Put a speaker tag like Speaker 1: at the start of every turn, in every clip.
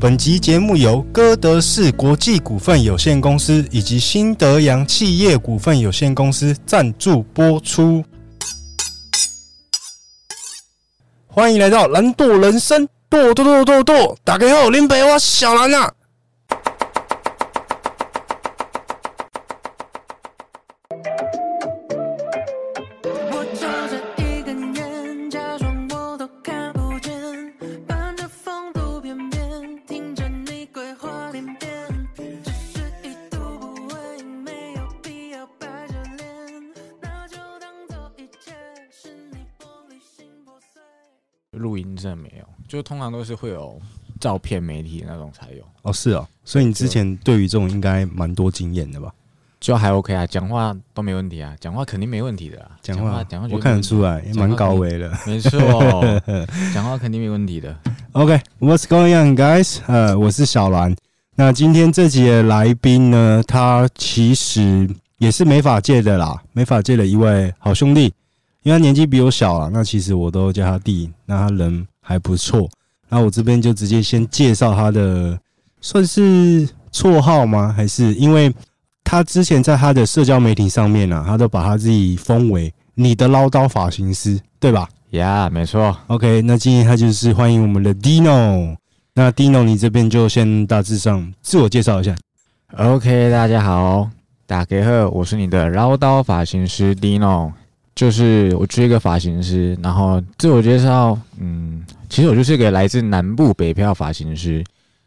Speaker 1: 本集节目由歌德士国际股份有限公司以及新德洋企业股份有限公司赞助播出。欢迎来到蓝惰人生，剁剁剁剁剁！打开后，林北我是小兰啊。
Speaker 2: 我抽着一根烟，假装我都看不见，伴着风度翩翩，听着你鬼话连篇，只是一吐不回，没有必要摆着脸，那就当做一切是你玻璃心破碎。
Speaker 3: 录音证没有，就通常都是会有照片媒体那种才有，
Speaker 1: 哦，是哦，所以你之前对于这种应该蛮多经验的吧？
Speaker 3: 就还 OK 啊，讲话都没问题啊，讲话肯定没问题的啊，
Speaker 1: 讲
Speaker 3: 话
Speaker 1: 话
Speaker 3: 讲话，
Speaker 1: 我看得出
Speaker 3: 来，
Speaker 1: 来，也蛮高维的。
Speaker 3: 没错，讲话肯定没问题的。
Speaker 1: OK，What's、going on, guys？呃，我是小兰。那今天这集的来宾呢，他其实也是美法界的啦，美法界的一位好兄弟，因为他年纪比我小啊，那其实我都叫他弟，那他人还不错。那我这边就直接先介绍他的，算是绰号吗？还是因为他之前在他的社交媒体上面啊，他都把他自己封为“你的唠叨发型师”，对吧？
Speaker 3: 呀、没错，
Speaker 1: OK，那今天他就是欢迎我们的 Dino。那 Dino，你这边就先大致上自我介绍一下。
Speaker 3: OK，大家好，打给后，我是你的唠叨发型师 Dino，就是我是一个发型师，然后自我介绍，嗯，其实我就是一个来自南部北漂发型师。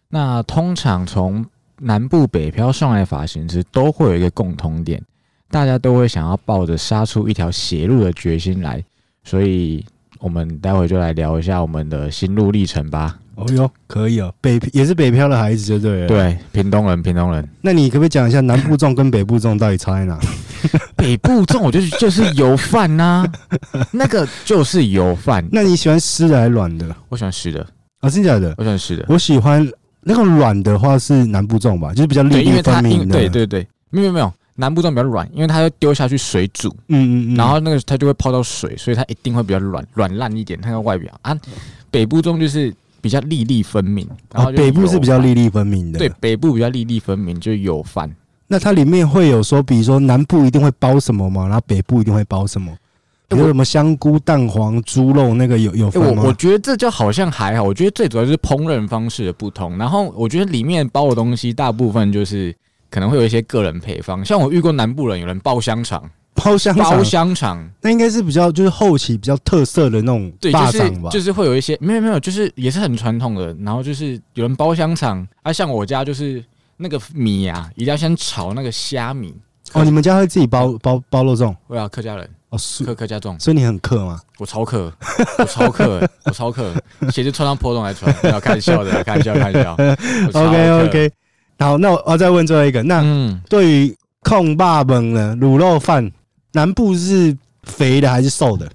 Speaker 3: 那通常从南部北漂上来的发型师都会有一个共同点，大家都会想要抱着杀出一条血路的决心来，所以我们待会就来聊一下我们的心路历程吧。
Speaker 1: 哦哟，可以哦，北也是北漂的孩子，就对了。，
Speaker 3: 对，屏东人，屏东人。
Speaker 1: 那你可不可以讲一下南部粽跟北部粽到底差在 哪？
Speaker 3: 北部粽，我就是就是油饭呐、 那个就是油饭。
Speaker 1: 那你喜欢湿的还是软的？
Speaker 3: 我喜欢湿的，
Speaker 1: 啊，真假的？
Speaker 3: 我喜欢湿的，
Speaker 1: 我喜欢那个软的话是南部粽吧，就是比较粒
Speaker 3: 对，因为
Speaker 1: 粒
Speaker 3: 它
Speaker 1: 分
Speaker 3: 因
Speaker 1: 明的。
Speaker 3: 对，对对，没有没有，南部粽比较软，因为它要丢下去水煮，
Speaker 1: 嗯嗯嗯。
Speaker 3: 然后那个它就会泡到水，所以它一定会比较软软烂一点，它的外表啊。北部粽就是比较粒粒分明，然
Speaker 1: 啊
Speaker 3: 后，就
Speaker 1: 北部是比较
Speaker 3: 油饭
Speaker 1: 粒粒分明的。
Speaker 3: 对，，北部比较粒粒分明，就是油饭。
Speaker 1: 那它里面会有说，比如说南部一定会包什么吗？然后北部一定会包什么？
Speaker 3: 哎
Speaker 1: 有什么香菇、蛋黄、猪肉那个有有
Speaker 3: 欸
Speaker 1: 分吗？
Speaker 3: 我我觉得这就好像还好，我觉得最主要就是烹饪方式的不同，然后我觉得里面包的东西大部分就是可能会有一些个人配方，像我遇过南部人有人包香肠，
Speaker 1: 包香肠
Speaker 3: 包，香肠，
Speaker 1: 那应该是比较就是后期比较特色的那种
Speaker 3: 对，就
Speaker 1: 霸
Speaker 3: 是
Speaker 1: 掌吧。
Speaker 3: 就是会有一些没有没有，就是也是很传统的，然后就是有人包香肠，啊，像我家就是那个米啊，一定要先炒那个虾米，
Speaker 1: 哦，你们家会自己包包包肉粽？
Speaker 3: 我要客家人，
Speaker 1: 哦，是，
Speaker 3: 客客家粽，
Speaker 1: 所以你很克吗？
Speaker 3: 我超客，我超客、 欸我超客，鞋子穿上破洞来穿，不要开玩笑的，开玩笑，开玩笑
Speaker 1: OK OK，好，那我我要再问最后一个，那
Speaker 3: 嗯，
Speaker 1: 对于控霸本呢，卤肉饭南部是肥的还是瘦的？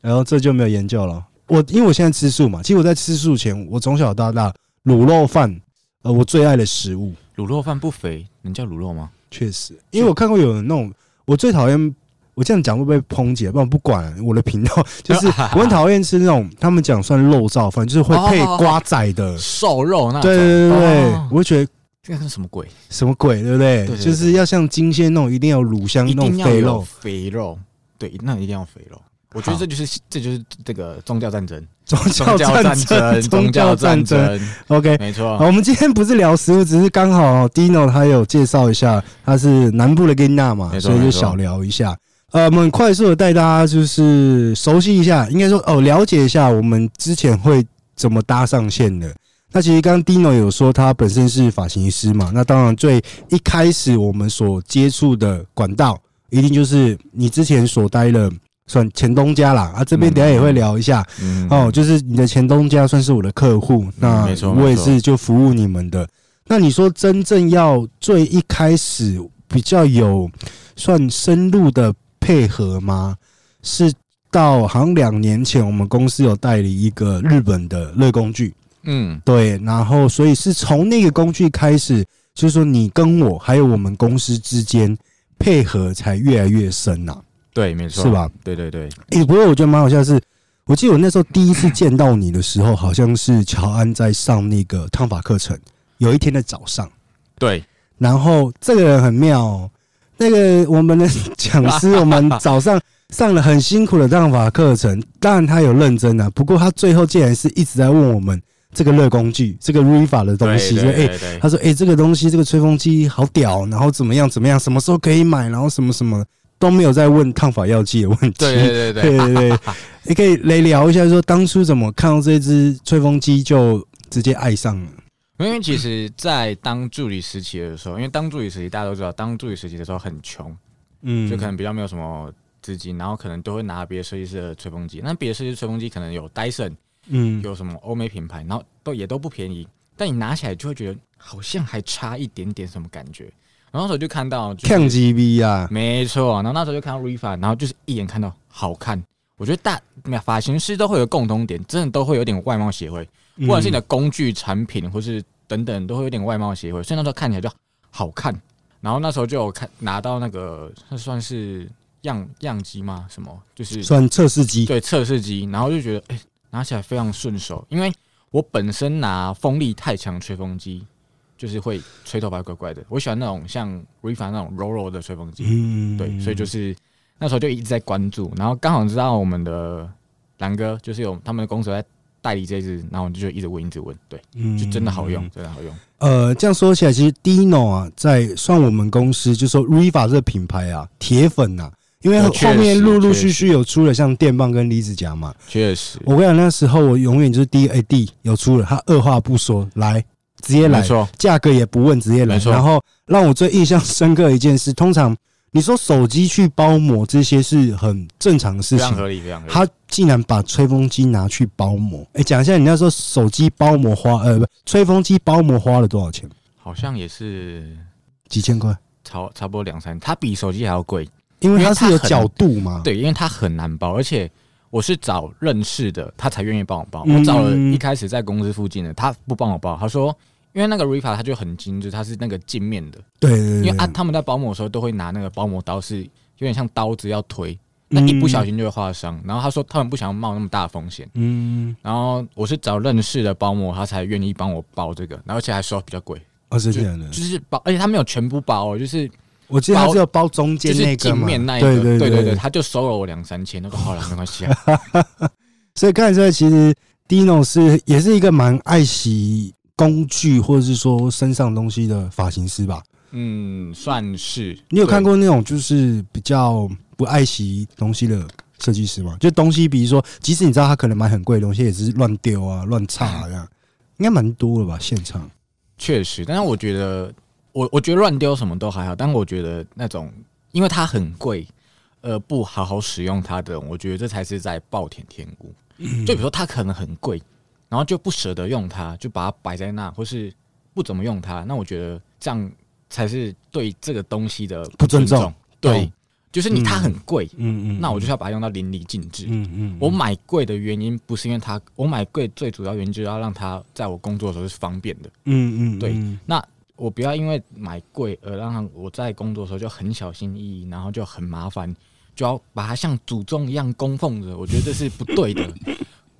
Speaker 1: 然后这就没有研究了。我因为我现在吃素嘛，其实我在吃素前，我从小到大卤肉饭，呃，我最爱的食物，
Speaker 3: 卤肉饭不肥，能叫卤肉吗？
Speaker 1: 确实，因为我看过有人那种，我最讨厌我这样讲会不会被抨击啊？不然我不管我的频道，就是我很讨厌吃那种他们讲算肉燥饭，就是会配瓜仔的。
Speaker 3: 瘦肉那种
Speaker 1: 对对对对对
Speaker 3: 哦，
Speaker 1: 我会觉得
Speaker 3: 这个是什么鬼？
Speaker 1: 什么鬼，对不对？
Speaker 3: 对对对
Speaker 1: 就是要像金鲜那种，一定要乳香
Speaker 3: 一
Speaker 1: 那种
Speaker 3: 定要
Speaker 1: 肥
Speaker 3: 有
Speaker 1: 肉。
Speaker 3: 肥肉，对，那一定要有肥肉。我觉得
Speaker 1: 好
Speaker 3: 这就是这就是这个宗教战争，
Speaker 1: 宗
Speaker 3: 宗
Speaker 1: 教
Speaker 3: 教
Speaker 1: 战
Speaker 3: 战争，宗教战
Speaker 1: 争。
Speaker 3: 争，嗯
Speaker 1: OK，
Speaker 3: 没
Speaker 1: 好，
Speaker 3: 错。
Speaker 1: 我们今天不是聊食物，只是刚好 Dino 他有介绍一下，他是南部的 g i n a 嘛，
Speaker 3: 没错
Speaker 1: 所以就
Speaker 3: 没错
Speaker 1: 小聊一下。呃，我们很快速的带大家就是熟悉一下，应该说哦，了解一下我们之前会怎么搭上线的。那其实刚刚 Dino 有说他本身是发型师嘛，那当然最一开始我们所接触的管道，一定就是你之前所待的算前东家啦啊，这边等一下也会聊一下。
Speaker 3: 嗯
Speaker 1: 哦，，就是你的前东家算是我的客户，那
Speaker 3: 没错没错
Speaker 1: 我也是就服务你们的。那你说真正要最一开始比较有算深入的配合吗？是到好像两年前，我们公司有代理一个日本的热工具，
Speaker 3: 嗯，
Speaker 1: 对，然后所以是从那个工具开始，就是说你跟我还有我们公司之间配合才越来越深呐、啊
Speaker 3: 对，没错，
Speaker 1: 是？吧？
Speaker 3: 对对对，
Speaker 1: 诶、不过我觉得蛮好笑的是，我记得我那时候第一次见到你的时候，好像是乔安在上那个烫发课程，有一天的早上。
Speaker 3: 对，
Speaker 1: 然后这个人很妙、哦，那个我们的讲师，我们早上上了很辛苦的烫法课程，当然他有认真啊，不过他最后竟然是一直在问我们这个热工具，这个 Riva 的东西，
Speaker 3: 对
Speaker 1: 就哎、
Speaker 3: 对对对
Speaker 1: 他说哎、这个东西这个吹风机好屌，然后怎么样怎么样，什么时候可以买，然后什么什么都没有在问烫法药剂的问题，
Speaker 3: 对对对对，
Speaker 1: 对对对，你可以来聊一下，说当初怎么看到这只吹风机就直接爱上了，
Speaker 3: 因为其实，在当助理时期的时候，因为当助理时期大家都知道，当助理时期的时候很穷，
Speaker 1: 嗯
Speaker 3: 就可能比较没有什么资金，然后可能都会拿别的设计师的吹风机。那别的设计师吹风机可能有 Dyson，
Speaker 1: 嗯
Speaker 3: 有什么欧美品牌，然后都也都不便宜，但你拿起来就会觉得好像还差一点点什么感觉。然后那时候就看到、就是，
Speaker 1: 看 GB 啊，
Speaker 3: 没错，然后那时候就看到 Riva，然后就是一眼看到好看。我觉得大发型师都会有共通点，真的都会有点外貌协会。不
Speaker 1: 嗯
Speaker 3: 管是你的工具、产品，或是等等，都会有点外貌协会，所以那时候看起来就好看。然后那时候就有看拿到那个，那算是样样机吗？什么？就是
Speaker 1: 算测试机，
Speaker 3: 对测试机，然后就觉得哎、拿起来非常顺手，因为我本身拿风力太强吹风机，就是会吹头发怪怪的。我喜欢那种像 Riva 那种柔柔的吹风机，
Speaker 1: 嗯
Speaker 3: 对，所以就是那时候就一直在关注，然后刚好知道我们的蓝哥就是有他们的公司在代理这支，然后我就一直问一直问，对，就真的好
Speaker 1: 嗯
Speaker 3: 用，。真的好用，
Speaker 1: 呃，这样说起来，其实 Dino 啊，在算我们公司，就说 Riva 这个品牌啊，铁粉呐、因为
Speaker 3: 呃
Speaker 1: 后
Speaker 3: 确
Speaker 1: 面
Speaker 3: 实
Speaker 1: 陆陆
Speaker 3: 确
Speaker 1: 续续有出了像电棒跟离子夹嘛。
Speaker 3: 确实，
Speaker 1: 我跟你讲，那时候我永远就是第一 AD 有出了，他二话不说来直接
Speaker 3: 没
Speaker 1: 来，
Speaker 3: 错，
Speaker 1: 价格也不问，直接来。
Speaker 3: 没错
Speaker 1: 然后让我最印象深刻的一件事，通常你说手机去包膜这些是很正常的事
Speaker 3: 非
Speaker 1: 情
Speaker 3: 常，合理，非常合理。
Speaker 1: 他竟然把吹风机拿去包膜。哎、讲一下你那时候手机包膜花，呃，不，吹风机包膜花了多少钱？
Speaker 3: 好像也是
Speaker 1: 几千块，
Speaker 3: 差差不多两三，它比手机还要贵，
Speaker 1: 因为
Speaker 3: 因为
Speaker 1: 它
Speaker 3: 它
Speaker 1: 是有
Speaker 3: 很
Speaker 1: 角度嘛。，
Speaker 3: 对，因为它很难包，而且我是找认识的，他才愿意帮我包。
Speaker 1: 嗯
Speaker 3: 我找了一开始在公司附近的，他不帮我包，他说。因为那个 Riva 它就很精致，它是那个镜面的，
Speaker 1: 对对
Speaker 3: 因
Speaker 1: 对
Speaker 3: 为啊
Speaker 1: 对。
Speaker 3: 他们在包膜的时候都会拿那个包膜刀，是有点像刀子要推，那
Speaker 1: 嗯
Speaker 3: 一不小心就会划伤。然后他说他们不想要冒那么大的风险，
Speaker 1: 嗯，
Speaker 3: 然后我是找认识的包膜，他才愿意帮我包这个，然后而且还收比较贵，
Speaker 1: 哦，是
Speaker 3: 就
Speaker 1: 这样的
Speaker 3: 就。是包，而且他没有全部包哦，就是
Speaker 1: 我记得它
Speaker 3: 包
Speaker 1: 只有包中
Speaker 3: 就
Speaker 1: 间
Speaker 3: 是
Speaker 1: 那个
Speaker 3: 镜
Speaker 1: 嘛，
Speaker 3: 面那一
Speaker 1: 对
Speaker 3: 个，对
Speaker 1: 对
Speaker 3: 对，他就收了我两三千，那个好了没关系啊，
Speaker 1: 所以看出来，其实 Dino 是也是一个蛮爱惜工具或者是说身上东西的发型师吧。
Speaker 3: 嗯，算是。
Speaker 1: 你有
Speaker 3: 对
Speaker 1: 看？过那种就是比较不爱惜东西的设计师吗？就东西，比如说，即使你知道他可能买很贵的东西，也只是乱丢啊、乱擦啊这 样，应该蛮多的吧？现场
Speaker 3: 确实，但是我觉得，我我觉得乱丢什么都还好，但我觉得那种，因为它很贵，呃，不好好使用它的，我觉得这才是在暴殄天物。
Speaker 1: 嗯
Speaker 3: 就比如说，它可能很贵，然后就不舍得用它，就把它摆在那，或是不怎么用它，那我觉得这样才是对这个东西的
Speaker 1: 不尊重
Speaker 3: 重。对
Speaker 1: 懂，
Speaker 3: 就是你它很贵，
Speaker 1: 嗯
Speaker 3: 那我就是要把它用到淋漓尽致。
Speaker 1: 嗯嗯
Speaker 3: 我买贵的原因不是因为它，我买贵最主要原因就是要让它在我工作的时候是方便的。
Speaker 1: 嗯嗯
Speaker 3: 对那我不要因为买贵而让我在工作的时候就很小心翼翼，然后就很麻烦，就要把它像祖宗一样供奉着。我觉得这是不对的。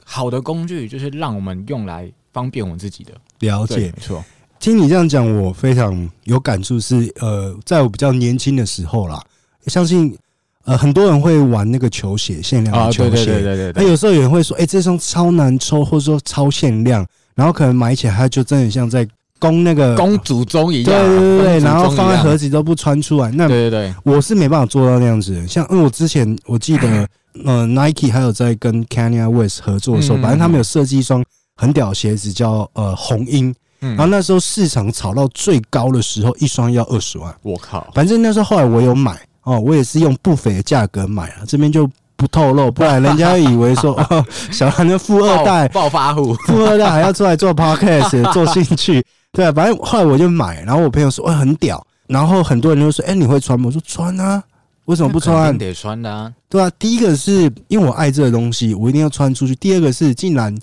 Speaker 3: 好的工具就是让我们用来方便我们自己的，
Speaker 1: 了
Speaker 3: 对，
Speaker 1: 解
Speaker 3: 没。错，
Speaker 1: 听你这样讲，我非常有感触是。呃，在我比较年轻的时候啦，相信呃很多人会玩那个球鞋，限量的球
Speaker 3: 啊对
Speaker 1: 鞋，
Speaker 3: 对对对对
Speaker 1: 那
Speaker 3: 对，
Speaker 1: 有时候有人会说，哎、这双超难抽，或者说超限量，然后可能买起来它就真的像在供那个，
Speaker 3: 供祖宗一
Speaker 1: 对
Speaker 3: 样，啊
Speaker 1: 对对对，
Speaker 3: 供祖宗一样
Speaker 1: 然后放在盒，子都不穿出来。那
Speaker 3: 对对对，
Speaker 1: 我是没办法做到那样子的，像因为我之前我记 得，呃，Nike 还有在跟 Kanye West 合作的时候，
Speaker 3: 嗯
Speaker 1: 反正他们有设计一双很屌的鞋子叫呃红鹰，
Speaker 3: 嗯
Speaker 1: 然后那时候市场炒到最高的时候，一双要二十万。
Speaker 3: 我靠，
Speaker 1: 反正那时候后来我有买哦，我也是用不菲的价格买啊了，这边就不透露，不然人家以为 说、哦、小韩的富二代，
Speaker 3: 暴暴发户，
Speaker 1: 富二代还要出来做 podcast 做兴趣，对啊，反正后来我就买，然后我朋友说哇、很屌，然后很多人就说哎、你会穿吗？我说穿啊，为什么不
Speaker 3: 哦肯
Speaker 1: 穿
Speaker 3: 定？得穿的啊，
Speaker 1: 对啊，第一个是因为我爱这个东西，我一定要穿出去；第二个是竟然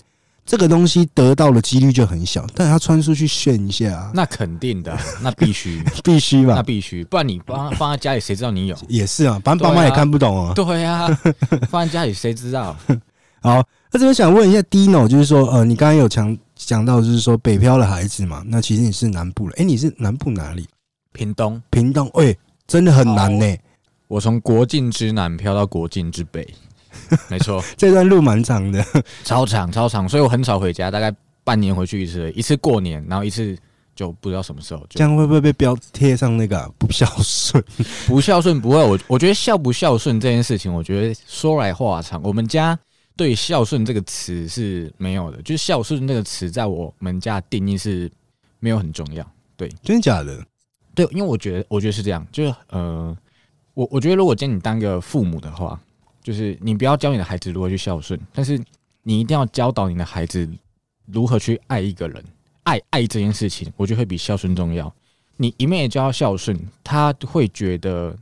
Speaker 1: 这个东西得到的几率就很小，但他穿出去炫一下、啊，
Speaker 3: 那肯定的，那必须，
Speaker 1: 必须
Speaker 3: 那
Speaker 1: 吧？
Speaker 3: 必须，不然你放放在家里，谁知道你有？
Speaker 1: 也是啊，反正爸妈
Speaker 3: 对啊
Speaker 1: 也看不懂啊。
Speaker 3: 对呀、放在家里谁知道？
Speaker 1: 好，那这边想问一下 Dino，就是说，呃，你刚刚有强讲到，就是说北漂的孩子嘛，那其实你是南部人，哎、你是南部哪里？
Speaker 3: 屏东，
Speaker 1: 屏东，哎、真的很难呢、
Speaker 3: 哦我从国境之南飘到国境之北，没 错，
Speaker 1: 这段路蛮长的，
Speaker 3: 超长超长，所以我很少回家，大概半年回去一次而已，一次过年，然后一次就不知道什么时候
Speaker 1: 这
Speaker 3: 就
Speaker 1: 样会不会被标贴上那个啊、 不孝顺？
Speaker 3: 不孝顺不会，我我觉得孝不孝顺这件事情，我觉得说来话长。我们家对孝顺这个词是没有的，就是孝顺这个词在我们家的定义是没有很重要。
Speaker 1: 真的假的？
Speaker 3: 对，因为我觉得我觉得是这样，就是呃，我我觉得如果今天你当个父母的话，就是你不要教你的孩子如何去孝顺，但是你一定要教导你的孩子如何去爱一个人，爱爱这件事情，我觉得会比孝顺重要。你一面也教他孝顺，他会觉得，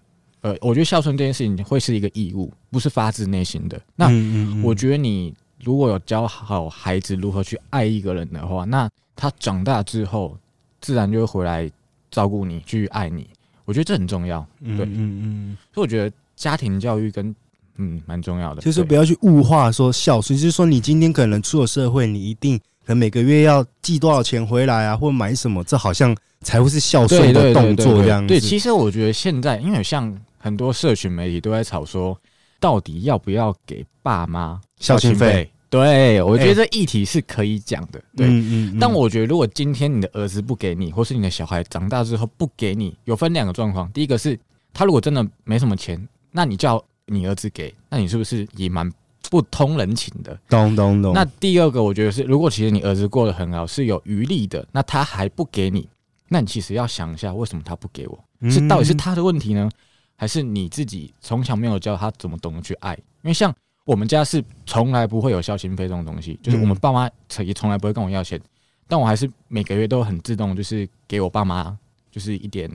Speaker 3: 呃，我觉得孝顺这件事情会是一个义务，不是发自内心的。那
Speaker 1: 嗯
Speaker 3: 我觉得你如果有教好孩子如何去爱一个人的话，那他长大之后自然就会回来照顾你，去爱你。我觉得这很重要，
Speaker 1: 嗯
Speaker 3: 对
Speaker 1: 嗯嗯
Speaker 3: 所以我觉得家庭教育跟嗯蛮重要的。
Speaker 1: 嗯，就是说
Speaker 3: 对
Speaker 1: 不要去物化说孝顺，就是说你今天可能出了社会，你一定可能每个月要寄多少钱回来啊，或买什么，这好像才会是孝顺的动作这样子。
Speaker 3: 对，其实我觉得现在，因为像很多社群媒体都在吵说，到底要不要给爸妈
Speaker 1: 孝心费，
Speaker 3: 对，我觉得这议题是可以讲的。对，
Speaker 1: 嗯嗯嗯
Speaker 3: 但我觉得，如果今天你的儿子不给你，或是你的小孩长大之后不给你，有分两个状况。第一个是，他如果真的没什么钱，那你叫你儿子给，那你是不是也蛮不通人情的？
Speaker 1: 懂懂懂，
Speaker 3: 那第二个，我觉得是，如果其实你儿子过得很好，是有余力的，那他还不给你，那你其实要想一下，为什么他不给我？
Speaker 1: 那
Speaker 3: 是到底是他的问题呢，还是你自己从小没有教他怎么懂得去爱？因为像我们家是从来不会有孝心费这种东西，就是我们
Speaker 1: 嗯
Speaker 3: 爸妈也从来不会跟我要钱，但我还是每个月都很自动，就是给我爸妈就是一点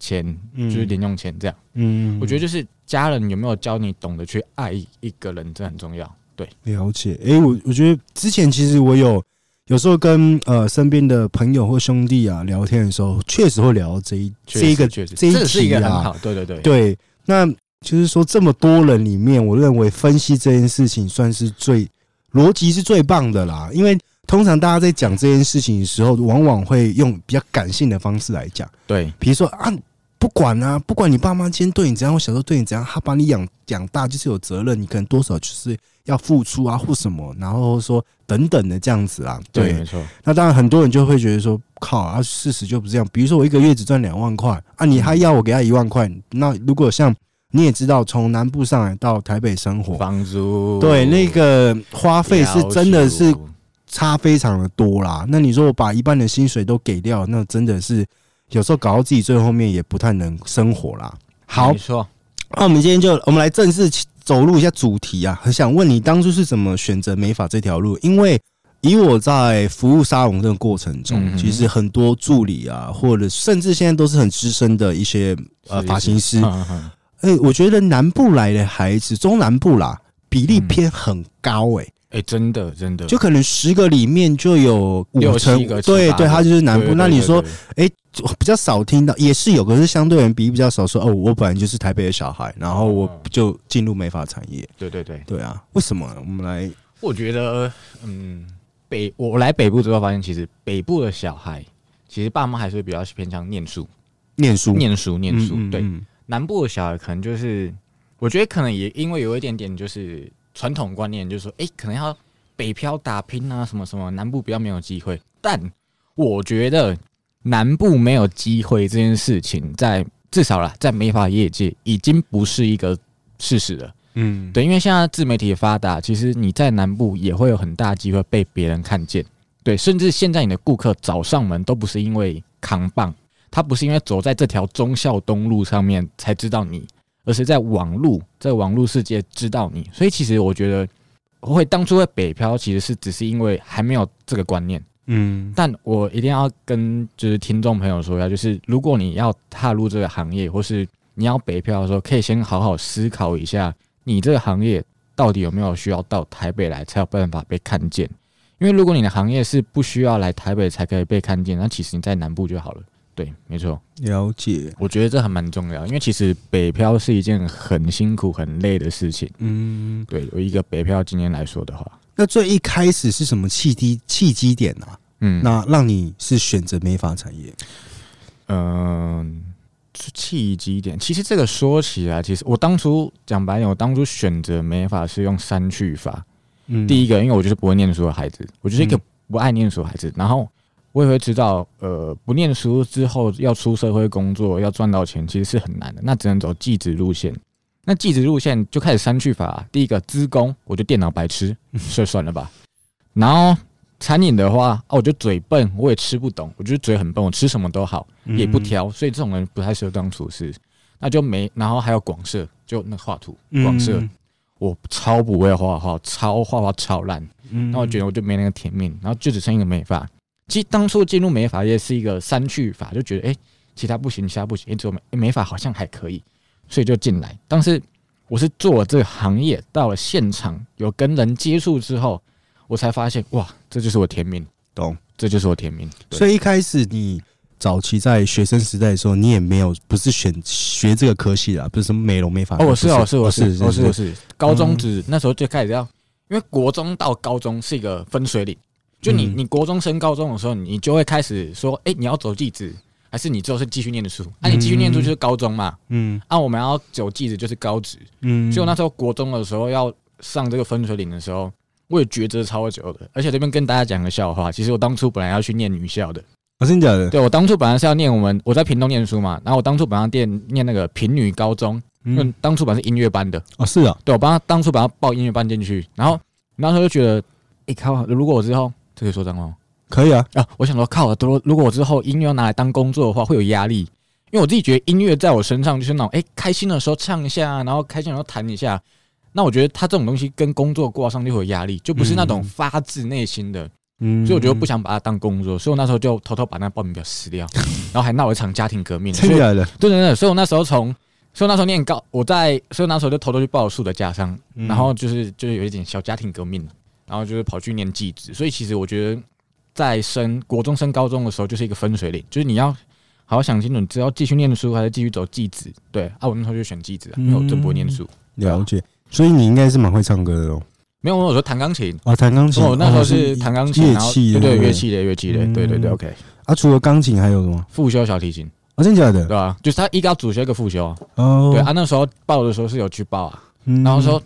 Speaker 3: 钱，
Speaker 1: 嗯
Speaker 3: 就是零用钱这样。
Speaker 1: 嗯
Speaker 3: 我觉得就是家人有没有教你懂得去爱一个人，这很重要。对，
Speaker 1: 了解。诶，我我觉得之前其实我有有时候跟呃身边的朋友或兄弟啊聊天的时候，确实会聊到这一
Speaker 3: 确
Speaker 1: 这一
Speaker 3: 实
Speaker 1: 个
Speaker 3: 确实，
Speaker 1: 这一
Speaker 3: 个是一
Speaker 1: 题
Speaker 3: 个很
Speaker 1: 啊
Speaker 3: 好，对对对，
Speaker 1: 对，那就是说这么多人里面，我认为分析这件事情算是最逻辑是最棒的啦。因为通常大家在讲这件事情的时候，往往会用比较感性的方式来讲，
Speaker 3: 对
Speaker 1: 比如说啊，不管啊，不管你爸妈今天对你怎样，或小时候对你怎样，他把你养养大就是有责任，你可能多少就是要付出啊或什么，然后说等等的这样子啦。
Speaker 3: 对，没错，
Speaker 1: 那当然，很多人就会觉得说，靠啊，事实就不是这样。比如说，我一个月只赚两万块啊，你还要我给他一万块，那如果像你也知道，从南部上来到台北生活，
Speaker 3: 房租
Speaker 1: 对那个花费是真的是
Speaker 3: 要求
Speaker 1: 差非常的多啦。那你说我把一半的薪水都给掉，那真的是有时候搞到自己最后面也不太能生活啦。好
Speaker 3: 没，错。
Speaker 1: 那我们今天就我们来正式走入一下主题啊，很想问你当初是怎么选择美发这条路？因为以我在服务沙龙这个过程中，
Speaker 3: 嗯哼
Speaker 1: 其实很多助理啊，或者甚至现在都是很资深的一些呃
Speaker 3: 是
Speaker 1: 发型师，
Speaker 3: 嗯嗯嗯
Speaker 1: 哎、我觉得南部来的孩子，中南部啦，比
Speaker 3: 嗯
Speaker 1: 例偏很高、欸，
Speaker 3: 哎、真的真的，
Speaker 1: 就可能十个里面就有五
Speaker 3: 六
Speaker 1: 成
Speaker 3: 七，个
Speaker 1: 对
Speaker 3: 七八
Speaker 1: 对，
Speaker 3: 个
Speaker 1: 他就是南部。
Speaker 3: 对
Speaker 1: 那你说，
Speaker 3: 对对对
Speaker 1: 就比较少听到，也是有，可是相对人比例比较少说哦，我本来就是台北的小孩，然后我就进入美发产业。
Speaker 3: 对对对，
Speaker 1: 对啊，为什么？我们来，
Speaker 3: 我觉得嗯，北我来北部之后发现，其实北部的小孩其实爸妈还是比较偏向念书，
Speaker 1: 念书，
Speaker 3: 念书念书。
Speaker 1: 嗯嗯
Speaker 3: 对，
Speaker 1: 嗯
Speaker 3: 南部的小孩可能就是，我觉得可能也因为有一点点就是传统观念，就是说，哎、可能要北漂打拼啊，什么什么，南部比较没有机会。但我觉得南部没有机会这件事情在至少啦，在美发业界已经不是一个事实了。
Speaker 1: 嗯，
Speaker 3: 对，因为现在自媒体的发达，其实你在南部也会有很大机会被别人看见。对，甚至现在你的顾客找上门都不是因为扛棒，他不是因为走在这条忠孝东路上面才知道你，而是在网路，在网路世界知道你。所以其实我觉得，会当初会北漂，其实是只是因为还没有这个观念。
Speaker 1: 嗯，
Speaker 3: 但我一定要跟就是听众朋友说一下，就是如果你要踏入这个行业，或是你要北漂的时候，可以先好好思考一下，你这个行业到底有没有需要到台北来才有办法被看见。因为如果你的行业是不需要来台北才可以被看见，那其实你在南部就好了。对，没错，
Speaker 1: 了解，
Speaker 3: 我觉得这还蛮重要，因为其实北漂是一件很辛苦、很累的事情。
Speaker 1: 嗯，
Speaker 3: 对，有一个北漂今天来说的话，
Speaker 1: 那最一开始是什么契机契机点啊？
Speaker 3: 嗯，
Speaker 1: 那让你是选择美发产业？
Speaker 3: 嗯，契机点，其实这个说起来，其实我当初讲白点，我当初选择美法是用删去法。
Speaker 1: 嗯
Speaker 3: 第一个，因为我就是不会念书的孩子，我就是一个不爱念书的孩子。然后我也会知道，呃，不念书之后要出社会工作，要赚到钱，其实是很难的。那只能走技职路线。那技职路线就开始删去法、第一个资工，我就电脑白痴，所以算了吧。然后餐饮的话，啊，我就嘴笨，我也吃不懂，我就是嘴很笨，我吃什么都好。也
Speaker 1: 嗯
Speaker 3: 不，挑，所以这种人不太适合当厨师。那就没，然后还有广设，就那画图
Speaker 1: 嗯
Speaker 3: 广设，，我超不会画画，超画画超烂。
Speaker 1: 嗯
Speaker 3: 那我觉得我就没那个天命，然后就只剩一个美发。其实当初进入美发业是一个三去法，就觉得哎、诶其他不行，其他不行，诶只有美诶美发好像还可以，所以就进来。当时我是做了这个行业，到了现场有跟人接触之后，我才发现哇，这就是我天命，
Speaker 1: 懂。
Speaker 3: 这就是我天命。对
Speaker 1: 所以一开始你早期在学生时代的时候，你也没有不是选学这个科系啦，不是什么美容美发。
Speaker 3: 哦，我是
Speaker 1: 不
Speaker 3: 啊我是我
Speaker 1: 哦
Speaker 3: 是我是
Speaker 1: 是
Speaker 3: 我是，高中只那时候就开始要，因为国中到高中是一个分水岭，就你
Speaker 1: 嗯
Speaker 3: 你国中升高中的时候，你就会开始说，哎，你要走技职，还是你之后是继续念的书？啊，你继续念书就是高中嘛，
Speaker 1: 嗯
Speaker 3: 啊，我们要走技职就是高职，
Speaker 1: 嗯
Speaker 3: 所以我那时候国中的时候要上这个分水岭的时候。我也抉择超久的，而且这边跟大家讲个笑话。其实我当初本来要去念女校的，
Speaker 1: 我哦真的假的？
Speaker 3: 对我当初本来是要念我们我在屏东念书嘛，然后我当初本来要念念那个平女高中，因为
Speaker 1: 嗯
Speaker 3: 当初本来是音乐班的，
Speaker 1: 哦是啊，
Speaker 3: 对我帮他当初把他报音乐班进去，然后那时候就觉得，哎、靠，如果我之后这可以说脏话吗
Speaker 1: 可以啊，
Speaker 3: 啊，我想说靠，如如果我之后音乐要拿来当工作的话，会有压力，因为我自己觉得音乐在我身上就是那种，哎、开心的时候唱一下，然后开心的时候弹一下，那我觉得他这种东西跟工作挂上就会有压力，就不是那种
Speaker 1: 嗯
Speaker 3: 发自内心的，
Speaker 1: 嗯，
Speaker 3: 所以我觉得不想把它当工作，所以我那时候就偷偷把那报名表撕掉，然后还闹了一场家庭革命，所
Speaker 1: 真
Speaker 3: 以
Speaker 1: 的假的？
Speaker 3: 对对对，所以我那时候从，所以我那时候念高，我在，所以我那时候就偷偷去报数的家商，
Speaker 1: 嗯
Speaker 3: 然后就是就是有一点小家庭革命了，然后就是跑去念技职，所以其实我觉得在升国中升高中的时候就是一个分水岭，就是你要好好想清楚，你只要继续念书还是继续走技职，对啊，我那时候就选技职啊，因
Speaker 1: 嗯
Speaker 3: 为我真不会念书，
Speaker 1: 了解，所以你应该是蛮会唱歌的哦。
Speaker 3: 没有我说弹钢琴。
Speaker 1: 啊，弹钢琴，
Speaker 3: 我那时候
Speaker 1: 哦
Speaker 3: 是弹钢琴，
Speaker 1: 乐
Speaker 3: 然后
Speaker 1: 器的，
Speaker 3: 对对
Speaker 1: 不
Speaker 3: 乐器类乐器类，对对对
Speaker 1: 嗯
Speaker 3: ，OK，
Speaker 1: 啊，除了钢琴还有什么？
Speaker 3: 复修小提琴，
Speaker 1: 啊，真的假的
Speaker 3: 对？吧、就是他一个要主修一个复修啊，
Speaker 1: 哦，
Speaker 3: 对啊，那时候报的时候是有去报啊，
Speaker 1: 嗯
Speaker 3: 然后说，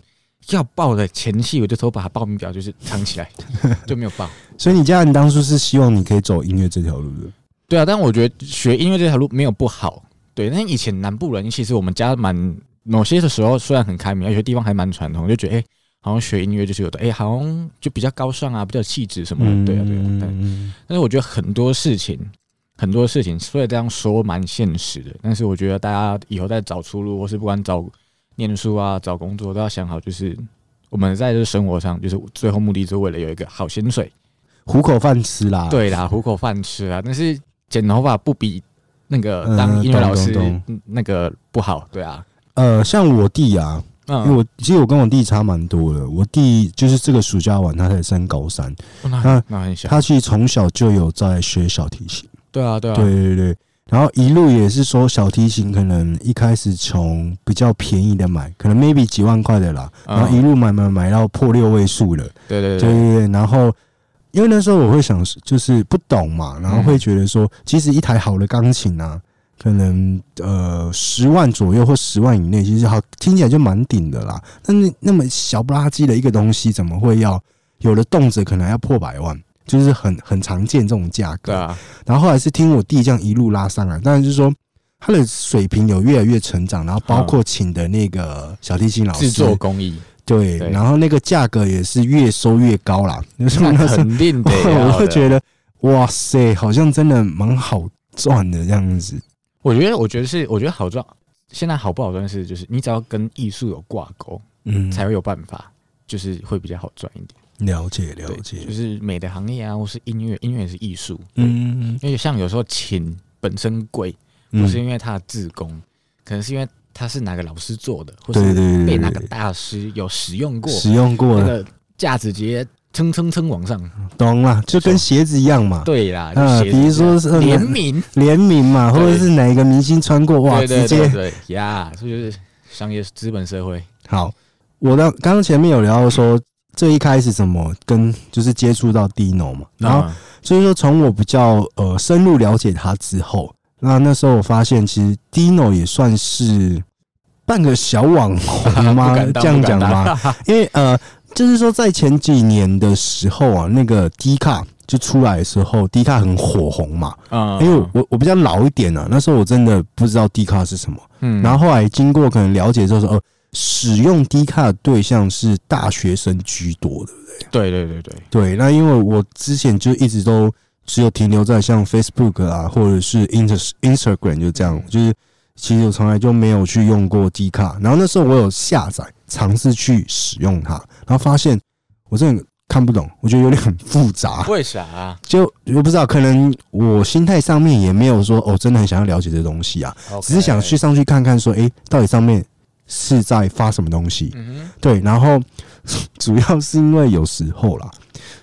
Speaker 3: 要报的前戏，我就偷把报名表就是藏起来， 就没有报。
Speaker 1: 所以你家人当初是希望你可以走音乐这条路的，
Speaker 3: 对啊，但我觉得学音乐这条路没有不好。对，但以前南部人其实我们家蛮某些的时候虽然很开明，有些地方还蛮传统，就觉得哎、诶好像学音乐就是有的，哎、好像就比较高尚啊，比较有气质什么的。对啊，对啊。但
Speaker 1: 嗯
Speaker 3: 但是我觉得很多事情，很多事情，虽然这样说蛮现实的，但是我觉得大家以后在找出路，或是不管找念书啊、找工作，都要想好，就是我们在这生活上，就是最后目的是为了有一个好薪水，
Speaker 1: 糊口饭吃啦，，
Speaker 3: 对啦，糊口饭吃啊。但是剪头发不比那个
Speaker 1: 嗯
Speaker 3: 当音乐老师
Speaker 1: 懂懂
Speaker 3: 嗯那个不好，对啊，
Speaker 1: 呃，像我弟啊，因为
Speaker 3: 嗯，
Speaker 1: 我其实我跟我弟差蛮多的，我弟就是这个暑假完他才升高三，
Speaker 3: 那
Speaker 1: 那
Speaker 3: 很那很小，
Speaker 1: 他其实从小就有在学小提琴，
Speaker 3: 对啊，对啊，
Speaker 1: 对对对。然后一路也是说小提琴可能一开始从比较便宜的买，可能 maybe 几万块的啦，然后一
Speaker 3: 嗯，
Speaker 1: 路买买买到破六位数了，
Speaker 3: 对对
Speaker 1: 对
Speaker 3: 对，
Speaker 1: 对对，然后因为那时候我会想，就是不懂嘛，然后会觉得说，其实一台好的钢琴啊，可能呃十万左右或十万以内，其实好听起来就蛮顶的啦。但是那么小不拉几的一个东西，怎么会要有的动辄可能要破百万？就是很很常见这种价格
Speaker 3: 对，啊，
Speaker 1: 然后后来是听我弟这样一路拉上来，当然就是说他的水平有越来越成长，然后包括请的那个小提琴老师
Speaker 3: 制作工艺，
Speaker 1: 对，
Speaker 3: 对
Speaker 1: 然后那个价格也是越收越高啦。就是 我
Speaker 3: 那
Speaker 1: 那时候，
Speaker 3: 肯定得 要
Speaker 1: 我
Speaker 3: 的
Speaker 1: 就觉得哇塞，好像真的蛮好赚的这样子。
Speaker 3: 我觉得，我觉得是，我觉得好赚。现在好不好赚是，就是你只要跟艺术有挂钩，
Speaker 1: 嗯，
Speaker 3: 才会有办法，就是会比较好赚一点。
Speaker 1: 了解了
Speaker 3: 对，
Speaker 1: 解
Speaker 3: 就。是美的行业啊，或是音乐，音乐也是艺术。嗯，
Speaker 1: 嗯，
Speaker 3: 因为像有时候琴本身贵，不
Speaker 1: 嗯
Speaker 3: 是因为它的自工，可能是因为它是哪个老师做的，或
Speaker 1: 对对
Speaker 3: 是
Speaker 1: 对
Speaker 3: 被
Speaker 1: 对
Speaker 3: 哪
Speaker 1: 对
Speaker 3: 个
Speaker 1: 对，
Speaker 3: 大师有使用过，
Speaker 1: 使用过
Speaker 3: 那
Speaker 1: 的，
Speaker 3: 个价值直接蹭蹭蹭往上。
Speaker 1: 懂啦，就跟鞋子一样嘛。
Speaker 3: 对啦，就
Speaker 1: 嗯
Speaker 3: 写
Speaker 1: 比如说是
Speaker 3: 联名，
Speaker 1: 联名嘛，或
Speaker 3: 对
Speaker 1: 者是哪一个明星穿过，哇，
Speaker 3: 对
Speaker 1: 直
Speaker 3: 对对
Speaker 1: 接
Speaker 3: 对呀，这就是商业资本社会。
Speaker 1: 好。我的刚刚前面有聊到说，最一开始怎么跟就是接触到 Dino 嘛，然后所以说，从我比较呃深入了解他之后，那那时候我发现，其实 Dino 也算是半个小网红吗？
Speaker 3: 不敢当
Speaker 1: 这样讲
Speaker 3: 不敢
Speaker 1: 吗？因为呃，就是说在前几年的时候啊，那个 D 卡就出来的时候，D 卡很火红嘛。
Speaker 3: 嗯，
Speaker 1: 因为我我我比较老一点啊，那时候我真的不知道 D 卡是什么。
Speaker 3: 嗯
Speaker 1: 然后后来经过可能了解之后说，哦、使用 D 卡的对象是大学生居多的。
Speaker 3: 对对对对，
Speaker 1: 对，那因为我之前就一直都只有停留在像 Facebook 啊，或者是 Inter Instagram 就这样，就是其实我从来就没有去用过 D 卡。然后那时候我有下载尝试去使用它，然后发现我真的看不懂，我觉得有点很复杂，
Speaker 3: 为啥啊？
Speaker 1: 就我不知道，可能我心态上面也没有说哦，真的很想要了解这东西啊，只是想去，上去看看说，诶，到底上面是在发什么东西。
Speaker 3: 嗯
Speaker 1: 对，然后主要是因为有时候啦，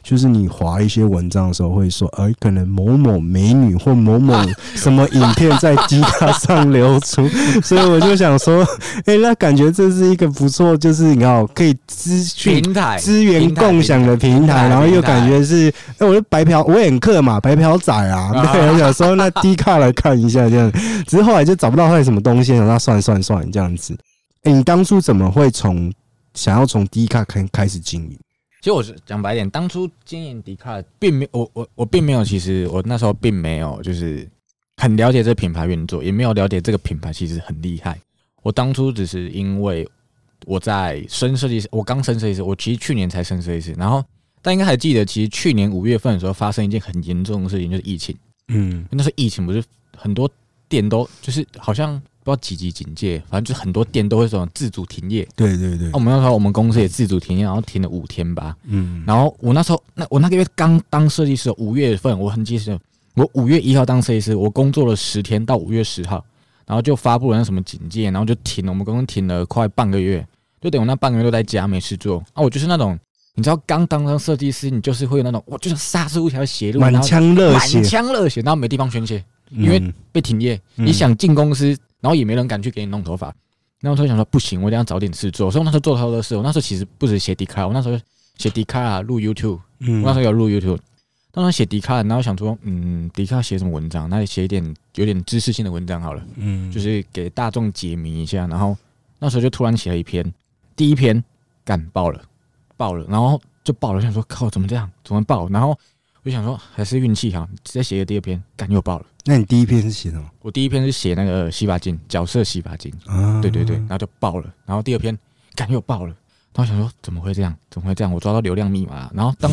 Speaker 1: 就是你划一些文章的时候会说，哎、可能某某美女或某某什么影片在 D 卡上流出，所以我就想说，哎、那感觉这是一个不错，就是你要可以资
Speaker 3: 哼，
Speaker 1: 讯。
Speaker 3: 平台
Speaker 1: 资源
Speaker 3: 平台
Speaker 1: 共享的平台，然后又感觉是，哎，我是白嫖，我也很客嘛，白嫖仔啊，
Speaker 3: 啊
Speaker 1: 对，我想说那 D 卡来看一下这样，只是后来就找不到它有什么东西，那算算算这样子。哎、你当初怎么会从想要从 D 卡开开始经营？
Speaker 3: 其实我是讲白一点，当初经营迪卡，并没我我我并没有，其实我那时候并没有就是很了解这品牌运作，也没有了解这个品牌其实很厉害。我当初只是因为我在升设计师，我刚升设计师，我其实去年才升设计师，然后大家应该还记得，其实去年五月份的时候发生一件很严重的事情，就是疫情。
Speaker 1: 嗯
Speaker 3: 那时候疫情不是很多店都就是好像不知道几级警戒，反正就是很多店都会这种自主停业。，
Speaker 1: 对对对
Speaker 3: 那、我们那时候我们公司也自主停业，然后停了五天吧。
Speaker 1: 嗯
Speaker 3: 然后我那时候，那我那个月刚当设计师，五月份我很记得，我五月一号当设计师，我工作了十天到五月十号，然后就发布了那什么警戒，然后就停了，我们公司停了快半个月，就等于我那半个月都在家没事做啊，我就是那种。你知道刚当上设计师，你就是会有那种，我就是杀出一条血路，然
Speaker 1: 满
Speaker 3: 后
Speaker 1: 腔热血
Speaker 3: 满，腔热血，然后没地方宣泄，因为
Speaker 1: 嗯
Speaker 3: 被停业。
Speaker 1: 嗯
Speaker 3: 你想进公司，然后也没人敢去给你弄头发。然后我就想说，不行，我一定要找点事做。所以我那时候做超多事。我那时候其实不止写迪卡，我那时候写迪卡啊，录 YouTube，我
Speaker 1: 嗯
Speaker 3: 那时候有录 YouTube。当时写迪卡，然后想说，嗯，迪卡写什么文章？那就写一点有点知识性的文章好了，
Speaker 1: 嗯
Speaker 3: 就是给大众解谜一下。然后那时候就突然写了一篇，第一篇干爆了，爆了，然后就爆了。我想说，靠，怎么这样？怎么爆？然后我就想说，还是运气好，直接写个第二篇，干又爆了。
Speaker 1: 那你第一篇是写什么
Speaker 3: 我第一篇是写那个洗发精角色洗发精，
Speaker 1: 啊？
Speaker 3: 对对对，然后就爆了。然后第二篇，感又爆了。然后想说怎么会这样？怎么会这样？我抓到流量密码了。然后当，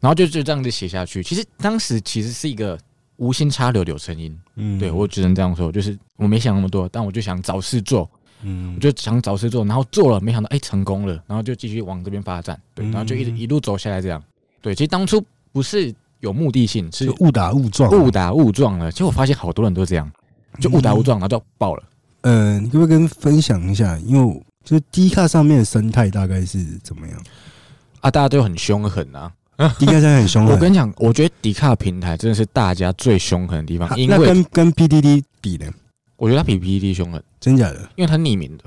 Speaker 3: 然后就就这样子写下去。其实当时其实是一个无心插柳柳成荫，
Speaker 1: 嗯
Speaker 3: 对我只能这样说，就是我没想那么多，但我就想找事做，
Speaker 1: 嗯
Speaker 3: 我就想找事做，然后做了，没想到哎、成功了，然后就继续往这边发展，对，
Speaker 1: 嗯
Speaker 3: 然后就一直一路走下来这样。对，其实当初不是有目的性，是
Speaker 1: 就误打误撞，
Speaker 3: 误打误撞了。结果发现好多人都这样，就误打误撞，然后就爆了。
Speaker 1: 呃，你可不可以跟分享一下？因为我就是 D 卡上面的生态大概是怎么 样
Speaker 3: 啊，大家都很凶狠啊！
Speaker 1: ？D 卡现在很凶
Speaker 3: 我
Speaker 1: 狠，
Speaker 3: 跟你讲，我觉得迪卡平台真的是大家最凶狠的地
Speaker 1: 啊
Speaker 3: 方，因
Speaker 1: 那
Speaker 3: 为
Speaker 1: 跟跟 PDD 比呢？
Speaker 3: 我觉得它比 PPT 凶狠，
Speaker 1: 真假的？
Speaker 3: 因为它匿名的。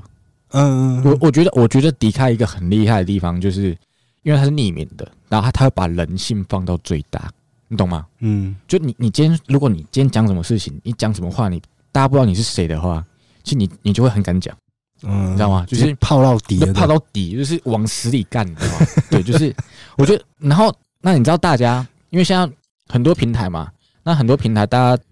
Speaker 1: 嗯，
Speaker 3: 我我觉得，我觉得迪卡一个很厉害的地方，就是因为它是匿名的，然后它它会把人性放到最大，你懂吗？
Speaker 1: 嗯
Speaker 3: 就你你今天，如果你今天讲什么事情，你讲什么话，你大家不知道你是谁的话，其实你你就会很敢讲，
Speaker 1: 嗯，
Speaker 3: 你知道吗？就
Speaker 1: 直
Speaker 3: 是
Speaker 1: 接泡到底
Speaker 3: 就
Speaker 1: 了，
Speaker 3: 泡到底，就是往死里干，你知道吗？ 对，就是我觉得，然后那你知道大家，因为现在很多平台嘛，那很多平台大家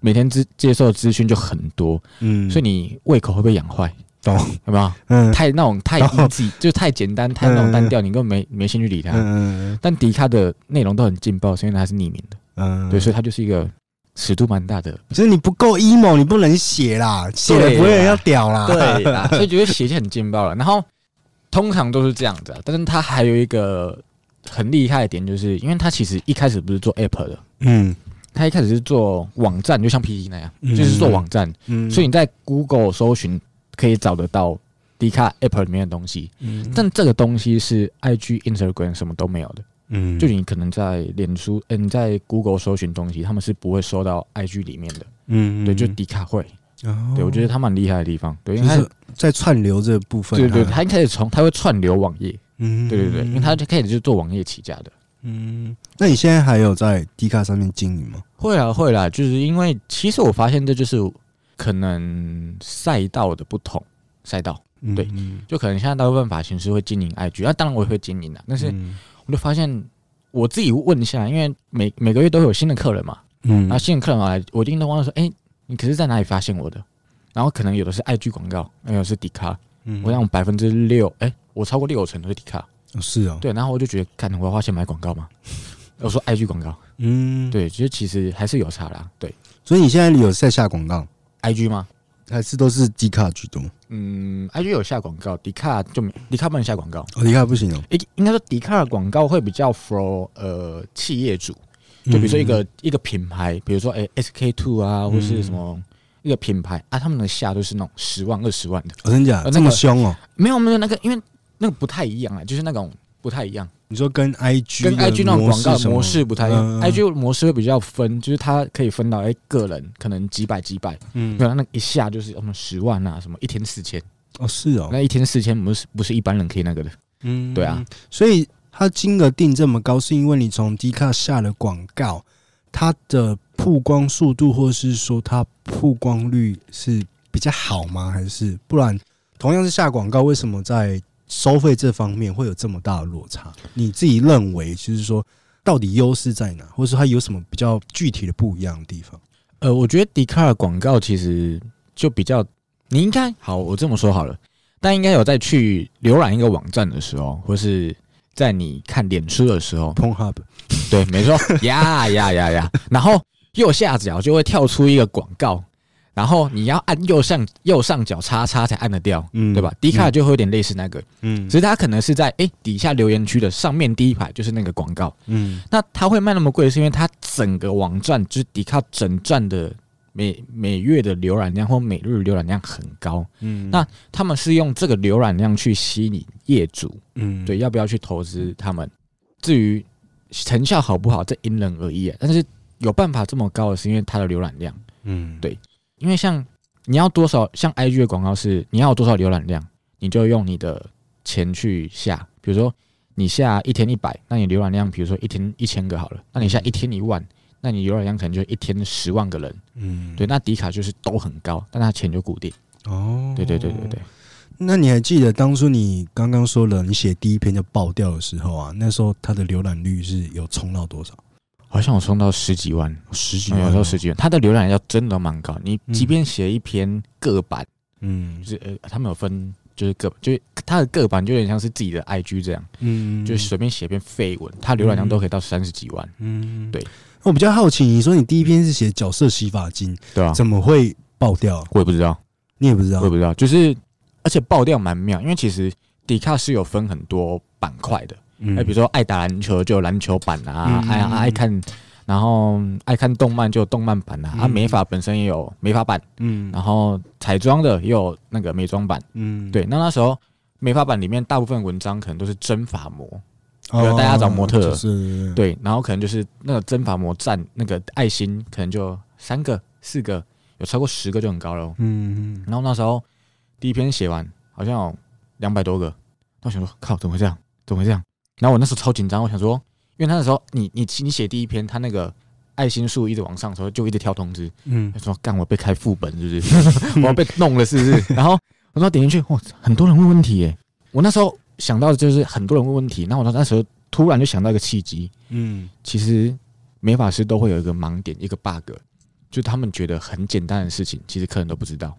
Speaker 3: 每天接接受的资讯就很多，
Speaker 1: 嗯，
Speaker 3: 所以你胃口会被养坏，
Speaker 1: 懂
Speaker 3: 有没有？
Speaker 1: 嗯
Speaker 3: 太那种太
Speaker 1: 然后
Speaker 3: easy，就是太简单，太那种单调，你根本没没兴趣理它。
Speaker 1: 嗯
Speaker 3: 但迪卡的内容都很劲爆，是因为它是匿名的，
Speaker 1: 嗯，
Speaker 3: 对，所以它就是一个尺度蛮大的，
Speaker 1: 以就是你不够 emo，你不能写啦，写了不会有人要屌 啦，
Speaker 3: 对啦，所以觉得写就很劲爆了。然后通常都是这样子、啊，但是他还有一个很厉害的点，就是因为他其实一开始不是做 app 的，
Speaker 1: 嗯
Speaker 3: 他一开始是做网站，就像 PT 那样，
Speaker 1: 嗯
Speaker 3: 就是做网站，
Speaker 1: 嗯，
Speaker 3: 所以你在 Google 搜寻可以找得到。迪卡 App 里面的东西，
Speaker 1: 嗯
Speaker 3: 但这个东西是 IG、Instagram 什么都没有的。
Speaker 1: 嗯
Speaker 3: 就你可能在脸书，嗯、你在 Google 搜寻东西，他们是不会收到 IG 里面的。
Speaker 1: 嗯哦
Speaker 3: 对，就迪卡会。对，我觉得他蛮厉害的地方。对，因
Speaker 1: 就
Speaker 3: 为它
Speaker 1: 是在串流这部分，
Speaker 3: 对对，
Speaker 1: 它
Speaker 3: 他一开始从他会串流网页，
Speaker 1: 嗯，
Speaker 3: 对对对，因为他就开始就做网页起家的。
Speaker 1: 嗯，那你现在还有在 D 卡上面经营吗？
Speaker 3: 会啦会啦，就是因为其实我发现这就是可能赛道的不同，赛道
Speaker 1: 嗯
Speaker 3: 对，就可能现在大部分发型师会经营 IG，那、当然我也会经营啦，啊但是
Speaker 1: 嗯
Speaker 3: 我就发现我自己问一下，因为每每个月都会有新的客人嘛，
Speaker 1: 嗯
Speaker 3: 然后新的客人来，我一定都问他说，哎、你可是在哪里发现我的？然后可能有的是 IG 广告，有的是迪卡，
Speaker 1: 嗯
Speaker 3: 我让百分之六，哎，我超过六成都是迪卡，
Speaker 1: 哦是哦，
Speaker 3: 对，然后我就觉得，看我要花钱买广告吗？我说 IG 广告，
Speaker 1: 嗯，
Speaker 3: 对，其实其实还是有差啦，对
Speaker 1: 所以你现在有在下广告，
Speaker 3: ，IG 吗？
Speaker 1: 还是都是 D 卡居多？
Speaker 3: 嗯，IG 有下广告，迪卡就没，迪卡不能下广告。
Speaker 1: 哦，D 卡不行哦，
Speaker 3: 应应该说，迪卡的广告会比较 for 呃企业主，就比如说一
Speaker 1: 嗯
Speaker 3: 个、一个品牌，比如说哎、SK two 啊，或是什么一个品牌啊，他们的下都是那种十万二十万的，
Speaker 1: 哦，真假
Speaker 3: 呃那个
Speaker 1: 这么凶哦？
Speaker 3: 没有没有那个，因为那个不太一样啊，就是那种不太一样，
Speaker 1: 你说跟 IG
Speaker 3: 跟 IG 那种广告模式不太一样、
Speaker 1: 嗯嗯
Speaker 3: i g 模式会比较分，就是它可以分到哎、个人可能几百几百，
Speaker 1: 嗯
Speaker 3: 没有那个一下就是什么十万啊，什么一天四千，
Speaker 1: 哦是哦，
Speaker 3: 那一天四千不是不是一般人可以那个的。
Speaker 1: 嗯
Speaker 3: 对啊，
Speaker 1: 所以它金额定这么高，是因为你从 D 卡下了广告，它的曝光速度，或是说它曝光率是比较好吗？还是不然，同样是下广告，为什么在收费这方面会有这么大的落差？你自己认为，就是说到底优势在哪，或者说它有什么比较具体的不一样的地方？
Speaker 3: 呃，我觉得迪卡尔广告其实就比较，你应该好，我这么说好了，但应该有在去浏览一个网站的时候，或是在你看脸书的时候，
Speaker 1: p o n Hub，
Speaker 3: 对，没 错，呀呀呀呀，然后右下角就会跳出一个广告，然后你要按右上右上角叉叉才按得掉，
Speaker 1: 嗯
Speaker 3: 对吧？迪卡尔就会有点类似那个，
Speaker 1: 嗯
Speaker 3: 只是它可能是在诶底下留言区的上面第一排就是那个广告，
Speaker 1: 嗯
Speaker 3: 那它会卖那么贵，是因为它整个网站就是迪卡整站的每每月的浏览量或每日浏览量很高，
Speaker 1: 嗯
Speaker 3: 那他们是用这个浏览量去吸引业主，
Speaker 1: 嗯
Speaker 3: 对，要不要去投资他们？至于成效好不好，这因人而异啊。但是有办法这么高的是因为它的浏览量，
Speaker 1: 嗯
Speaker 3: 对因为像你要多少，像 IG 的广告是你要有多少浏览量，你就用你的钱去下，比如说你下一天一百，那你浏览量比如说一天一千个好了，那你下一天一万，那你浏览量可能就一天十万个人，
Speaker 1: 嗯
Speaker 3: 对，那迪卡就是都很高，但它钱就固定，
Speaker 1: 哦
Speaker 3: 对对对对对。
Speaker 1: 那你还记得当初你刚刚说了，你写第一篇就爆掉的时候啊，那时候它的浏览率是有冲到多少？
Speaker 3: 好像我冲到十几万，
Speaker 1: 十几
Speaker 3: 嗯
Speaker 1: 万，
Speaker 3: 有时候十，几万，它的浏览量真的蛮高。你
Speaker 1: 嗯
Speaker 3: 即便写一篇个版，
Speaker 1: 嗯
Speaker 3: 就是呃，他们有分，就是个，就是它的个版就有点像是自己的 IG 这样，
Speaker 1: 嗯
Speaker 3: 就是随便写一篇废文，它浏览量都可以到三十几万，
Speaker 1: 嗯
Speaker 3: 对。
Speaker 1: 我比较好奇，你说你第一篇是写角色洗发精，
Speaker 3: 对啊，
Speaker 1: 怎么会爆掉？
Speaker 3: 我也不知道，
Speaker 1: 你也不知道
Speaker 3: 我也，不知道，就是而且爆掉蛮妙，因为其实迪卡是有分很多板块的，
Speaker 1: 嗯
Speaker 3: 哎、比如说爱打篮球就有篮球版啊，
Speaker 1: 嗯
Speaker 3: 爱爱看，然后爱看动漫就有动漫版啊，啊，
Speaker 1: 嗯
Speaker 3: 美发本身也有美发版，
Speaker 1: 嗯
Speaker 3: 然后彩妆的也有那个美妆版，
Speaker 1: 嗯
Speaker 3: 啊对，那那时候。美发版里面大部分文章可能都是真发膜，
Speaker 1: 哦
Speaker 3: 比如大家找模特
Speaker 1: 就是，
Speaker 3: 对，然后可能就是那个真发膜占那个爱心，可能就三个、四个，有超过十个就很高了哦。
Speaker 1: 嗯
Speaker 3: 然后那时候第一篇写完，好像有两百多个，那我想说，靠，怎么会这样？怎么会这样？然后我那时候超紧张，我想说，因为那时候你你你写第一篇，他那个爱心数一直往上的时候，就一直跳通知，
Speaker 1: 嗯
Speaker 3: 他说干我被开副本是不是？我 要被弄了是不是？然后我说点进去，哇，很多人问问题耶！我那时候想到的就是很多人问问题，那我那时候突然就想到一个契机，
Speaker 1: 嗯
Speaker 3: 其实美发师都会有一个盲点，一个 bug，就是他们觉得很简单的事情，其实客人都不知道。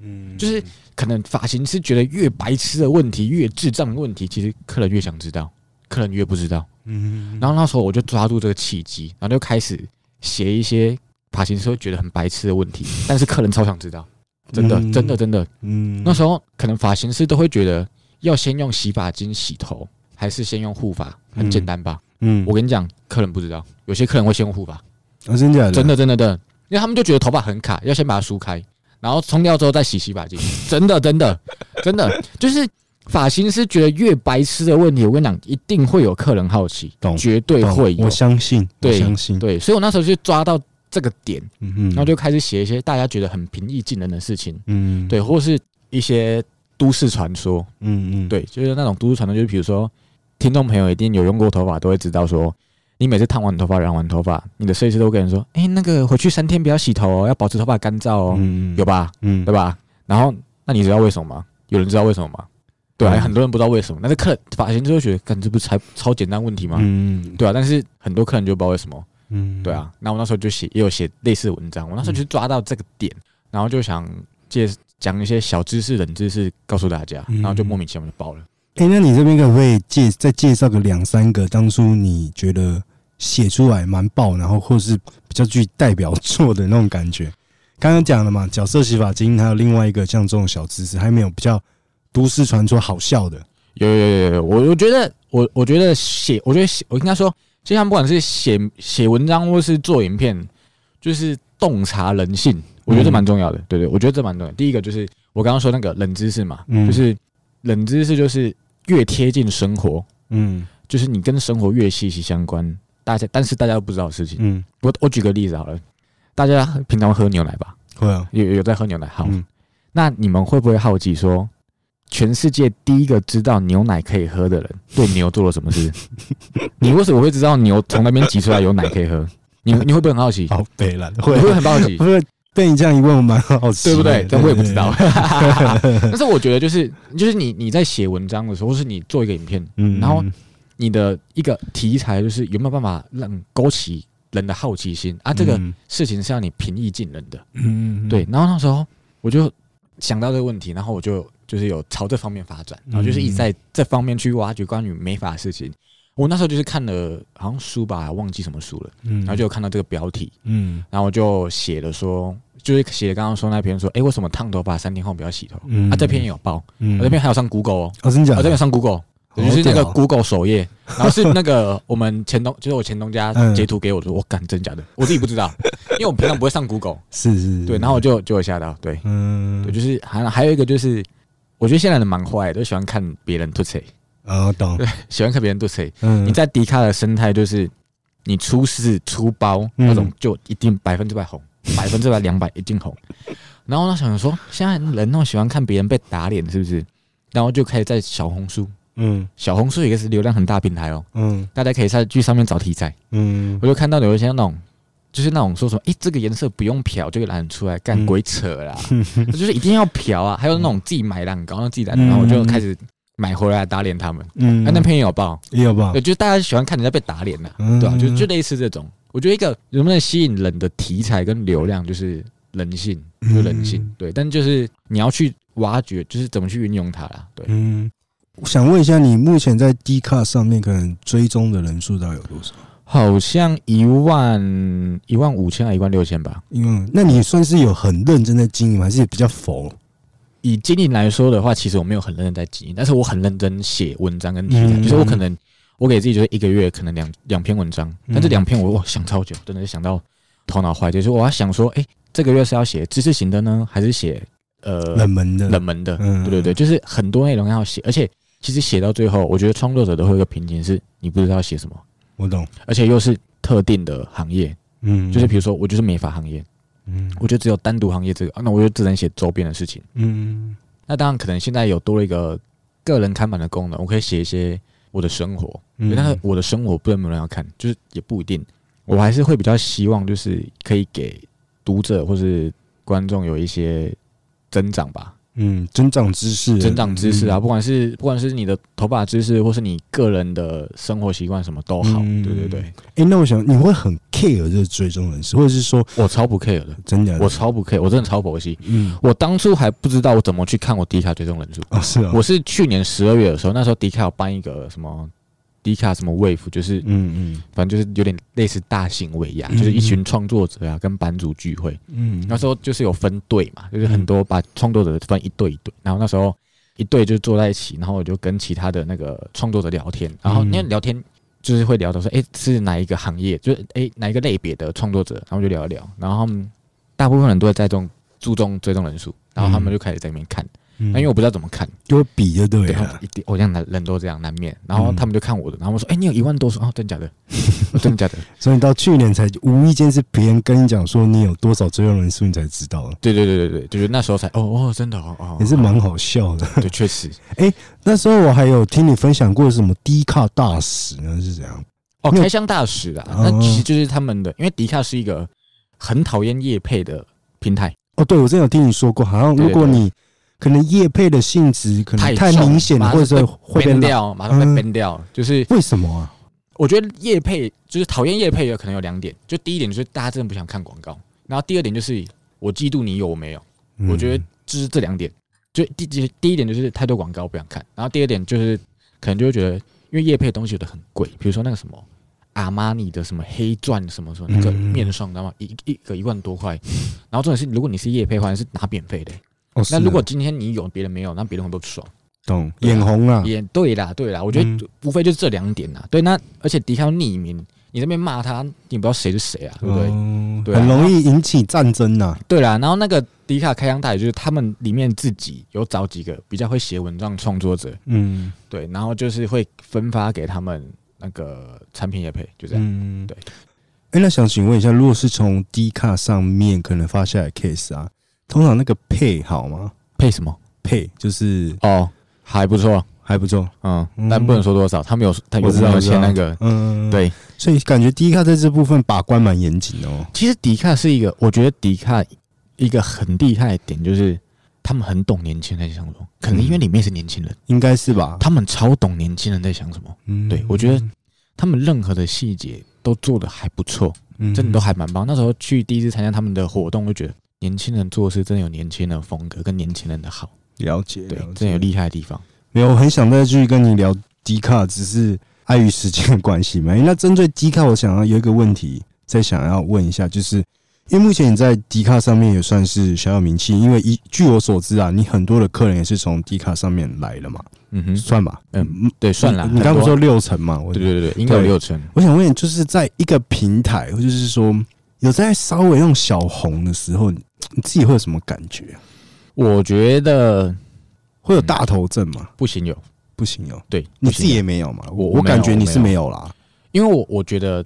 Speaker 1: 嗯
Speaker 3: 就是可能发型师觉得越白痴的问题、越智障的问题，其实客人越想知道，客人越不知道。
Speaker 1: 嗯
Speaker 3: 然后那时候我就抓住这个契机，然后就开始写一些发型师会觉得很白痴的问题，但是客人超想知道，真的、
Speaker 1: 嗯
Speaker 3: 真的真的。
Speaker 1: 嗯
Speaker 3: 那时候可能发型师都会觉得要先用洗发精洗头，还是先用护发，很简单吧？
Speaker 1: 嗯
Speaker 3: 我跟你讲，客人不知道，有些客人会先用护发，
Speaker 1: 啊真假的
Speaker 3: 真的真的真的，因为他们就觉得头发很卡，要先把它梳开，然后冲掉之后再洗洗发精。 真的真的真的，就是发型师觉得越白痴的问题，我跟你讲，一定会有客人好奇，
Speaker 1: 懂
Speaker 3: 绝对
Speaker 1: 懂
Speaker 3: 会有
Speaker 1: 我。相信，我
Speaker 3: 对
Speaker 1: 相信，
Speaker 3: 对，所以我那时候就抓到这个点，
Speaker 1: 嗯嗯嗯
Speaker 3: 然后就开始写一些大家觉得很平易近人的事情，
Speaker 1: 嗯
Speaker 3: 对，或是一些都市传说，
Speaker 1: 嗯嗯，
Speaker 3: 对，就是那种都市传说，就是比如说，听众朋友一定有用过头发，都会知道说，你每次烫完头发、染完头发，你的设计师都会跟你说，哎、那个回去三天不要洗头哦，要保持头发干燥哦，
Speaker 1: 嗯，嗯
Speaker 3: 有，吧？
Speaker 1: 嗯
Speaker 3: 对吧？然后，那你知道为什么吗？有人知道为什么吗？对、啊，
Speaker 1: 嗯
Speaker 3: 很多人不知道为什么，但是客人发现就会觉得，干这不是才超简单问题吗？
Speaker 1: 嗯
Speaker 3: 对啊，但是很多客人就不知道为什么，
Speaker 1: 嗯
Speaker 3: 对，啊。那我那时候就写，也有写类似的文章，我那时候就抓到这个点，然后就想借讲一些小知识、冷知识告诉大家，
Speaker 1: 嗯
Speaker 3: 然后就莫名其妙就爆了。
Speaker 1: 哎、那你这边可不可以介再介绍个两三个当初你觉得写出来蛮爆，然后或是比较具代表作的那种感觉？刚刚讲了嘛，角色洗发精，还有另外一个像这种小知识，还没有比较都市传说好笑的。
Speaker 3: 有有有有有，我我觉得我我觉得写，我觉得写，我应该说，就像不管是写写文章或是做影片，就是洞察人性，
Speaker 1: 嗯
Speaker 3: 我觉得这蛮重要的。对对，我觉得这蛮重要的。第一个就是我刚刚说那个冷知识嘛，
Speaker 1: 嗯
Speaker 3: 就是冷知识就是越贴近生活，
Speaker 1: 嗯
Speaker 3: 就是你跟生活越息息相关，大家但是大家都不知道的事情。
Speaker 1: 嗯，
Speaker 3: 我我举个例子好了，大家平常喝牛奶吧，
Speaker 1: 会啊，
Speaker 3: 有有在喝牛奶，好，
Speaker 1: 嗯
Speaker 3: 那你们会不会好奇说，全世界第一个知道牛奶可以喝的人，对牛做了什么事？ 你为什么会知道牛从那边挤出来有奶可以喝？你你会不会很好奇？
Speaker 1: 好北蓝
Speaker 3: 我
Speaker 1: 哦 会
Speaker 3: 会很好奇
Speaker 1: 不，是被你这样一问，我蛮好奇
Speaker 3: 对
Speaker 1: 的，
Speaker 3: 不对？但我也不 知道。但是我觉得就是就是你你在写文章的时候，或是你做一个影片，
Speaker 1: 嗯
Speaker 3: 然后你的一个题材就是有没有办法让勾起人的好奇心啊？这个
Speaker 1: 嗯
Speaker 3: 事情是要你平易近人的。
Speaker 1: 嗯嗯
Speaker 3: 对，然后那时候我就想到这个问题，然后我就就是有朝这方面发展，然后就是一直
Speaker 1: 嗯
Speaker 3: 在这方面去挖掘关于美发的事情。我那时候就是看了好像书吧，忘记什么书了，
Speaker 1: 嗯
Speaker 3: 然后就有看到这个标题，
Speaker 1: 嗯
Speaker 3: 然后我就写了说，就是写刚刚说那篇说，哎、为什么烫头发三天后不要洗头？
Speaker 1: 嗯
Speaker 3: 啊，这篇也有报，啊
Speaker 1: 嗯
Speaker 3: 这篇还有上 Google 哦，
Speaker 1: 哦，真
Speaker 3: 啊，
Speaker 1: 假
Speaker 3: 这
Speaker 1: 的？
Speaker 3: 篇有上 Google。
Speaker 1: 好
Speaker 3: 就是哦那个
Speaker 1: 屌啊
Speaker 3: Google 首页，然后是那个我们前东，就是我前东家
Speaker 1: 嗯
Speaker 3: 截图给我说，我干真假的，我自己不 知道，因为我平常不会上 Google，
Speaker 1: 是是，是
Speaker 3: 对，然后我就就有吓到，对，
Speaker 1: 嗯
Speaker 3: 对，就是还还有一个就是，我觉得现在人蛮坏的，都喜欢看别人吐槽，
Speaker 1: 啊，我懂，
Speaker 3: 喜欢看别人吐槽。
Speaker 1: 嗯，
Speaker 3: 你在迪卡的生态就是，你出事出包、
Speaker 1: 嗯
Speaker 3: 那种就一定百分之百红，百分之百两百一定红。然后呢，想说现在人那么喜欢看别人被打脸，是不是？然后就开始在小红书，
Speaker 1: 嗯
Speaker 3: 小红书也是流量很大平台哦，
Speaker 1: 嗯
Speaker 3: 大家可以在去上面找题材。
Speaker 1: 嗯
Speaker 3: 我就看到有一些那种，就是那种说什么，诶，这个颜色不用漂就可以染出来，干
Speaker 1: 嗯
Speaker 3: 鬼扯 啦，就是一定要漂啊。还有那种自己买染膏，然后自己染，然后我就开始买回来打脸他们。
Speaker 1: 嗯，
Speaker 3: 哎，那篇也有报，
Speaker 1: 也有吧
Speaker 3: 对，？就是大家喜欢看人家被打脸呐，
Speaker 1: 嗯
Speaker 3: 对吧？就就类似这种，我觉得一个能不能吸引人的题材跟流量，就是人性，就是人性
Speaker 1: 嗯，
Speaker 3: 对。但就是你要去挖掘，就是怎么去运用它啦，对。
Speaker 1: 嗯，我想问一下，你目前在 D 卡上面可能追踪的人数大概有多少？
Speaker 3: 好像一万一万五千还一万六千吧，
Speaker 1: 因为那你算是有很认真的经营吗，还是比较佛？
Speaker 3: 以经营来说的话，其实我没有很认真在经营，但是我很认真写文章跟题材，
Speaker 1: 嗯
Speaker 3: 就是我可能我给自己就是一个月可能两两篇文章，但
Speaker 1: 嗯
Speaker 3: 这两篇我哇想超久，真的是想到头脑坏，就是我要想说，哎、这个月是要写知识型的呢，还是写呃
Speaker 1: 冷门的，
Speaker 3: 冷门的？
Speaker 1: 嗯
Speaker 3: 对对对，就是很多内容要写，而且其实写到最后，我觉得创作者都会有一个瓶颈，是你不知道写什么，
Speaker 1: 我懂，
Speaker 3: 而且又是特定的行业，
Speaker 1: 嗯，
Speaker 3: 就是比如说我就是美发行业，
Speaker 1: 嗯
Speaker 3: 我就只有单独行业这个，啊那我就只能写周边的事情。
Speaker 1: 嗯
Speaker 3: 那当然，可能现在有多了一个个人看板的功能，我可以写一些我的生活，
Speaker 1: 嗯
Speaker 3: 但是我的生活不能没有人要看，就是也不一定。我还是会比较希望，就是可以给读者或是观众有一些增长吧，
Speaker 1: 嗯，增长知识，
Speaker 3: 增长知识啊，
Speaker 1: 嗯
Speaker 3: 不管是不管是你的头发知识，或是你个人的生活习惯什么都好。
Speaker 1: 嗯
Speaker 3: 对对对，
Speaker 1: 哎，那我想你会很 care 这个追踪人士，或者是说
Speaker 3: 我超不 care 的，
Speaker 1: 真的，
Speaker 3: 我超不 care，我真的超佛系。
Speaker 1: 嗯
Speaker 3: 我当初还不知道我怎么去看我迪卡追踪人数，
Speaker 1: 哦是啊，
Speaker 3: 我是去年十二月的时候，那时候迪卡有办一个什么迪卡什么 wave，就是
Speaker 1: 嗯嗯
Speaker 3: 反正就是有点类似大型尾牙，
Speaker 1: 嗯
Speaker 3: 就是一群创作者啊跟版主聚会。
Speaker 1: 嗯，
Speaker 3: 那时候就是有分队嘛，就是很多把创作者分一队一队，然后那时候一队就坐在一起，然后我就跟其他的那个创作者聊天，然后
Speaker 1: 嗯
Speaker 3: 因为聊天。就是会聊到说，哎、是哪一个行业，就是哎、诶哪一个类别的创作者，然后就聊一聊，然后他们大部分人都会在这种注重追踪人数，然后他们就开始在那边看，
Speaker 1: 嗯
Speaker 3: 那因为我不知道怎么看，
Speaker 1: 有比就对
Speaker 3: 对，他们
Speaker 1: 了，
Speaker 3: 一定我这样的人都这样难免，然后
Speaker 1: 嗯
Speaker 3: 他们就看我的，然后我说，哎，你有一万多，说哦，真的假 的？哦真的 假的？
Speaker 1: 所以你到去年才无意间是别人跟你讲说你有多少追踪人数，你才知道的，
Speaker 3: 对对对对对，就是那时候才哦哦，真的哦哦，
Speaker 1: 也是蛮好笑 的。
Speaker 3: 对，确实。
Speaker 1: 那时候我还有听你分享过什么低卡大使呢？是怎样？
Speaker 3: 哦，
Speaker 1: 没有
Speaker 3: 开箱大使啦，
Speaker 1: 哦
Speaker 3: 那其实就是他们的，因为迪卡是一个很讨厌业配的平台，
Speaker 1: 哦，对，我之前有听你说过，好像如果
Speaker 3: 对对
Speaker 1: 你可能业配的性质可能嗯太
Speaker 3: 太重
Speaker 1: 明显，
Speaker 3: 马上
Speaker 1: 或者是会被
Speaker 3: 编
Speaker 1: 拉
Speaker 3: 掉，马上被
Speaker 1: 嗯
Speaker 3: 编掉。就是
Speaker 1: 为什么啊？
Speaker 3: 我觉得业配，就是讨厌业配的可能有两点，就第一点就是大家真的不想看广告，然后第二点就是我嫉妒你有我没有，
Speaker 1: 嗯
Speaker 3: 我觉得就是这两点。就第第第一点就是太多广告不想看，然后第二点就是可能就会觉得，因为业配的东西有的很贵，比如说那个什么阿玛尼的什么黑钻什么什么那个
Speaker 1: 嗯
Speaker 3: 面霜，你知道吗？一一个一万多块，然后重点是如果你是业配的话，你是拿免费的欸、
Speaker 1: 哦是
Speaker 3: 那
Speaker 1: 啊
Speaker 3: 如果今天你有别人没有，那别人会不会不爽？
Speaker 1: 懂眼红啊，
Speaker 3: 也对啦，对啦，我觉
Speaker 1: 嗯
Speaker 3: 得无非就是这两点啦。对，那而且迪卡匿名，你这边骂他，你不知道谁是谁啊，对不对？
Speaker 1: 哦
Speaker 3: 对啊
Speaker 1: 很容易引起战争啊呐。
Speaker 3: 对啦，然后那个迪卡开箱大也就是他们里面自己有找几个比较会写文章的创作者，
Speaker 1: 嗯
Speaker 3: 对，然后就是会分发给他们那个产品也配，就这样。
Speaker 1: 嗯，
Speaker 3: 对。
Speaker 1: 哎，那想请问一下，如果是从低卡上面可能发下来的 case 啊，通常那个配好吗？
Speaker 3: 配什么？
Speaker 1: 配就是
Speaker 3: 哦，还不错，
Speaker 1: 还不错，
Speaker 3: 嗯
Speaker 1: 嗯，
Speaker 3: 但不能说多少，他们有他有
Speaker 1: 我知道
Speaker 3: 没有
Speaker 1: 我知道
Speaker 3: 签那个。
Speaker 1: 嗯，
Speaker 3: 对，
Speaker 1: 所以感觉低卡在这部分把关蛮严谨哦。
Speaker 3: 其实迪卡是一个，我觉得迪卡一个很厉害的点就是。他们很懂年轻人在想什么，可能因为里面是年轻人，
Speaker 1: 应该是吧？
Speaker 3: 他们超懂年轻人在想什么，
Speaker 1: 嗯
Speaker 3: 对我觉得他们任何的细节都做的还不错，
Speaker 1: 嗯
Speaker 3: 真的都还蛮棒。那时候去第一次参加他们的活动，就觉得年轻人做事真的有年轻人的风格跟年轻人的好，
Speaker 1: 了解，
Speaker 3: 对
Speaker 1: 了，解
Speaker 3: 真的有厉害的地方。
Speaker 1: 没有，我很想再去跟你聊迪卡，只是碍于时间的关系嘛。诶那针对迪卡，我想要有一个问题，再想要问一下，就是因为目前你在迪卡上面也算是小有名气，因为一据我所知啊，你很多的客人也是从迪卡上面来了嘛，
Speaker 3: 嗯哼，
Speaker 1: 算吧，
Speaker 3: 嗯，对，算了。
Speaker 1: 你你
Speaker 3: 很
Speaker 1: 刚不
Speaker 3: 多
Speaker 1: 是说，六成嘛？我
Speaker 3: 对对对对，应该有
Speaker 1: 对
Speaker 3: 六成。
Speaker 1: 我想问，就是在一个平台，或就是说有在稍微用小红的时候，你你自己会有什么感觉啊、
Speaker 3: 我觉得
Speaker 1: 会有大头症吗？
Speaker 3: 不行有，
Speaker 1: 不行哦，
Speaker 3: 对，
Speaker 1: 你
Speaker 3: 不
Speaker 1: 自己
Speaker 3: 行有，
Speaker 1: 也没有嘛？我
Speaker 3: 我没有
Speaker 1: 感觉你是
Speaker 3: 我
Speaker 1: 没
Speaker 3: 没
Speaker 1: 有啦。
Speaker 3: 因为我我觉得，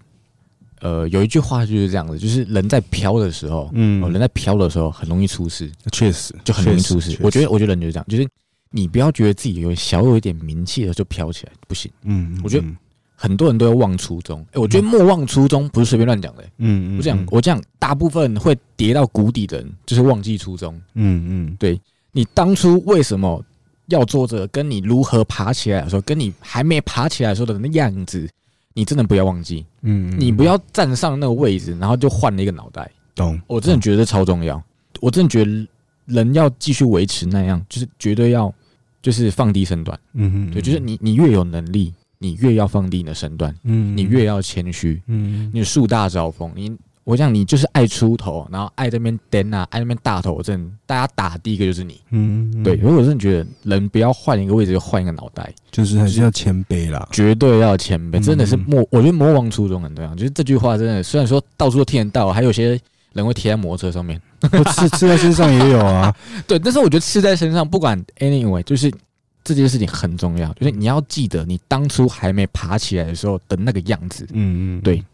Speaker 3: 呃，有一句话就是这样子，就是人在飘的时候，
Speaker 1: 嗯
Speaker 3: 哦，人在飘的时候很容易出事。
Speaker 1: 确实
Speaker 3: 就很容易出事。我觉
Speaker 1: 得，
Speaker 3: 得，我觉得人就是这样，就是你不要觉得自己有小有一点名气了就飘起来，不行。
Speaker 1: 嗯
Speaker 3: 我觉得
Speaker 1: 嗯
Speaker 3: 很多人都要忘初衷，哎、我觉得莫忘初衷不是随便乱讲的、欸。
Speaker 1: 嗯，嗯
Speaker 3: 我讲
Speaker 1: 嗯，
Speaker 3: 我讲，大部分会跌到谷底的人，就是忘记初衷。
Speaker 1: 嗯嗯，
Speaker 3: 你当初为什么要做这个？跟你如何爬起来的时候，跟你还没爬起来的时候的那样子，你真的不要忘记。
Speaker 1: 嗯，嗯嗯
Speaker 3: 你不要站上那个位置，然后就换了一个脑袋。
Speaker 1: 懂，
Speaker 3: 我真的觉得超重要。我真的觉得人要继续维持那样，就是绝对要就是放低身段。
Speaker 1: 嗯嗯，
Speaker 3: 对，就是你你越有能力，你越要放低你的身段，
Speaker 1: 嗯，嗯
Speaker 3: 你，越要谦虚，
Speaker 1: 嗯，嗯
Speaker 3: 你树大招风。你我讲你就是爱出头，然后爱这边颠啊，爱那边大头阵，大家打第一个就是你。
Speaker 1: 嗯，嗯
Speaker 3: 对，
Speaker 1: 嗯
Speaker 3: 所以我真的觉得人不要换一个位置就换一个脑袋，
Speaker 1: 就是还是要谦卑 啦。
Speaker 3: 绝对要谦卑，真的是
Speaker 1: 嗯
Speaker 3: 莫，我觉得莫忘初衷很重要。就是这句话真的，虽然说到处都听得到，还有些人会贴在摩托车上面。
Speaker 1: 刺刺在身上也有 啊，
Speaker 3: 对，但是我觉得刺在身上，不管 anyway，就是这件事情很重要，就是你要记得你当初还没爬起来的时候的那个样子。
Speaker 1: 嗯嗯，嗯
Speaker 3: 对。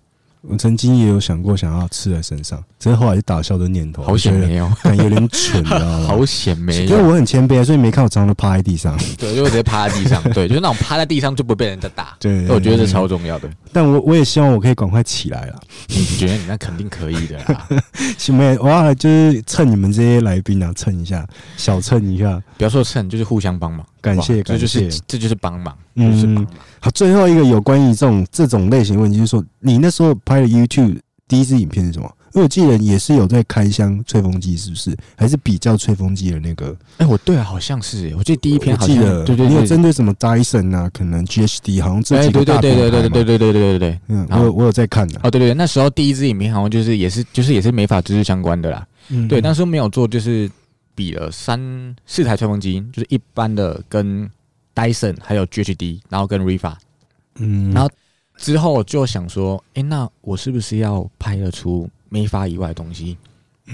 Speaker 1: 我曾经也有想过想要刺在身上，只是后来就打消的念头，
Speaker 3: 好险
Speaker 1: 我觉得
Speaker 3: 没有，
Speaker 1: 感觉有点蠢，你知道吗？
Speaker 3: 好险没
Speaker 1: 因为
Speaker 3: 有，
Speaker 1: 我很谦卑，啊所以没看我常常都趴在地上。
Speaker 3: 对，就直接趴在地 上，对，就是那种趴在地上就不会被人家打，
Speaker 1: 对，嗯
Speaker 3: 我觉得这
Speaker 1: 对
Speaker 3: 超，重要的。
Speaker 1: 但我我也希望我可以赶快起来啦。
Speaker 3: 你觉得你那肯定可以的啦，
Speaker 1: 是没有，我要来就是蹭你们这些来宾啊，蹭一下，小蹭一下。
Speaker 3: 不要说蹭，就是互相帮忙，
Speaker 1: 感
Speaker 3: 好
Speaker 1: 谢，
Speaker 3: 不好
Speaker 1: 感
Speaker 3: 这就是
Speaker 1: 谢。
Speaker 3: 这就是帮忙，
Speaker 1: 嗯
Speaker 3: 就是帮忙。
Speaker 1: 好，最后一个有关于这种这种类型的问题，就是说你那时候拍的 YouTube 第一支影片是什么？因为我记得也是有在开箱吹风机，是不是？还是比较吹风机的那个？
Speaker 3: 哎，我对啊，好像是，我记得第一篇
Speaker 1: 我
Speaker 3: 好
Speaker 1: 记
Speaker 3: 像
Speaker 1: 得，
Speaker 3: 对对
Speaker 1: 你有
Speaker 3: 对，
Speaker 1: 针对什么 Dyson 啊，可能 GHD，好像这
Speaker 3: 哎，
Speaker 1: 几个
Speaker 3: 对对
Speaker 1: 大
Speaker 3: 对对
Speaker 1: 品牌
Speaker 3: 对对
Speaker 1: 嘛
Speaker 3: 对对对对对。
Speaker 1: 嗯，我
Speaker 3: 好
Speaker 1: 有我有在看的、
Speaker 3: 哦，对对，对那时候第一支影片好像就是也是就是也是美发知识相关的啦。
Speaker 1: 嗯
Speaker 3: 对，那时候没有做，就是比了三四台吹风机，就是一般的跟 Dyson 还有 GHD，然后跟 Riva
Speaker 1: 嗯
Speaker 3: 然后之后就想说，诶，那我是不是要拍得出美发以外的东西？
Speaker 1: 嗯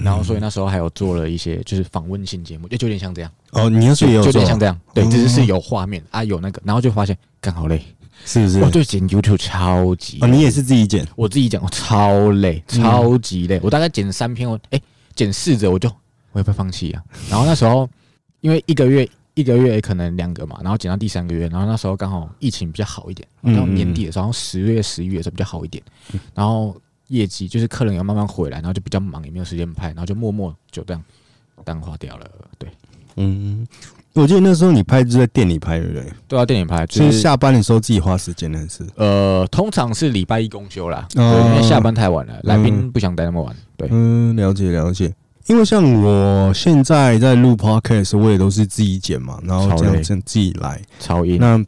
Speaker 3: 然后所以那时候还有做了一些就是访问性节目，就就有点像这样，
Speaker 1: 哦，你那时
Speaker 3: 就
Speaker 1: 候也有
Speaker 3: 就有
Speaker 1: 做
Speaker 3: 点像
Speaker 1: 啊，
Speaker 3: 这样，对
Speaker 1: 哦，
Speaker 3: 只是是有画面啊，有那个，然后就发现干好累，哦
Speaker 1: 是不是？
Speaker 3: 我对剪 YouTube 超级
Speaker 1: 哦，
Speaker 3: 累，
Speaker 1: 你也是自己剪，
Speaker 3: 我自己讲我超累，
Speaker 1: 嗯
Speaker 3: 超级累，我大概剪三篇，我哎剪四折我就我要不要 放弃啊？然后那时候因为一个月。一个月可能两个嘛，然后剪到第三个月，然后那时候刚好疫情比较好一点，
Speaker 1: 嗯
Speaker 3: 到年底的时候，十月、十一月的时候比较好一点，然后业绩就是客人也慢慢回来，然后就比较忙，也没有时间拍，然后就默默就这样淡化掉了。对，
Speaker 1: 嗯，我记得那时候你拍就是在店里拍，对不对？
Speaker 3: 对啊，电影拍
Speaker 1: 就
Speaker 3: 就是是
Speaker 1: 下班的时候自己花时间的事。
Speaker 3: 呃，通常是礼拜一公休啦，
Speaker 1: 哦
Speaker 3: 对，因为下班太晚了，来宾
Speaker 1: 嗯
Speaker 3: 不想待那么晚。对，
Speaker 1: 嗯，了解了解。因为像我现在在录 podcast，我也都是自己剪嘛，然后
Speaker 3: 超
Speaker 1: 这样
Speaker 3: 累嗯
Speaker 1: 子自己来。
Speaker 3: 超硬。
Speaker 1: 那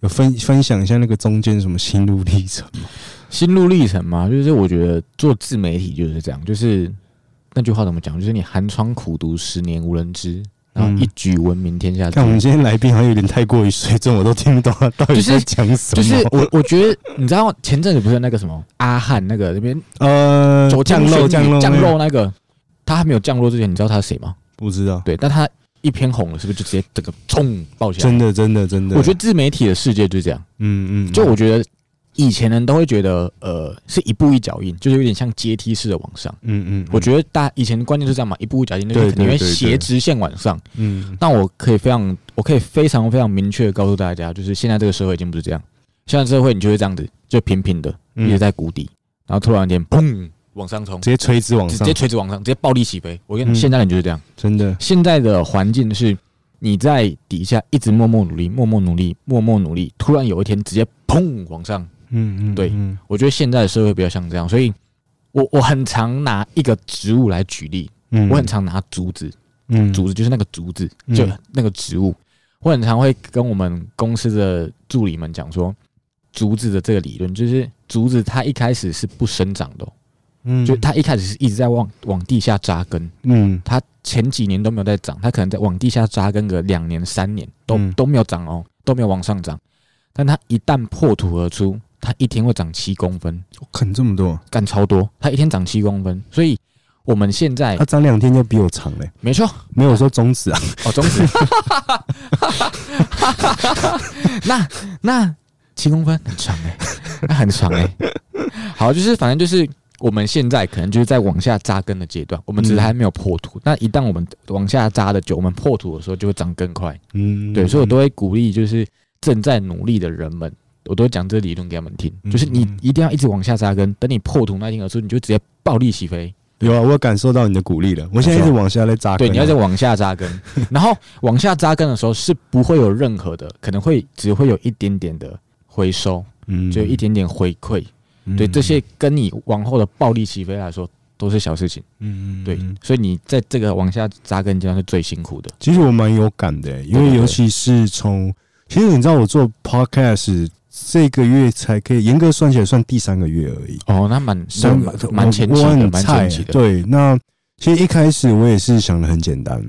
Speaker 1: 有分分享一下那个中间什么心路历程
Speaker 3: 啊
Speaker 1: 吗？
Speaker 3: 心路历程嘛，就是我觉得做自媒体就是这样，就是那句话怎么讲，就是你寒窗苦读十年无人知，然后
Speaker 1: 嗯
Speaker 3: 一举闻名天下知。
Speaker 1: 看我们今天来宾好像有点太过于水准，我都听不懂他到底在讲什么。
Speaker 3: 就是我，我觉得你知道前阵子不是有那个什么阿汉那个那边
Speaker 1: 呃，
Speaker 3: 走
Speaker 1: 降肉降嗯肉
Speaker 3: 降
Speaker 1: 那个
Speaker 3: 肉那个，他还没有降落之前，你知道他是谁吗？
Speaker 1: 不知道，
Speaker 3: 对，但他一偏红了，是不是就直接整个冲爆起来？
Speaker 1: 真的真的真的，
Speaker 3: 我觉得自媒体的世界就是这样。
Speaker 1: 嗯嗯，
Speaker 3: 就我觉得以前人都会觉得，呃，是一步一脚印，就是有点像阶梯式的往上。
Speaker 1: 嗯嗯，
Speaker 3: 我觉得大以前的观念就是这样嘛，一步一脚印，就
Speaker 1: 对
Speaker 3: 是你会
Speaker 1: 对对对
Speaker 3: 斜直线往上。
Speaker 1: 嗯
Speaker 3: 但我可以非常，我可以非常非常明确的告诉大家，就是现在这个社会已经不是这样，现在社会你就会这样子，就平平的，
Speaker 1: 嗯
Speaker 3: 一直在谷底，然后突然间砰往上冲，
Speaker 1: 直接垂直往
Speaker 3: 直
Speaker 1: 上
Speaker 3: 接，垂直往上，直接暴力起飞。我跟你
Speaker 1: 嗯
Speaker 3: 讲，现在人就是这样，
Speaker 1: 真的，
Speaker 3: 现在的环境是你在底下一直默默努力，默默努力，默默努力，突然有一天直接砰往上。
Speaker 1: 嗯嗯，
Speaker 3: 对
Speaker 1: 嗯
Speaker 3: 我觉得现在的社会比较像这样，所以我我很常拿一个植物来举例，
Speaker 1: 嗯
Speaker 3: 我很常拿竹子，
Speaker 1: 嗯
Speaker 3: 竹子就是那个竹子，
Speaker 1: 嗯
Speaker 3: 就那个植物。我很常会跟我们公司的助理们讲说，竹子的这个理论就是竹子它一开始是不生长的哦、
Speaker 1: 嗯
Speaker 3: 就它一开始是一直在往往地下扎根，
Speaker 1: 嗯
Speaker 3: 它前几年都没有在长，它可能在往地下扎根个两年三年都、
Speaker 1: 嗯
Speaker 3: 都没有长哦，都没有往上长。但它一旦破土而出，它一天会长七公分，
Speaker 1: 啃这么多，
Speaker 3: 干超多，它一天长七公分，所以我们现在、
Speaker 1: 他长啊两天就比我长嘞，
Speaker 3: 没错
Speaker 1: 没有说中指啊，
Speaker 3: 哦，中指， 那那七公分很长哎、 那很长哎、好，就是反正就是我们现在可能就是在往下扎根的阶段，我们只是还没有破土。那一旦我们往下扎的久，我们破土的时候就会长更快。
Speaker 1: 嗯，
Speaker 3: 对，所以我都会鼓励就是正在努力的人们，我都会讲这理论给他们听，就是你
Speaker 1: 嗯
Speaker 3: 一定要一直往下扎根，等你破土那一天而出，你就直接暴力起飞。
Speaker 1: 有啊，我感受到你的鼓励了，我现在一直往下在扎根
Speaker 3: 对，
Speaker 1: 啊，
Speaker 3: 你要再往下 扎根，然后往下扎根的时候是不会有任何的，可能会只会有一点点的回收，
Speaker 1: 嗯
Speaker 3: 就一点点回馈。对，这，些跟你往后的暴力起飞来说都是小事情。
Speaker 1: 嗯嗯
Speaker 3: 对，所以你在这个往下扎根阶段是最辛苦的。
Speaker 1: 其实我蛮有感的、因
Speaker 3: 对
Speaker 1: 为
Speaker 3: 对
Speaker 1: 尤其是从，其实你知道我做 podcast 这个月才可以，严格算起来算第三个月而已，
Speaker 3: 哦，那蛮那蛮
Speaker 1: 我
Speaker 3: 蛮前期
Speaker 1: 我
Speaker 3: 的，
Speaker 1: 很
Speaker 3: 蛮
Speaker 1: 菜啊
Speaker 3: 前期的。
Speaker 1: 对，那其实一开始我也是想的很简单。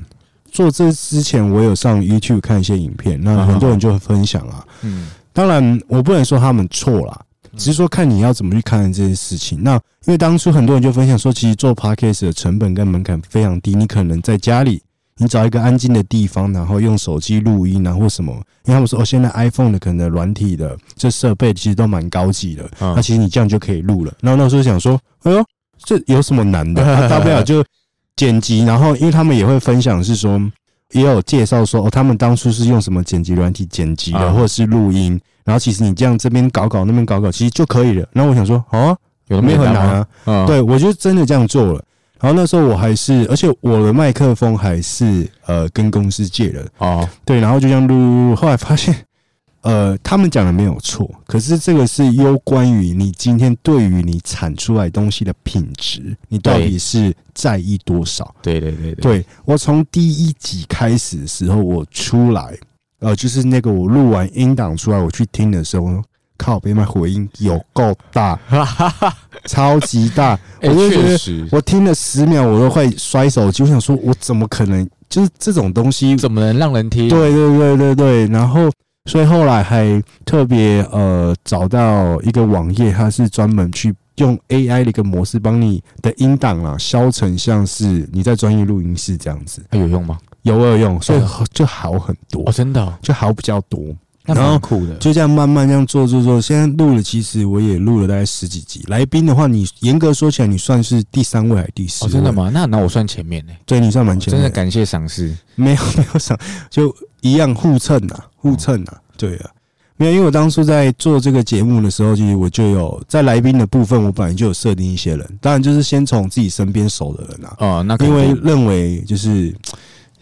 Speaker 1: 做这之前，我有上 YouTube 看一些影片，那
Speaker 3: 嗯
Speaker 1: 很多人就分享啊。
Speaker 3: 嗯，
Speaker 1: 当然，我不能说他们错啦，只是说看你要怎么去看待这件事情。那因为当初很多人就分享说，其实做 podcast 的成本跟门槛非常低，你可能在家里，你找一个安静的地方，然后用手机录音啊或什么。因为他们说，哦，现在 iPhone 的可能软体的这设备其实都蛮高级的，那、
Speaker 3: 嗯
Speaker 1: 其实你这样就可以录了。然后那时候想说，哎呦，这有什么难 的？啊大不了就剪辑。然后，因为他们也会分享是说。也有介绍说哦，他们当初是用什么剪辑软体剪辑的，
Speaker 3: 啊
Speaker 1: 或者是录音，然后其实你这样这边搞搞那边搞搞，其实就可以了。然后我想说，哦、
Speaker 3: 有
Speaker 1: 没有很
Speaker 3: 很
Speaker 1: 难啊。
Speaker 3: 嗯，
Speaker 1: 对，我就真的这样做了。然后那时候我还是，而且我的麦克风还是呃跟公司借的，
Speaker 3: 哦，
Speaker 1: 对，然后就这样录录录，后来发现，呃，他们讲的没有错，可是这个是攸关于你今天对于你产出来东西的品质，你到
Speaker 3: 对
Speaker 1: 底是在意多少？
Speaker 3: 对对对对，
Speaker 1: 对我从第一集开始的时候，我出来，呃，就是那个我录完音档出来，我去听的时候，我说靠，被麦回音有够 大，超级大，我
Speaker 3: 哎
Speaker 1: 就觉
Speaker 3: 确
Speaker 1: 得
Speaker 3: 实，
Speaker 1: 我听了十秒，我都快摔手机，我想说，我怎么可能？就是这种东西，
Speaker 3: 怎么能让人听？
Speaker 1: 对对对对对，然后。所以后来还特别呃找到一个网页，它是专门去用 AI 的一个模式帮你的音档啊消成像是你在专业录音室这样子，
Speaker 3: 啊有用吗？
Speaker 1: 有二用，所以就好很多
Speaker 3: 哦，，真的哦，
Speaker 1: 就好比较多。
Speaker 3: 那
Speaker 1: 然后
Speaker 3: 蛮酷的。
Speaker 1: 就这样慢慢这样做做做，现在录了，其实我也录了大概十几集。来宾的话，你严格说起来，你算是第三位还是第四
Speaker 3: 哦，
Speaker 1: 位？
Speaker 3: 真的？吗？那那我算前面呢，
Speaker 1: 对，你算蛮前
Speaker 3: 真
Speaker 1: 面
Speaker 3: 的感谢赏识。
Speaker 1: 没有没有想，就一样互蹭啊，互蹭啊，对啊，没有，因为我当初在做这个节目的时候，其实我就有在来宾的部分，我本来就有设定一些人，当然就是先从自己身边熟的人啊，
Speaker 3: 哦，那肯
Speaker 1: 因为
Speaker 3: 定
Speaker 1: 认为就是，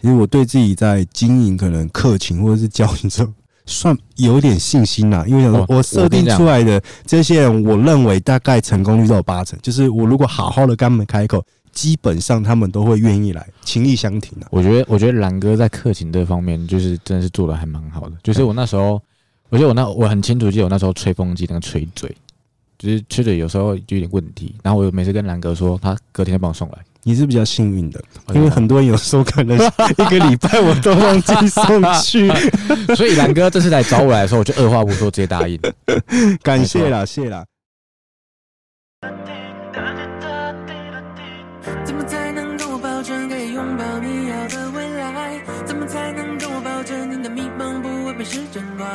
Speaker 1: 其实我对自己在经营可能客情或者是交情这算有点信心啦、因为想说
Speaker 3: 哦
Speaker 1: 我设
Speaker 3: 我跟
Speaker 1: 定
Speaker 3: 你讲
Speaker 1: 出来的这些人，我认为大概成功率都有八成，就是我如果好好的跟他们开口，基本上他们都会愿意来，情意相挺啊。
Speaker 3: 我觉得，我觉得兰哥在客情这方面，就是真的是做的还蛮好的。就是
Speaker 1: 嗯
Speaker 3: 我那时候，我觉得我那我很清楚记得我那时候吹风机那个吹嘴，就是吹嘴有时候就有点问题。然后我每次跟兰哥说，他隔天就帮我送来，
Speaker 1: 你是比较幸运的，
Speaker 3: 哦
Speaker 1: 因为很多人有时候可能一个礼拜我都忘记送 去，
Speaker 3: 所以兰哥这次来找我来的时候，我就二话不说直接答 应。
Speaker 1: 感谢啦，谢啦。
Speaker 2: 怎么才能跟我保证可以拥抱你要的未来？怎么才能跟我保证你的迷茫不会被时间拐？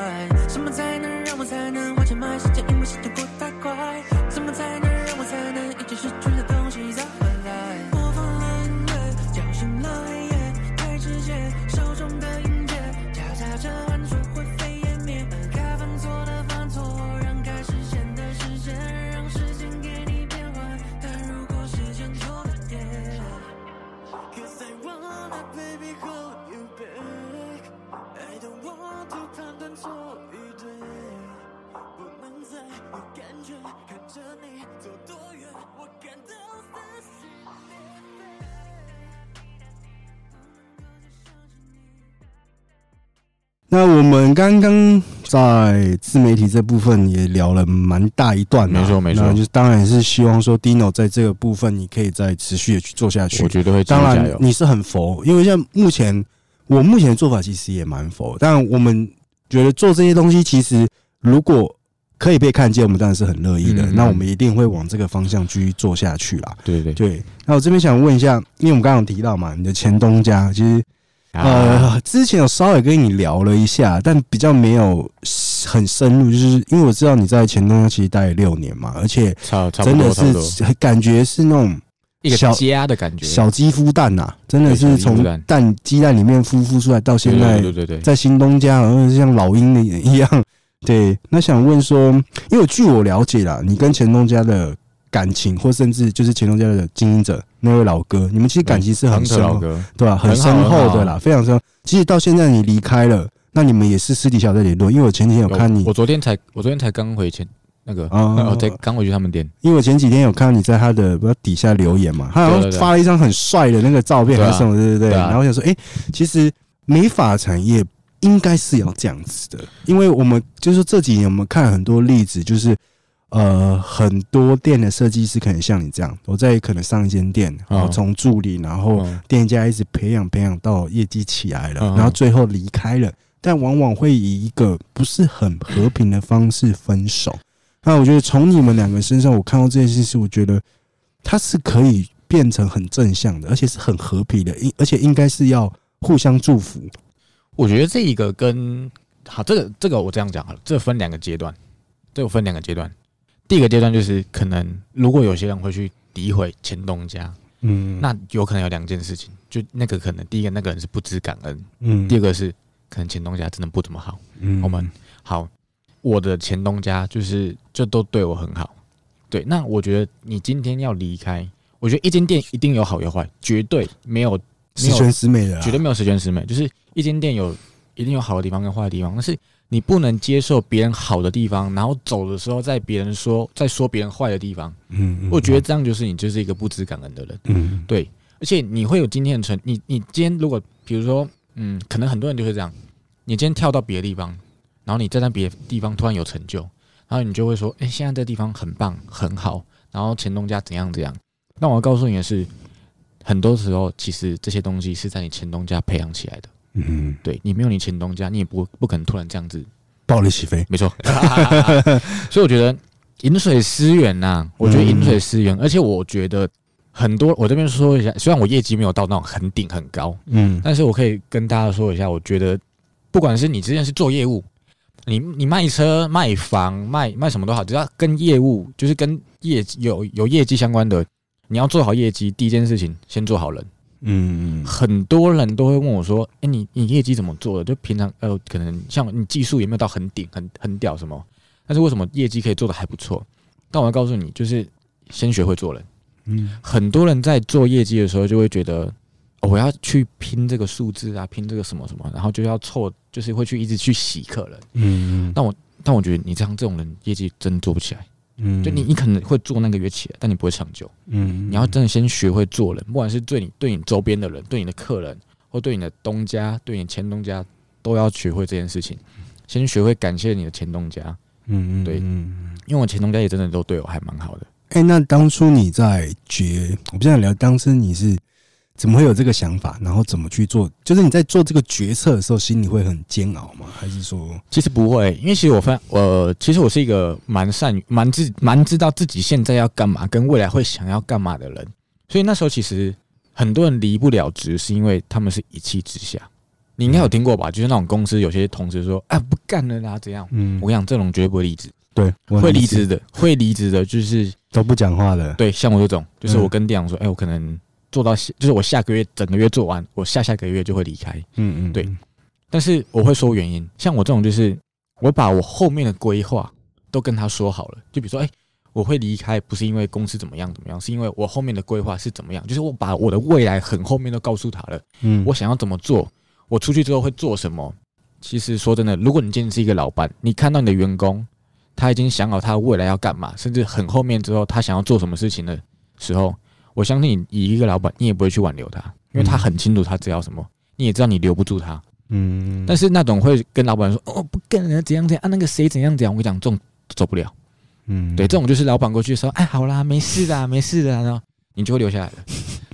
Speaker 2: 什么才能让我才能往前迈？时间因为时间过太快，怎么才能让我才能一切失去的东西再回来？播放了音乐，叫醒了黑夜，太直接，手中的音乐夹杂着汗水灰飞烟灭，而该犯错的犯错，让该实现的实现，让时间给你变换。但如果时间错了点。Cause I wanna baby hold you back I don't want to 判断错与对不能再有感觉看着你走多远我感到撕心裂
Speaker 1: 那我们刚刚在自媒体这部分也聊了蛮大一段啦，
Speaker 3: 没错没错
Speaker 1: 那就是当然是希望说 Dino 在这个部分你可以再持续的去做下去
Speaker 3: 我。绝对会继续
Speaker 1: 当
Speaker 3: 加
Speaker 1: 然
Speaker 3: 油。
Speaker 1: 你是很佛，因为像目前我目前的做法其实也蛮佛，但我们觉得做这些东西其实如果可以被看见，我们当然是很乐意的。
Speaker 3: 嗯嗯
Speaker 1: 那我们一定会往这个方向去做下去啦。
Speaker 3: 对对对，
Speaker 1: 对，那我这边想问一下，因为我们刚刚有提到嘛，你的前东家其实
Speaker 3: 啊，
Speaker 1: 呃之前有稍微跟你聊了一下，但比较没有很深入，就是因为我知道你在前东家其实待了六年嘛，而且
Speaker 3: 差差不
Speaker 1: 真
Speaker 3: 多
Speaker 1: 的
Speaker 3: 差不多，
Speaker 1: 是感觉是那种
Speaker 3: 一个
Speaker 1: 小
Speaker 3: 家的感觉。
Speaker 1: 小鸡孵蛋呐、真的是
Speaker 3: 对小鸡孵
Speaker 1: 从
Speaker 3: 蛋
Speaker 1: 蛋鸡蛋里面孵孵出来，到现在
Speaker 3: 对对对对，
Speaker 1: 在新东家好像是像老鹰一样。 对，那想问说，因为据我了解啦，你跟前东家的感情，或甚至就是前东家的经营者那位老哥，你们其实感情是很
Speaker 3: 亨特
Speaker 1: 深哦
Speaker 3: 老
Speaker 1: 厚，
Speaker 3: 哥，
Speaker 1: 对吧、很
Speaker 3: 很好
Speaker 1: 深
Speaker 3: 很
Speaker 1: 厚
Speaker 3: 好
Speaker 1: 的啦，非常深厚。其实到现在你离开了，那你们也是私底下在联络，因为我前几天有看你
Speaker 3: 我，昨天才我昨天才刚回前那个，
Speaker 1: 哦
Speaker 3: 我才刚回去他们店。
Speaker 1: 因为我前几天有看到你在他的不知道底下留言嘛，他好像
Speaker 3: 对对对
Speaker 1: 发了一张很帅的那个照片
Speaker 3: 对啊
Speaker 1: 还是什么，对对对。
Speaker 3: 对啊
Speaker 1: 然后我想说，哎，其实美发产业应该是要这样子的，因为我们就是这几年我们看很多例子，就是呃很多店的设计师可能像你这样，我在可能上一间店，然后
Speaker 3: 嗯
Speaker 1: 从助理，然后
Speaker 3: 嗯
Speaker 1: 店家一直培养培养到业绩起来了
Speaker 3: 嗯，嗯
Speaker 1: 然后最后离开了，但往往会以一个不是很和平的方式分手。那我觉得从你们两个身上，我看到这件事情，我觉得它是可以变成很正向的，而且是很和平的，应而且应该是要互相祝福。
Speaker 3: 我觉得这一个跟好，这个这个我这样讲好了，这分两个阶段，这我分两个阶段。第一个阶段就是可能如果有些人会去诋毁前东家，
Speaker 1: 嗯
Speaker 3: 那有可能有两件事情，就那个可能第一个那个人是不知感恩，
Speaker 1: 嗯
Speaker 3: 第二个是可能前东家真的不怎么好。
Speaker 1: 嗯
Speaker 3: 我们好，我的前东家就是就都对我很好，对。那我觉得你今天要离开，我觉得一间店一定有好有坏，绝对没有没
Speaker 1: 十
Speaker 3: 有
Speaker 1: 全十美的啦，啊
Speaker 3: 绝对没有十全十美，就是一间店有一定有好的地方跟坏的地方，但是你不能接受别人好的地方，然后走的时候在别人说在说别人坏的地方，
Speaker 1: 嗯，嗯
Speaker 3: 我觉得这样就是你就是一个不知感恩的人，
Speaker 1: 嗯
Speaker 3: 对，而且你会有今天的成，你你今天如果比如说嗯，可能很多人就会这样，你今天跳到别的地方，然后你站在别的地方突然有成就，然后你就会说，哎、现在这地方很棒很好，然后前东家怎样怎样，那我要告诉你的是。很多时候，其实这些东西是在你前东家培养起来的。
Speaker 1: 嗯，
Speaker 3: 对你没有你前东家，你也不不可能突然这样子，
Speaker 1: 暴力起飞。
Speaker 3: 没错。所以我觉得饮水思源呐、我觉得饮水思源，而且我觉得很多我这边说一下，虽然我业绩没有到那种很顶很高，
Speaker 1: 嗯
Speaker 3: 但是我可以跟大家说一下，我觉得不管是你之前是做业务，你你卖车、卖房、卖卖什么都好，只要跟业务就是跟业绩有有业绩相关的，你要做好业绩，第一件事情先做好人。
Speaker 1: 嗯
Speaker 3: 很多人都会问我说：“哎、你你业绩怎么做的？就平常呃，可能像你技术也没有到很顶、很很屌什么，但是为什么业绩可以做的还不错？”但我要告诉你，就是先学会做人。
Speaker 1: 嗯
Speaker 3: 很多人在做业绩的时候，就会觉得、哦我要去拼这个数字啊，拼这个什么什么，然后就要凑，就是会去一直去洗客人。
Speaker 1: 嗯
Speaker 3: 但我觉得你这样这种人，业绩真做不起来。
Speaker 1: 嗯
Speaker 3: 就你，你可能会做那个月起来，但你不会长久。
Speaker 1: 嗯
Speaker 3: 你要真的先学会做人，不管是对你、对你周边的人、对你的客人，或对你的东家、对你前东家，都要学会这件事情。先学会感谢你的前东家，
Speaker 1: 嗯
Speaker 3: 对
Speaker 1: 嗯
Speaker 3: 因为我前东家也真的都对我还蛮好的。
Speaker 1: 哎、那当初你在决，我不想聊，当时你是怎么会有这个想法，然后怎么去做？就是你在做这个决策的时候，心里会很煎熬吗？还是说，
Speaker 3: 其实不会，因为其实我发，呃，其实我是一个蛮善于、蛮知、蛮知道自己现在要干嘛，跟未来会想要干嘛的人。所以那时候其实很多人离不了职，是因为他们是一气之下。你应该有听过吧？就是那种公司有些同事说：“啊，不干了啦，怎样？”
Speaker 1: 嗯
Speaker 3: 我跟你讲，这种绝对不会离职。
Speaker 1: 对，我
Speaker 3: 会离职的，会离职的，就是
Speaker 1: 都不讲话的，
Speaker 3: 对，像我这种，就是
Speaker 1: 嗯
Speaker 3: 我跟店长说，哎、我可能做到下，就是我下个月整个月做完，我下下个月就会离开。
Speaker 1: 嗯嗯，
Speaker 3: 对但是我会说原因，像我这种就是我把我后面的规划都跟他说好了，就比如说，哎、我会离开，不是因为公司怎么样怎么样，是因为我后面的规划是怎么样，就是我把我的未来很后面都告诉他了，
Speaker 1: 嗯，
Speaker 3: 我想要怎么做，我出去之后会做什么。其实说真的，如果你今天是一个老板，你看到你的员工他已经想好他未来要干嘛，甚至很后面之后他想要做什么事情的时候，我相信你以一个老板，你也不会去挽留他，因为他
Speaker 1: 嗯
Speaker 3: 很清楚他只要什么，你也知道你留不住他。
Speaker 1: 嗯，
Speaker 3: 但是那种会跟老板说哦不跟人怎样怎样啊那个谁怎样怎样，我跟你讲这种走不了。
Speaker 1: 嗯，
Speaker 3: 对，这种就是老板过去说，哎，好啦，没事啦，没事啦，然后你就会留下来了。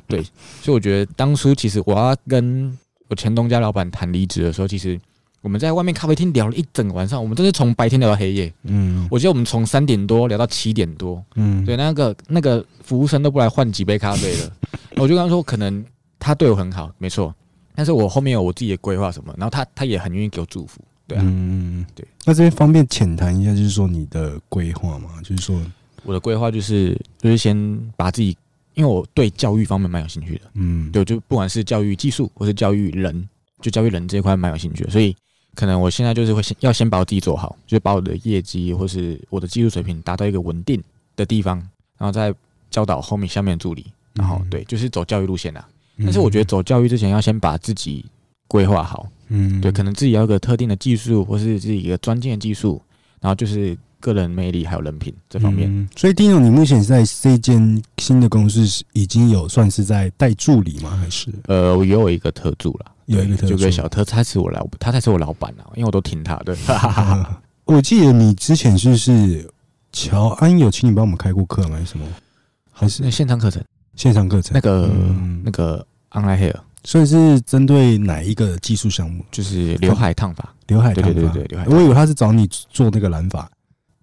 Speaker 3: 对，所以我觉得当初其实我要跟我前东家老板谈离职的时候，其实我们在外面咖啡厅聊了一整晚上，我们真是从白天聊到黑夜。
Speaker 1: 嗯，
Speaker 3: 我记得我们从三点多聊到七点多，
Speaker 1: 嗯，
Speaker 3: 对，那个那个服务生都不来换几杯咖啡了。我就跟他说，可能他对我很好，没错，但是我后面有我自己的规划什么，然后他他也很愿意给我祝福。对啊，
Speaker 1: 嗯，
Speaker 3: 对。
Speaker 1: 那这边方便浅谈一下，就是说你的规划嘛，就是说，
Speaker 3: 我的规划就是就是先把自己，因为我对教育方面蛮有兴趣的。
Speaker 1: 嗯，
Speaker 3: 对，就不管是教育技术或是教育人，就教育人这一块蛮有兴趣的，所以可能我现在就是会先要先把我自己做好，就是把我的业绩或是我的技术水平达到一个稳定的地方，然后再教导后面下面的助理，
Speaker 1: 嗯
Speaker 3: 然后，对，就是走教育路线啦。
Speaker 1: 嗯
Speaker 3: 但是我觉得，走教育之前要先把自己规划好，
Speaker 1: 嗯，
Speaker 3: 对，可能自己要有个特定的技术或是自己一个专精的技术，然后就是个人魅力还有人品这方面。
Speaker 1: 嗯所以丁总，你目前在这间新的公司是已经有算是在带助理吗？还是
Speaker 3: 呃，我也有一个特助啦，
Speaker 1: 有一个特
Speaker 3: 就
Speaker 1: 助
Speaker 3: 跟小特，他是我老，他才是我老板啊，因为我都听他 的。
Speaker 1: 啊我记得你之前是不是乔安有请你帮我们开过课吗？还是什么？还是
Speaker 3: 那线上课程，
Speaker 1: 线上课程？
Speaker 3: 那个、
Speaker 1: 嗯
Speaker 3: 那个 online hair
Speaker 1: 所以是针对哪一个技术项目？
Speaker 3: 就是刘海烫发，
Speaker 1: 刘海烫发？
Speaker 3: 对对对对刘海烫
Speaker 1: 我以为他是找你做那个染发，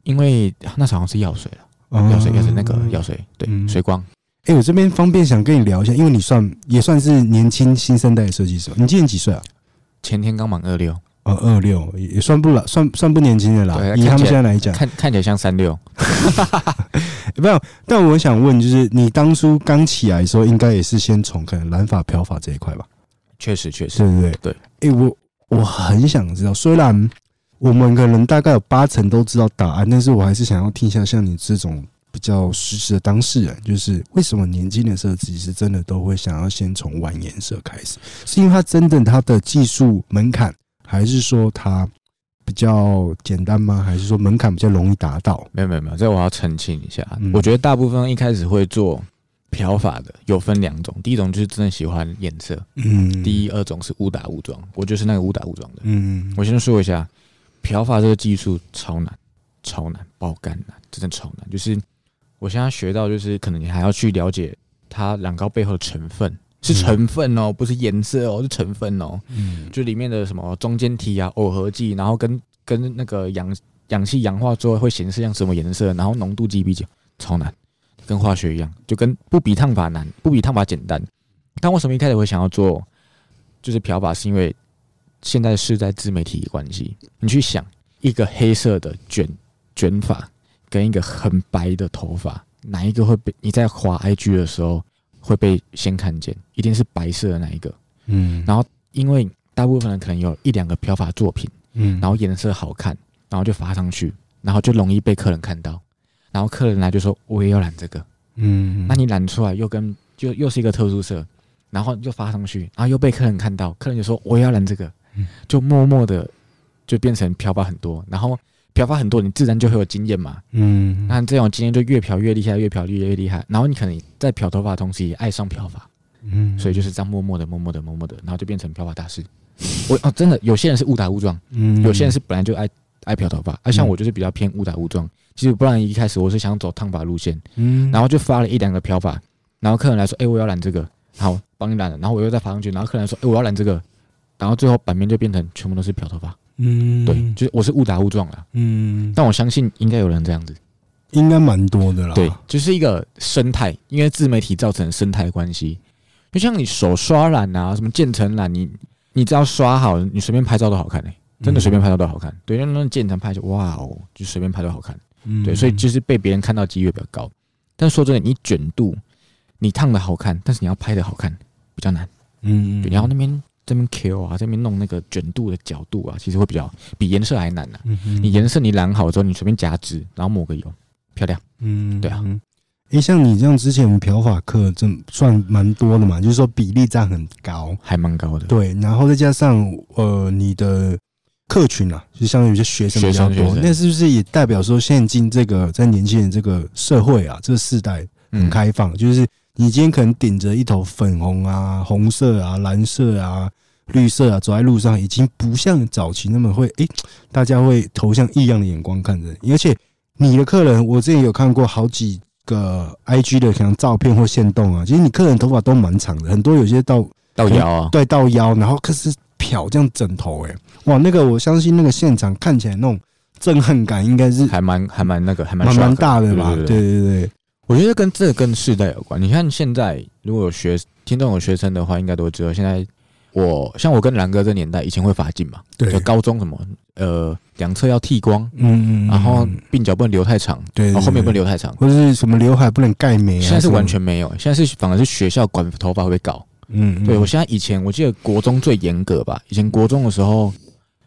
Speaker 3: 因为那时候好像是药水了，
Speaker 1: 哦
Speaker 3: 药水药水那个药水，对，
Speaker 1: 嗯
Speaker 3: 水光。
Speaker 1: 哎、我这边方便想跟你聊一下，因为你算也算是年轻新生代的设计师吧，你今年几岁啊？
Speaker 3: 前天刚满哦二六，
Speaker 1: 呃，二六也也算不老，算算不年轻的啦
Speaker 3: 对。
Speaker 1: 以他
Speaker 3: 看
Speaker 1: 们
Speaker 3: 起来
Speaker 1: 现在来讲，
Speaker 3: 看看起来像三六，
Speaker 1: 没有。但我想问，就是你当初刚起来的时候，应该也是先从可能染发、漂发这一块吧？
Speaker 3: 确实确实
Speaker 1: 对不对？
Speaker 3: 对。
Speaker 1: 哎、我我很想知道，虽然我们可能大概有八成都知道答案，但是我还是想要听一下像你这种比较实时的当事人，就是为什么年轻的设计师真的都会想要先从玩颜色开始？是因为他真的他的技术门槛，还是说他比较简单吗？还是说门槛比较容易达到？
Speaker 3: 没有没有没有，这我要澄清一下。
Speaker 1: 嗯
Speaker 3: 我觉得大部分一开始会做漂发的有分两种，第一种就是真的喜欢颜色，
Speaker 1: 嗯，
Speaker 3: 第二种是误打误撞。我就是那个误打误撞的。
Speaker 1: 嗯，
Speaker 3: 我先说一下，漂发这个技术超难，超难，爆肝难，真的超难。就是我现在学到，就是可能你还要去了解它染膏背后的成分，是成分哦，不是颜色哦，是成分哦，
Speaker 1: 嗯
Speaker 3: 就里面的什么中间体啊、耦合剂，然后跟跟那个氧氧气氧化之后会显示像什么颜色，然后浓度几比几，超难，跟化学一样，就跟不比烫法难，不比烫法简单。但为什么一开始会想要做就是漂法，是因为现在是在自媒体的关系。你去想一个黑色的卷卷发跟一个很白的头发，哪一个会被你在滑 IG 的时候会被先看见？一定是白色的那一个。
Speaker 1: 嗯
Speaker 3: 然后因为大部分人可能有一两个漂发作品，
Speaker 1: 嗯
Speaker 3: 然后颜色好看，然后就发上去，然后就容易被客人看到，然后客人来就说我也要染这个，
Speaker 1: 嗯
Speaker 3: 那你染出来又跟又又是一个特殊色，然后又发上去，然后又被客人看到，客人就说我也要染这个
Speaker 1: 嗯，
Speaker 3: 就默默的就变成漂发很多，然后漂发很多，你自然就会有经验嘛，
Speaker 1: 嗯
Speaker 3: 那这种经验就越漂越厉害，越漂越越厉害，然后你可能在漂头发的同时也爱上漂发。
Speaker 1: 嗯
Speaker 3: 所以就是这样默默的、默默的、默默的，然后就变成漂发大师。我哦，真的有些人是误打误撞，
Speaker 1: 嗯
Speaker 3: 有些人是本来就爱爱漂头发，啊，像我就是比较偏误打误撞。其实不然，一开始我是想走烫发路线，
Speaker 1: 嗯
Speaker 3: 然后就发了一两个漂发，然后客人来说：“哎、我要染这个，好，帮你染了。”然后我又再发上去，然后客人说：“哎、我要染这个。”然后最后版面就变成全部都是漂头发。
Speaker 1: 嗯
Speaker 3: 对，就是我是误打误撞啦，
Speaker 1: 嗯，
Speaker 3: 但我相信应该有人这样子。
Speaker 1: 应该蛮多的啦。
Speaker 3: 对，就是一个生态，因为自媒体造成生态关系。就像你手刷染啊，什么渐层染，你你只要刷好，你随便拍照都好看诶、
Speaker 1: 嗯
Speaker 3: 真的随便拍照都好看。对，就那种渐层拍就哇哦，就随便拍都好看。
Speaker 1: 嗯，
Speaker 3: 对，所以就是被别人看到几率比较高。但说真的，你卷度，你烫的好看，但是你要拍的好看比较难。
Speaker 1: 嗯，
Speaker 3: 对，然后那边这边 Q 啊，这边弄那个卷度的角度啊，其实会比较比颜色还难呢、
Speaker 1: 嗯嗯
Speaker 3: 你颜色你染好之后，你随便夹直，然后抹个油，漂亮。
Speaker 1: 嗯，
Speaker 3: 对啊
Speaker 1: 嗯。诶，像你这样之前漂法课，这算蛮多的嘛，就是说比例占很高。
Speaker 3: 还蛮高的。
Speaker 1: 对，然后再加上呃，你的客群啊，就像有些学生比较
Speaker 3: 学生
Speaker 1: 多
Speaker 3: 学，生
Speaker 1: 那是不是也代表说，现今这个在年轻人这个社会啊，这个世代很
Speaker 3: 嗯，
Speaker 1: 开放，就是你今天可能顶着一头粉红啊、红色啊、蓝色啊、绿色啊，走在路上，已经不像早期那么会诶、大家会投向异样的眼光看着你。而且你的客人，我之前有看过好几个 IG 的可能照片或线动啊，其实你客人头发都蛮长的，很多有些到
Speaker 3: 到腰啊，
Speaker 1: 对到腰，然后可是漂这样枕头、诶，哇，那个我相信那个现场看起来那种震撼感应该是
Speaker 3: 还蛮还蛮那个，还蛮
Speaker 1: 蛮
Speaker 3: shock
Speaker 1: 蛮大的吧？
Speaker 3: 对
Speaker 1: 对对对，
Speaker 3: 我觉得跟这个跟世代有关。你看现在如果有学听众有学生的话，应该都知道，现在我像我跟兰哥这年代，以前会罚进嘛，
Speaker 1: 对
Speaker 3: 就高中什么呃两侧要剃光，
Speaker 1: 嗯嗯，
Speaker 3: 然后
Speaker 1: 嗯
Speaker 3: 鬓角不能留太长，哦
Speaker 1: 对
Speaker 3: 然后后面不能
Speaker 1: 留，
Speaker 3: 留太长。
Speaker 1: 或者是什么刘海不能盖眉啊，
Speaker 3: 现在是
Speaker 1: 什么
Speaker 3: 完，全没有，现在是反而是学校管头发会被搞。
Speaker 1: 嗯，嗯
Speaker 3: 对我，现在以前我记得国中最严格吧，以前国中的时候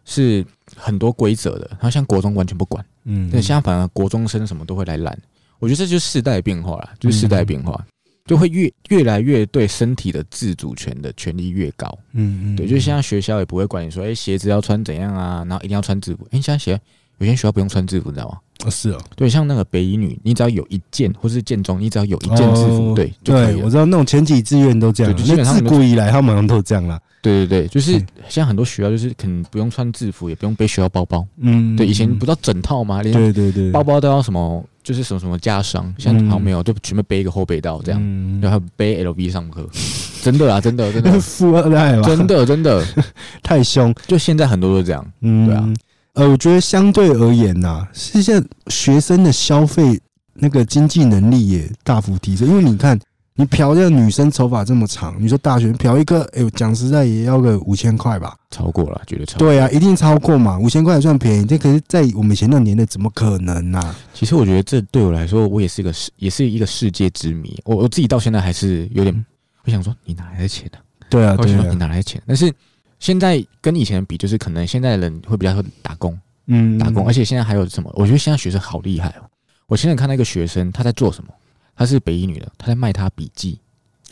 Speaker 3: 是很多规则的，然后像国中完全不管。
Speaker 1: 嗯
Speaker 3: 对，现在反而国中生什么都会来懒，我觉得这就是世代的变化啦，就是世代的变化，就会越越来越对身体的自主权的权利越高。
Speaker 1: 嗯嗯，
Speaker 3: 对，就是现在学校也不会管你说，哎、鞋子要穿怎样啊，然后一定要穿制服。哎、现在鞋有些学校不用穿制服，你知道吗？
Speaker 1: 哦是哦，
Speaker 3: 对，像那个北一女，你只要有一件或是建中，你只要有一件制服，
Speaker 1: 哦
Speaker 3: 对就可以
Speaker 1: 对，
Speaker 3: 了
Speaker 1: 我。知道那种前几志愿都这样啊
Speaker 3: 对，就基
Speaker 1: 那
Speaker 3: 本上
Speaker 1: 自
Speaker 3: 他们
Speaker 1: 古以来他们好像都这样啦，
Speaker 3: 对对对，就是
Speaker 1: 嗯
Speaker 3: 现在很多学校就是可能不用穿制服，也不用背学校包包。
Speaker 1: 嗯，
Speaker 3: 对，以前不，知道整套吗？连
Speaker 1: 对对对，嗯
Speaker 3: 包包都要什么，就是什么什么加伤，现在好像没有，就全部背一个后背袋这样。
Speaker 1: 样
Speaker 3: 然后背 LV 上课， 真的啊，真的，真 的，
Speaker 1: 富二代吧，
Speaker 3: 真的，真的，
Speaker 1: 太凶，
Speaker 3: 就现在很多都这样，
Speaker 1: 嗯，
Speaker 3: 对啊，
Speaker 1: 呃，我觉得相对而言呐、是现在学生的消费那个经济能力也大幅提升，因为你看，你漂这个女生头发这么长，你说大学漂一个，哎、呦，讲实在也要个五千块吧。
Speaker 3: 超过了，绝对超过。
Speaker 1: 对啊，一定超过嘛，五千块还算便宜，这可是在我们以前那个年代怎么可能啊呐、
Speaker 3: 其实我觉得这对我来说，我也是一个世，也是一个世界之谜。我我自己到现在还是有点，我想说你哪来的钱呢、
Speaker 1: 对嗯啊，
Speaker 3: 啊？我
Speaker 1: 对
Speaker 3: 想说
Speaker 1: 啊
Speaker 3: 你，哪来的钱？但是现在跟以前比，就是可能现在人会比较会打工，
Speaker 1: 嗯
Speaker 3: 打工，而且现在还有什么？我觉得现在学生好厉害哦！我现在看那个学生他在做什么？他是北一女的，他在卖他笔记，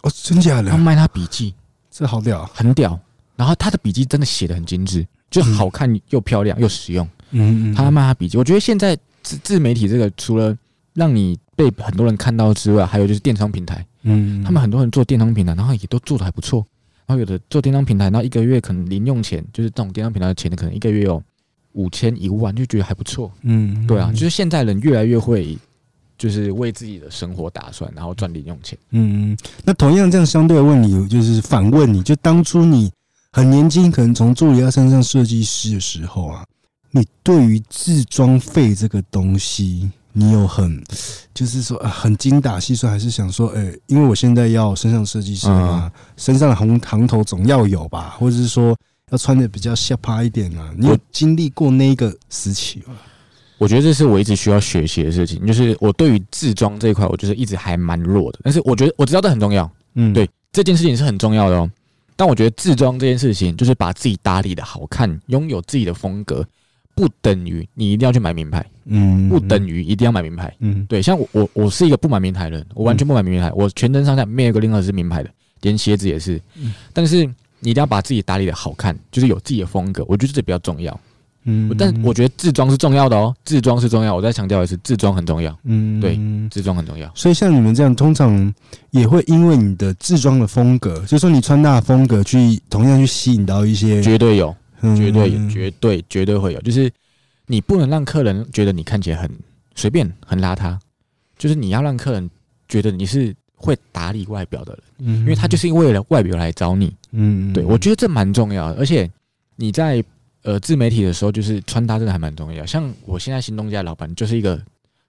Speaker 1: 哦，真假的
Speaker 3: 他，卖他笔记，
Speaker 1: 这好屌啊，
Speaker 3: 很屌。然后他的笔记真的写的很精致，就好看又漂亮又实用。
Speaker 1: 嗯嗯，
Speaker 3: 他卖他笔记，我觉得现在自自媒体这个除了让你被很多人看到之外，还有就是电商平台，
Speaker 1: 嗯，
Speaker 3: 他们很多人做电商平台，然后也都做的还不错。然后有的做电商平台，然后一个月可能零用钱，就是这种电商平台的钱，可能一个月有五千一万，就觉得还不错。
Speaker 1: 嗯，嗯，
Speaker 3: 对啊，就是
Speaker 1: 是
Speaker 3: 现在人越来越会，就是为自己的生活打算，然后赚零用钱。
Speaker 1: 嗯嗯，那同样这样相对的问你，就是反问你，就当初你很年轻，可能从助理到升上设计师的时候啊，你对于自装费这个东西，你有很就是说呃很精打细算，还是想说，哎、因为我现在要身上设计师嘛，身上的行行头总要有吧，或者是说要穿的比较下趴一点啊？你有
Speaker 3: 我
Speaker 1: 经历过那个时期吗？
Speaker 3: 我觉得这是我一直需要学习的事情，就是我对于自装这一块，我就是一直还蛮弱的。但是我觉得我知道这很重要，
Speaker 1: 嗯，
Speaker 3: 对这件事情是很重要的哦。但我觉得自装这件事情，就是把自己打理的好看，拥有自己的风格，不等于你一定要去买名牌，
Speaker 1: 嗯，嗯，
Speaker 3: 不等于一定要买名牌。
Speaker 1: 嗯，
Speaker 3: 对，像我我我是一个不买名牌的人，我完全不买名牌，我全身上下没有一个任何是名牌的，连鞋子也是。
Speaker 1: 嗯
Speaker 3: 但是你一定要把自己打理的好看，就是有自己的风格，我觉得这比较重要。
Speaker 1: 嗯，
Speaker 3: 但我觉得自装是重要的哦，自装是重要。我再强调一次，自装很重要，
Speaker 1: 嗯，
Speaker 3: 对自装很重要。
Speaker 1: 所以像你们这样，通常也会因为你的制装的风格，就是说你穿搭的风格去，同样去吸引到一些，
Speaker 3: 绝对有，
Speaker 1: 嗯
Speaker 3: 绝对有，绝对绝对会有。就是你不能让客人觉得你看起来很随便、很邋遢，就是你要让客人觉得你是会打理外表的人，
Speaker 1: 嗯
Speaker 3: 因为他就是为了外表来找你。
Speaker 1: 嗯，嗯
Speaker 3: 对我觉得这蛮重要的，而且你在呃自媒体的时候，就是穿搭真的还蛮重要。像我现在新东家的老板就是一个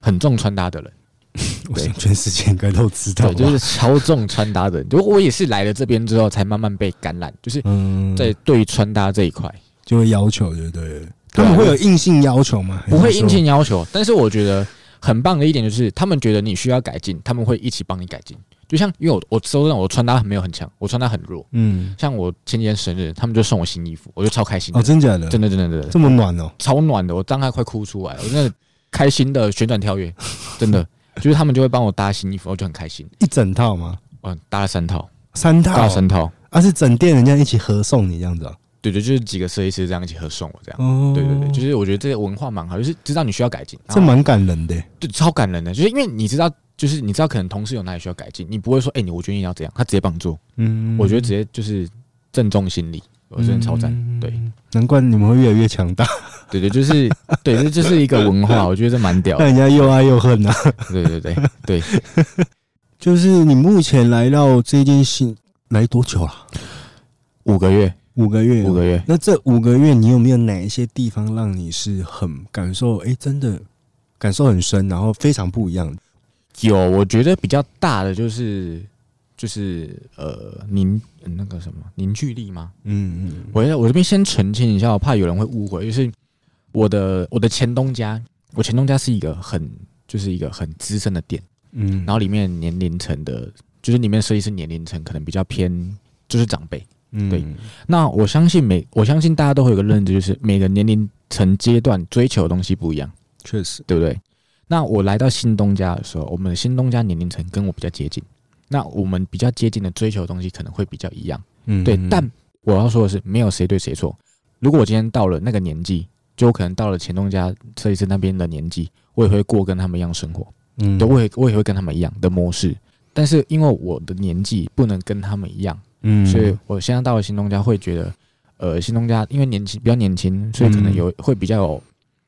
Speaker 3: 很重穿搭的人。
Speaker 1: 我想全世界应该都知道吧，啊
Speaker 3: 对，就是超重穿搭的人。就我也是来了这边之后，才慢慢被感染，就是
Speaker 1: 嗯，
Speaker 3: 在 对于穿搭这一块，
Speaker 1: 就会要求，对不对？他
Speaker 3: 对啊
Speaker 1: 们会有硬性要求吗？
Speaker 3: 不会
Speaker 1: 还是
Speaker 3: 硬
Speaker 1: 说，
Speaker 3: 性要求。但是我觉得很棒的一点就是，他们觉得你需要改进，他们会一起帮你改进。就像因为我我周上我穿搭没有很强，我穿搭很弱。
Speaker 1: 嗯，
Speaker 3: 像我前几天生日，他们就送我新衣服，我就超开心的，
Speaker 1: 哦，真假的，
Speaker 3: 真的真的真的
Speaker 1: 这么暖哦，
Speaker 3: 超暖的，我当下快哭出来了，我真的开心的旋转跳跃， 真的就是他们就会帮我搭新衣服，我就很开心。
Speaker 1: 一整套吗？
Speaker 3: 嗯，搭了三
Speaker 1: 哦
Speaker 3: 套，
Speaker 1: 三
Speaker 3: 搭
Speaker 1: 套
Speaker 3: 了，三套，
Speaker 1: 啊，是整店人家一起合送你这样子啊？
Speaker 3: 对对，就是几个设计师这样一起合送我这样。
Speaker 1: 哦
Speaker 3: 对对对，就是我觉得这个文化蛮好，就是知道你需要改进，
Speaker 1: 这
Speaker 3: 然后
Speaker 1: 蛮感人的，
Speaker 3: 对超感人的，就是因为你知道，就是你知道可能同事有哪里需要改进，你不会说，哎、你我觉得你要怎样，他直接帮你做，
Speaker 1: 嗯
Speaker 3: 我觉得直接就是正中心理，我真的超赞，
Speaker 1: 嗯
Speaker 3: 对，
Speaker 1: 难怪你们会越来越强大，
Speaker 3: 对对，就是 对，这就是一个文化，我觉得这蛮屌
Speaker 1: 让
Speaker 3: 的，
Speaker 1: 人家又爱又恨啊呐。
Speaker 3: 对对对对，
Speaker 1: 就是你目前来到这件事来多久了？
Speaker 3: 五个月，
Speaker 1: 五个月。
Speaker 3: 五个月，
Speaker 1: 那这五个月，你有没有哪一些地方让你是很感受？哎、真的感受很深，然后非常不一样。
Speaker 3: 有，我觉得比较大的就是就是呃凝那个什么凝聚力吗？
Speaker 1: 嗯嗯
Speaker 3: 我要我这边先澄清一下，我怕有人会误会，就是我的我的前东家，我前东家是一个很就是一个很资深的店，
Speaker 1: 嗯
Speaker 3: 然后里面年龄层的，就是里面设计师年龄层可能比较偏就是长辈。
Speaker 1: 嗯
Speaker 3: 对那我相信每我相信大家都会有个认知，就是每个年龄层阶段追求的东西不一样，
Speaker 1: 确实，
Speaker 3: 对不对？那我来到新东家的时候，我们的新东家年龄层跟我比较接近，那我们比较接近的追求的东西可能会比较一样。
Speaker 1: 嗯
Speaker 3: 对，但我要说的是，没有谁对谁错。如果我今天到了那个年纪，就我可能到了前东家设计师那边的年纪，我也会过跟他们一样生活，
Speaker 1: 嗯
Speaker 3: 对，我也我也会跟他们一样的模式。但是因为我的年纪不能跟他们一样，
Speaker 1: 嗯
Speaker 3: 所以我现在到了新东家会觉得，呃，新东家因为年轻比较年轻，所以可能有
Speaker 1: 嗯
Speaker 3: 会比较有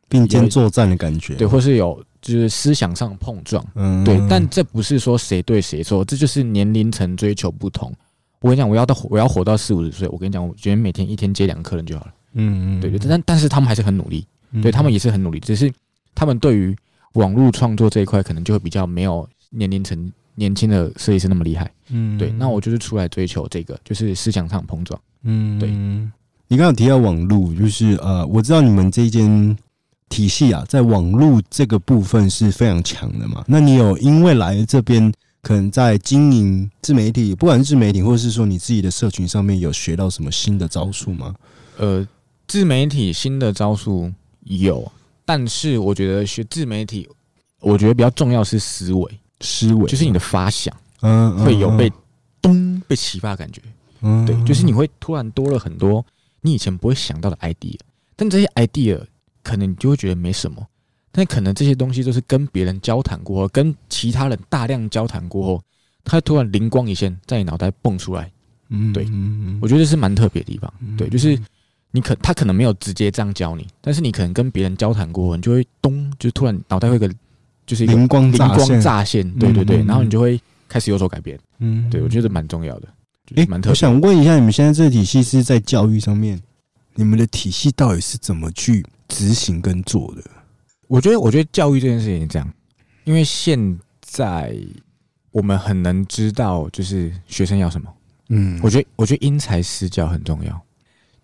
Speaker 1: 并肩作战的感觉。
Speaker 3: 对，，或是有就是思想上的碰撞。
Speaker 1: 嗯
Speaker 3: 对，但这不是说谁对谁错，这就是年龄层追求不同。我跟你讲，我要到我要活到四五十岁，我跟你讲，我觉得每天一天接两个客人就好了。
Speaker 1: 嗯
Speaker 3: 对对，但但是他们还是很努力，
Speaker 1: 对
Speaker 3: 对他们也是很努力，只是他们对于网络创作这一块，可能就会比较没有年龄层年轻的设计师那么厉害。
Speaker 1: 嗯
Speaker 3: 对，那我就是出来追求这个，就是思想上的碰撞。
Speaker 1: 嗯
Speaker 3: 对。
Speaker 1: 你刚刚有提到网络，就是呃，我知道你们这间体系啊，在网络这个部分是非常强的嘛。那你有因为来这边，可能在经营自媒体，不管是自媒体，或者是说你自己的社群上面，有学到什么新的招数吗？
Speaker 3: 呃，自媒体新的招数有，但是我觉得学自媒体，我觉得比较重要是思维，
Speaker 1: 思维
Speaker 3: 就是你的发想。
Speaker 1: 嗯
Speaker 3: 会有被咚被启发的感觉。
Speaker 1: 嗯
Speaker 3: 对，就是你会突然多了很多你以前不会想到的 idea，但这些 idea 可能你就会觉得没什么，但可能这些东西都是跟别人交谈过后，跟其他人大量交谈过后，它突然灵光一现，在你脑袋蹦出来。
Speaker 1: 嗯
Speaker 3: 对
Speaker 1: 嗯
Speaker 3: 我觉得这是蛮特别的地方。
Speaker 1: 嗯
Speaker 3: 对，就是你可他可能没有直接这样教你，但是你可能跟别人交谈过后，你就会咚，就突然脑袋会有个就是一个
Speaker 1: 灵光
Speaker 3: 灵光
Speaker 1: 现，
Speaker 3: 乍现，对对
Speaker 1: 嗯
Speaker 3: 对，
Speaker 1: 嗯嗯
Speaker 3: 然后你就会开始有所改变。
Speaker 1: 嗯
Speaker 3: 对，我觉得蛮重要的，就
Speaker 1: 哎
Speaker 3: 是蛮，特
Speaker 1: 我
Speaker 3: 别的。
Speaker 1: 想问一下，你们现在这个体系是在教育上面，你们的体系到底是怎么去执行跟做的。
Speaker 3: 我觉得，我觉得教育这件事情是这样，因为现在我们很能知道，就是学生要什么。
Speaker 1: 嗯
Speaker 3: 我觉得，我觉得因材施教很重要。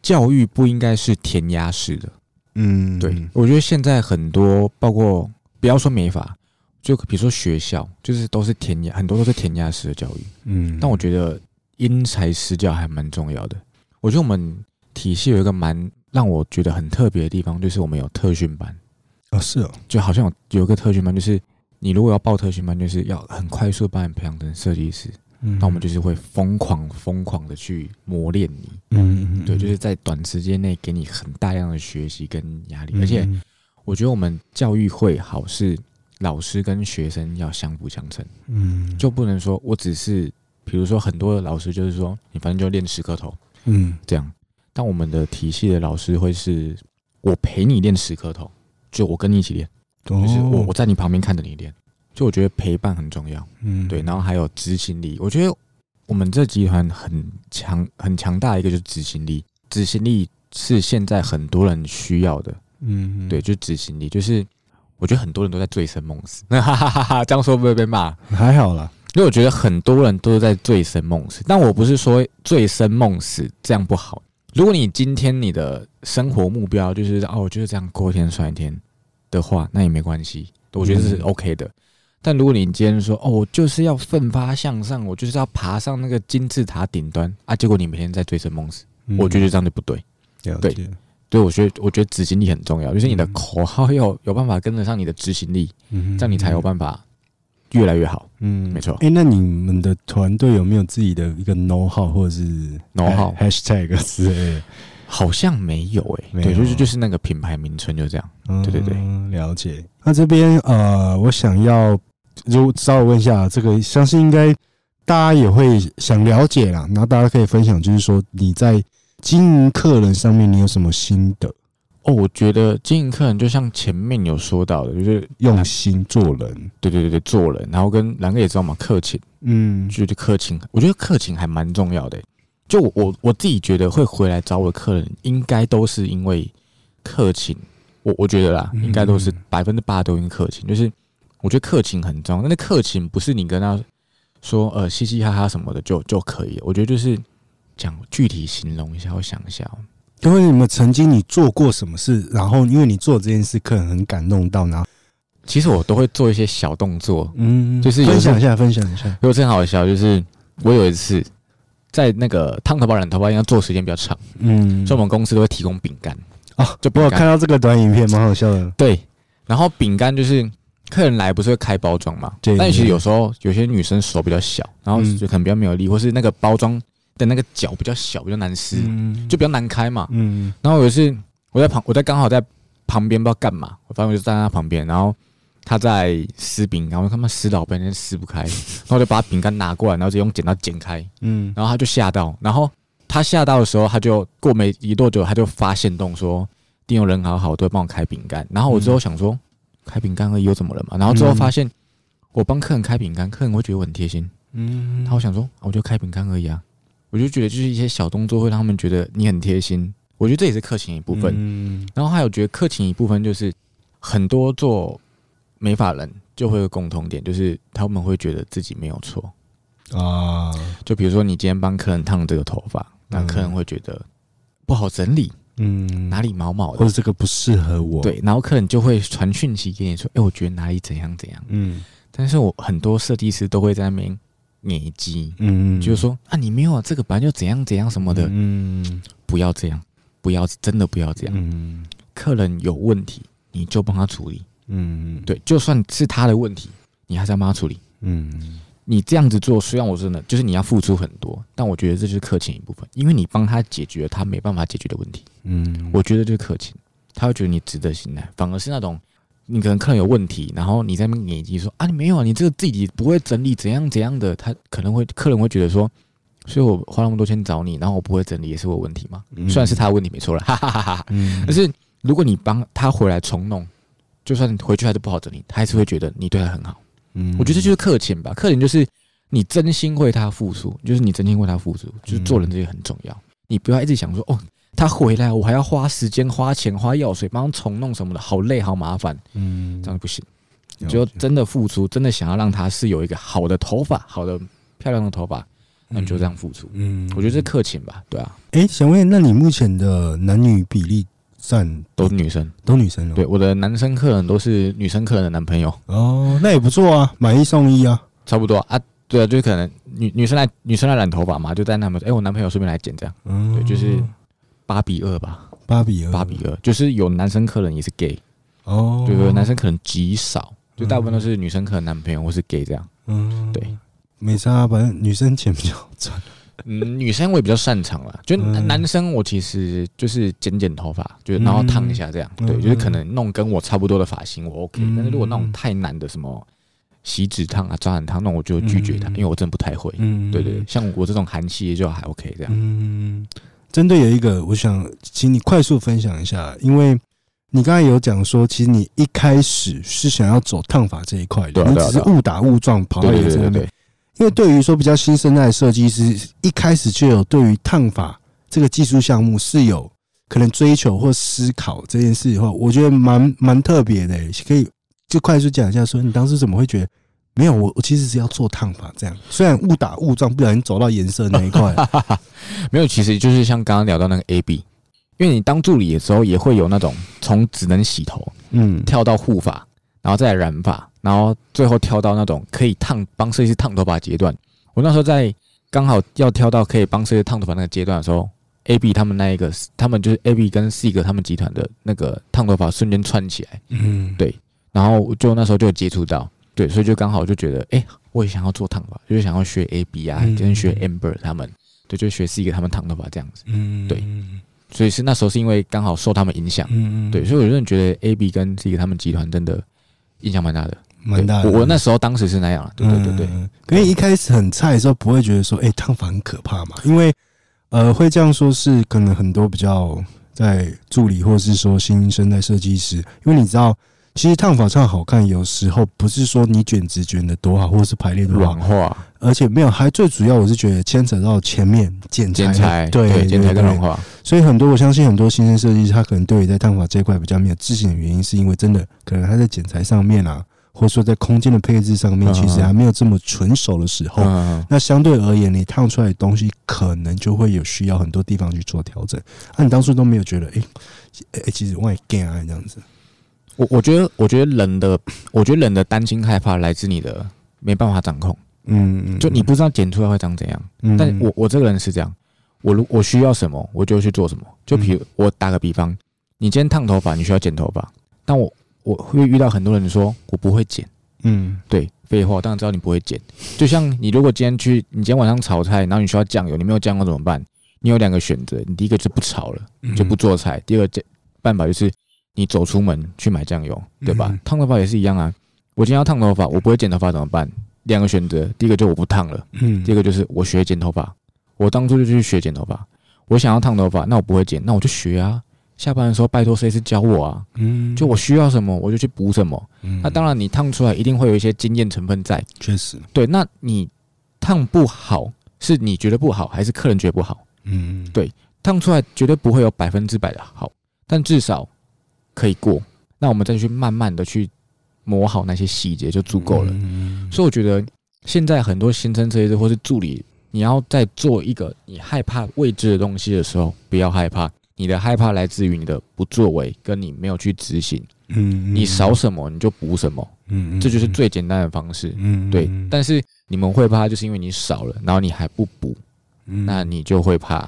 Speaker 3: 教育不应该是填鸭式的。
Speaker 1: 嗯
Speaker 3: 对，我觉得现在很多，包括不要说美法，就比如说学校，就是都是填鸭，很多都是填鸭式的教育。
Speaker 1: 嗯
Speaker 3: 但我觉得因材施教还蛮重要的。我觉得我们体系有一个蛮让我觉得很特别的地方，就是我们有特训班。
Speaker 1: 哦是哦，
Speaker 3: 就好像有有一个特训班，就是你如果要报特训班，就是要很快速地把你培养成设计师，那
Speaker 1: 那
Speaker 3: 我们就是会疯狂疯狂的去磨练你，
Speaker 1: 嗯
Speaker 3: 对，就是在短时间内给你很大量的学习跟压力，
Speaker 1: 嗯
Speaker 3: 而且我觉得我们教育会好是老师跟学生要相辅相成，
Speaker 1: 嗯
Speaker 3: 就不能说我只是，比如说很多的老师就是说你反正就练十颗头
Speaker 1: 嗯
Speaker 3: 这样，但我们的体系的老师会是我陪你练十颗头，就我跟你一起练。就是
Speaker 1: 哦
Speaker 3: 我我在你旁边看着你练，就我觉得陪伴很重要，
Speaker 1: 嗯
Speaker 3: 对，然后还有执行力，我觉得我们这集团很强很强大一个就是执行力，执行力是现在很多人需要的，
Speaker 1: 嗯
Speaker 3: 对，就执行力，就是我觉得很多人都在醉生梦死， 哈哈哈哈，这样说会不会被骂？
Speaker 1: 还好啦，
Speaker 3: 因为我觉得很多人都是在醉生梦死，但我不是说醉生梦死这样不好。如果你今天你的生活目标就是哦，我就是这样过一天算一天的话，那也没关系，我觉得这是
Speaker 1: 嗯
Speaker 3: OK 的。但如果你今天说哦，我就是要奋发向上，我就是要爬上那个金字塔顶端啊，结果你每天在醉生梦死，
Speaker 1: 嗯
Speaker 3: 我觉得这样就不对。
Speaker 1: 了
Speaker 3: 对
Speaker 1: 解，
Speaker 3: 对，我觉得我觉得执行力很重要，就是你的
Speaker 1: 嗯
Speaker 3: 口号要有办法跟得上你的执行力，
Speaker 1: 嗯
Speaker 3: 这样你才有办法越来 越好。
Speaker 1: 嗯
Speaker 3: 没错
Speaker 1: 哎，那你们的团队有没有自己的一个 know how 或者是
Speaker 3: know how
Speaker 1: hashtag 之类的？
Speaker 3: 好像没有诶、
Speaker 1: 没有
Speaker 3: 对，就是就是那个品牌名称就这样。
Speaker 1: 对
Speaker 3: 对对
Speaker 1: 嗯了解。那这边呃，我想要就稍微问一下，这个相信应该大家也会想了解啦，然后大家可以分享，就是说你在经营客人上面你有什么心得？
Speaker 3: 哦，我觉得经营客人就像前面有说到的，就是
Speaker 1: 用心做人，
Speaker 3: 对对对对做人，然后跟然哥也知道嘛，客情，
Speaker 1: 嗯
Speaker 3: 就是客情，我觉得客情还蛮重要的欸、就我我我自己觉得会回来找我的客人，应该都是因为客情，我我觉得啦，
Speaker 1: 嗯
Speaker 3: 应该都是百分之八都因为客情，就是我觉得客情很重要，但是客情不是你跟他说呃嘻嘻哈哈什么的就就可以了，我觉得就是讲具体形容一下，我想一下、哦。
Speaker 1: 因为你们曾经你做过什么事，然后因为你做这件事，客人很感动到，然后
Speaker 3: 其实我都会做一些小动作，
Speaker 1: 嗯，
Speaker 3: 就是有
Speaker 1: 分享一下，分享一下，
Speaker 3: 因为真好笑，就是我有一次在那个烫头发、染头发，因为要做时间比较长，
Speaker 1: 嗯
Speaker 3: 所以我们公司都会提供饼干。
Speaker 1: 哦，
Speaker 3: 就
Speaker 1: 我
Speaker 3: 饼
Speaker 1: 有
Speaker 3: 干
Speaker 1: 看到这个短影片，蛮好笑的，
Speaker 3: 对，然后饼干就是客人来不是会开包装嘛？
Speaker 1: 对
Speaker 3: 但其实有时候有些女生手比较小，然后
Speaker 1: 嗯
Speaker 3: 就可能比较没有力，或是那个包装的那个角比较小，比较难撕，
Speaker 1: 嗯
Speaker 3: 就比较难开嘛。
Speaker 1: 嗯
Speaker 3: 然后有一次我在旁，我在刚好在旁边不知道干嘛，我反正我就站在他旁边，然后他在撕饼干，我他妈撕老半天撕不开，然后我就把饼干拿过来，然后就用剪刀剪开，
Speaker 1: 嗯
Speaker 3: 然后他就吓到，然后他吓到的时候，他就过没一多久，他就发现动说，定有人好好都会帮我开饼干，然后我之后想说，开饼干而已又怎么了嘛，然后之后发现。我帮客人开饼干，客人会觉得我很贴心。
Speaker 1: 嗯
Speaker 3: 然后我想说，啊我就开饼干而已啊，我就觉得就是一些小动作会让他们觉得你很贴心。我觉得这也是客情的一部分。
Speaker 1: 嗯
Speaker 3: 然后还有觉得客情一部分就是很多做美发人就会有共同点，就是他们会觉得自己没有错。
Speaker 1: 啊，
Speaker 3: 就比如说你今天帮客人烫这个头发，那
Speaker 1: 嗯
Speaker 3: 客人会觉得不好整理，
Speaker 1: 嗯，
Speaker 3: 哪里毛毛
Speaker 1: 或者
Speaker 3: 的，
Speaker 1: 这个不适合我，，
Speaker 3: 对，然后客人就会传讯息给你说，哎、我觉得哪里怎样怎样。
Speaker 1: 嗯
Speaker 3: 但是我很多设计师都会在那边捏机，
Speaker 1: 嗯，
Speaker 3: 就是说啊，你没有这个本来就怎样怎样什么的，
Speaker 1: 嗯
Speaker 3: 不要这样，不要真的不要这样。
Speaker 1: 嗯
Speaker 3: 客人有问题，你就帮他处理。
Speaker 1: 嗯，
Speaker 3: 对，就算是他的问题，你还是要帮他处理。
Speaker 1: 嗯
Speaker 3: 你这样子做，虽然我真的就是你要付出很多，但我觉得这就是客情一部分，因为你帮他解决了他没办法解决的问题，
Speaker 1: 嗯，
Speaker 3: 我觉得就是客情，他会觉得你值得信赖，反而是那种你可能客人有问题，然后你在那边演技说啊你没有啊，你这个自己不会整理怎样怎样的，他可能会客人会觉得说，所以我花那么多钱找你，然后我不会整理也是我有问题吗？
Speaker 1: 嗯
Speaker 3: 虽然是他的问题没错了，哈哈哈哈。
Speaker 1: 嗯，
Speaker 3: 但是如果你帮他回来重弄，就算回去还是不好整理，他还是会觉得你对他很好。
Speaker 1: 嗯
Speaker 3: 我觉得这就是客情吧，客情就是你真心为他付出，就是你真心为他付出，就是做人这些很重要。你不要一直想说哦，他回来我还要花时间、花钱、花药水，帮他重弄什么的，好累，好麻烦，
Speaker 1: 嗯
Speaker 3: 这样不行。
Speaker 1: 了解
Speaker 3: 就真的付出，真的想要让他是有一个好的头发、好的漂亮的头发，那你就这样付出。
Speaker 1: 嗯
Speaker 3: 我觉得这客情吧，对啊，
Speaker 1: 哎、想问，那你目前的男女比例占
Speaker 3: 都是女生。
Speaker 1: 都女生了？
Speaker 3: 对，我的男生客人都是女生客人的男朋友，
Speaker 1: 哦，那也不错啊，买一送一啊。
Speaker 3: 差不多啊。对啊，就是可能女女生来女生来染头发嘛，就带他们说，哎、我男朋友顺便来剪这样，
Speaker 1: 嗯，
Speaker 3: 对，就是八比二吧，
Speaker 1: 八比二，
Speaker 3: 八比二，就是有男生客人也是 gay，
Speaker 1: 哦，
Speaker 3: 对对，男生可能极少，就大部分都是女生客人男朋友或是 gay 这样。
Speaker 1: 嗯
Speaker 3: 对，
Speaker 1: 没差啊，反正女生钱比较赚。
Speaker 3: 嗯，女生我也比较擅长啦，就
Speaker 1: 嗯
Speaker 3: 男生我其实就是剪剪头发，就是然后烫一下这样，对，就是可能弄跟我差不多的发型我 OK，、
Speaker 1: 嗯
Speaker 3: 但是如果那种太难的什么锡纸烫啊、抓染烫，那我就拒绝他，
Speaker 1: 嗯
Speaker 3: 因为我真的不太会。
Speaker 1: 嗯
Speaker 3: 对对，对，像我这种韩系就还 OK 这样。
Speaker 1: 嗯，针对有一个，我想请你快速分享一下，因为你刚才有讲说，其实你一开始是想要走烫发这一块的，
Speaker 3: 对啊
Speaker 1: 你
Speaker 3: 对啊
Speaker 1: 只是
Speaker 3: 对
Speaker 1: 误打误撞跑到
Speaker 3: 对
Speaker 1: 颜
Speaker 3: 对
Speaker 1: 色
Speaker 3: 对
Speaker 1: 那边。
Speaker 3: 对
Speaker 1: 因为对于说比较新生代的设计师，一开始就有对于烫发这个技术项目是有可能追求或思考这件事的话，我觉得蛮蛮特别的、可以就快速讲一下，说你当时怎么会觉得没有我，我其实是要做烫发这样，虽然误打误撞，不小心走到颜色那一块，啊
Speaker 3: 对，没有，其实就是像刚刚聊到那个 AB，因为你当助理的时候也会有那种从只能洗头
Speaker 1: 嗯
Speaker 3: 跳到护发，然后再来染发，然后最后跳到那种可以烫帮设计师烫头发的阶段。我那时候在刚好要跳到可以帮设计师烫头发那个阶段的时候，AB 他们那一个，他们就是 AB 跟 C 哥他们集团的那个烫头发瞬间串起来，
Speaker 1: 嗯，
Speaker 3: 对然后我就那时候就有接触到，对，所以就刚好就觉得，哎、我也想要做烫发，就是想要学 AB 啊，
Speaker 1: 嗯
Speaker 3: 跟学 Amber 他们，对，就学 C 哥他们烫头发这样子。
Speaker 1: 嗯
Speaker 3: 对所以是那时候是因为刚好受他们影响，
Speaker 1: 嗯
Speaker 3: 对，，所以我真的觉得 AB 跟 C 哥他们集团真的影响蛮大的。
Speaker 1: 蛮大的。
Speaker 3: 对我我那时候当时是那样啊了，对对对对，
Speaker 1: 嗯可是一开始很菜的时候，不会觉得说，哎、烫发很可怕嘛？因为呃，会这样说是可能很多比较在助理或是说新生代设计师，因为你知道，其实烫发唱好看，有时候不是说你卷直卷的多好，或是排列多好
Speaker 3: 软，化、
Speaker 1: 而且没有，还最主要我是觉得牵扯到前面剪裁，
Speaker 3: 剪裁，
Speaker 1: 对
Speaker 3: 对，剪裁
Speaker 1: 对
Speaker 3: 跟软化，
Speaker 1: 所以很多我相信很多新生设计师，他可能对于在烫发这一块比较没有自信的原因，是因为真的可能他在剪裁上面啊，或者说在空间的配置上面，
Speaker 3: 嗯
Speaker 1: 其实还没有这么纯熟的时候。
Speaker 3: 嗯，
Speaker 1: 那相对而言，你烫出来的东西可能就会有需要很多地方去做调整。啊那、你当初都没有觉得，哎、哎、诶其实我也 gay 啊这样子，
Speaker 3: 我我觉得我觉得人的，我觉得人的担心害怕来自你的没办法掌控，
Speaker 1: 嗯，
Speaker 3: 就你不知道剪出来会长怎样。
Speaker 1: 嗯，
Speaker 3: 但我我这个人是这样，我如我需要什么，我就去做什么。就
Speaker 1: 嗯
Speaker 3: 比如我打个比方，你今天烫头发，你需要剪头发，但我我会遇到很多人说我不会剪。
Speaker 1: 嗯
Speaker 3: 对，废话，当然知道你不会剪。就像你如果今天去，你今天晚上炒菜，然后你需要酱油，你没有酱油怎么办？你有两个选择，你第一个就不炒了，
Speaker 1: 嗯
Speaker 3: 嗯就不做菜；第二个这办法就是你走出门去买酱油，对吧
Speaker 1: 嗯？
Speaker 3: 烫头发也是一样啊。我今天要烫头发，我不会剪头发怎么办？两个选择，第一个就我不烫了，
Speaker 1: 嗯
Speaker 3: 第二个就是我学剪头发。我当初就去学剪头发，我想要烫头发，那我不会剪，那我就学啊。下班的时候拜托谁是教我啊？
Speaker 1: 嗯
Speaker 3: 就我需要什么我就去补什么。
Speaker 1: 那
Speaker 3: 那当然，你烫出来一定会有一些经验成分在。
Speaker 1: 确实，
Speaker 3: 对，那你烫不好，是你觉得不好，还是客人觉得不好？
Speaker 1: 嗯
Speaker 3: 对烫出来绝对不会有百分之百的好，但至少可以过。那我们再去慢慢的去磨好那些细节就足够了。
Speaker 1: 嗯
Speaker 3: 所以我觉得现在很多新生设计师或是助理，你要在做一个你害怕未知的东西的时候，不要害怕。你的害怕来自于你的不作为，跟你没有去执行。
Speaker 1: 嗯
Speaker 3: 你少，什么你就补什么，
Speaker 1: 嗯
Speaker 3: 这就是，最简单的方式。
Speaker 1: 嗯
Speaker 3: 对，但是你们会怕，就是因为你少了，然后你还不补，
Speaker 1: 嗯
Speaker 3: 那你就会怕。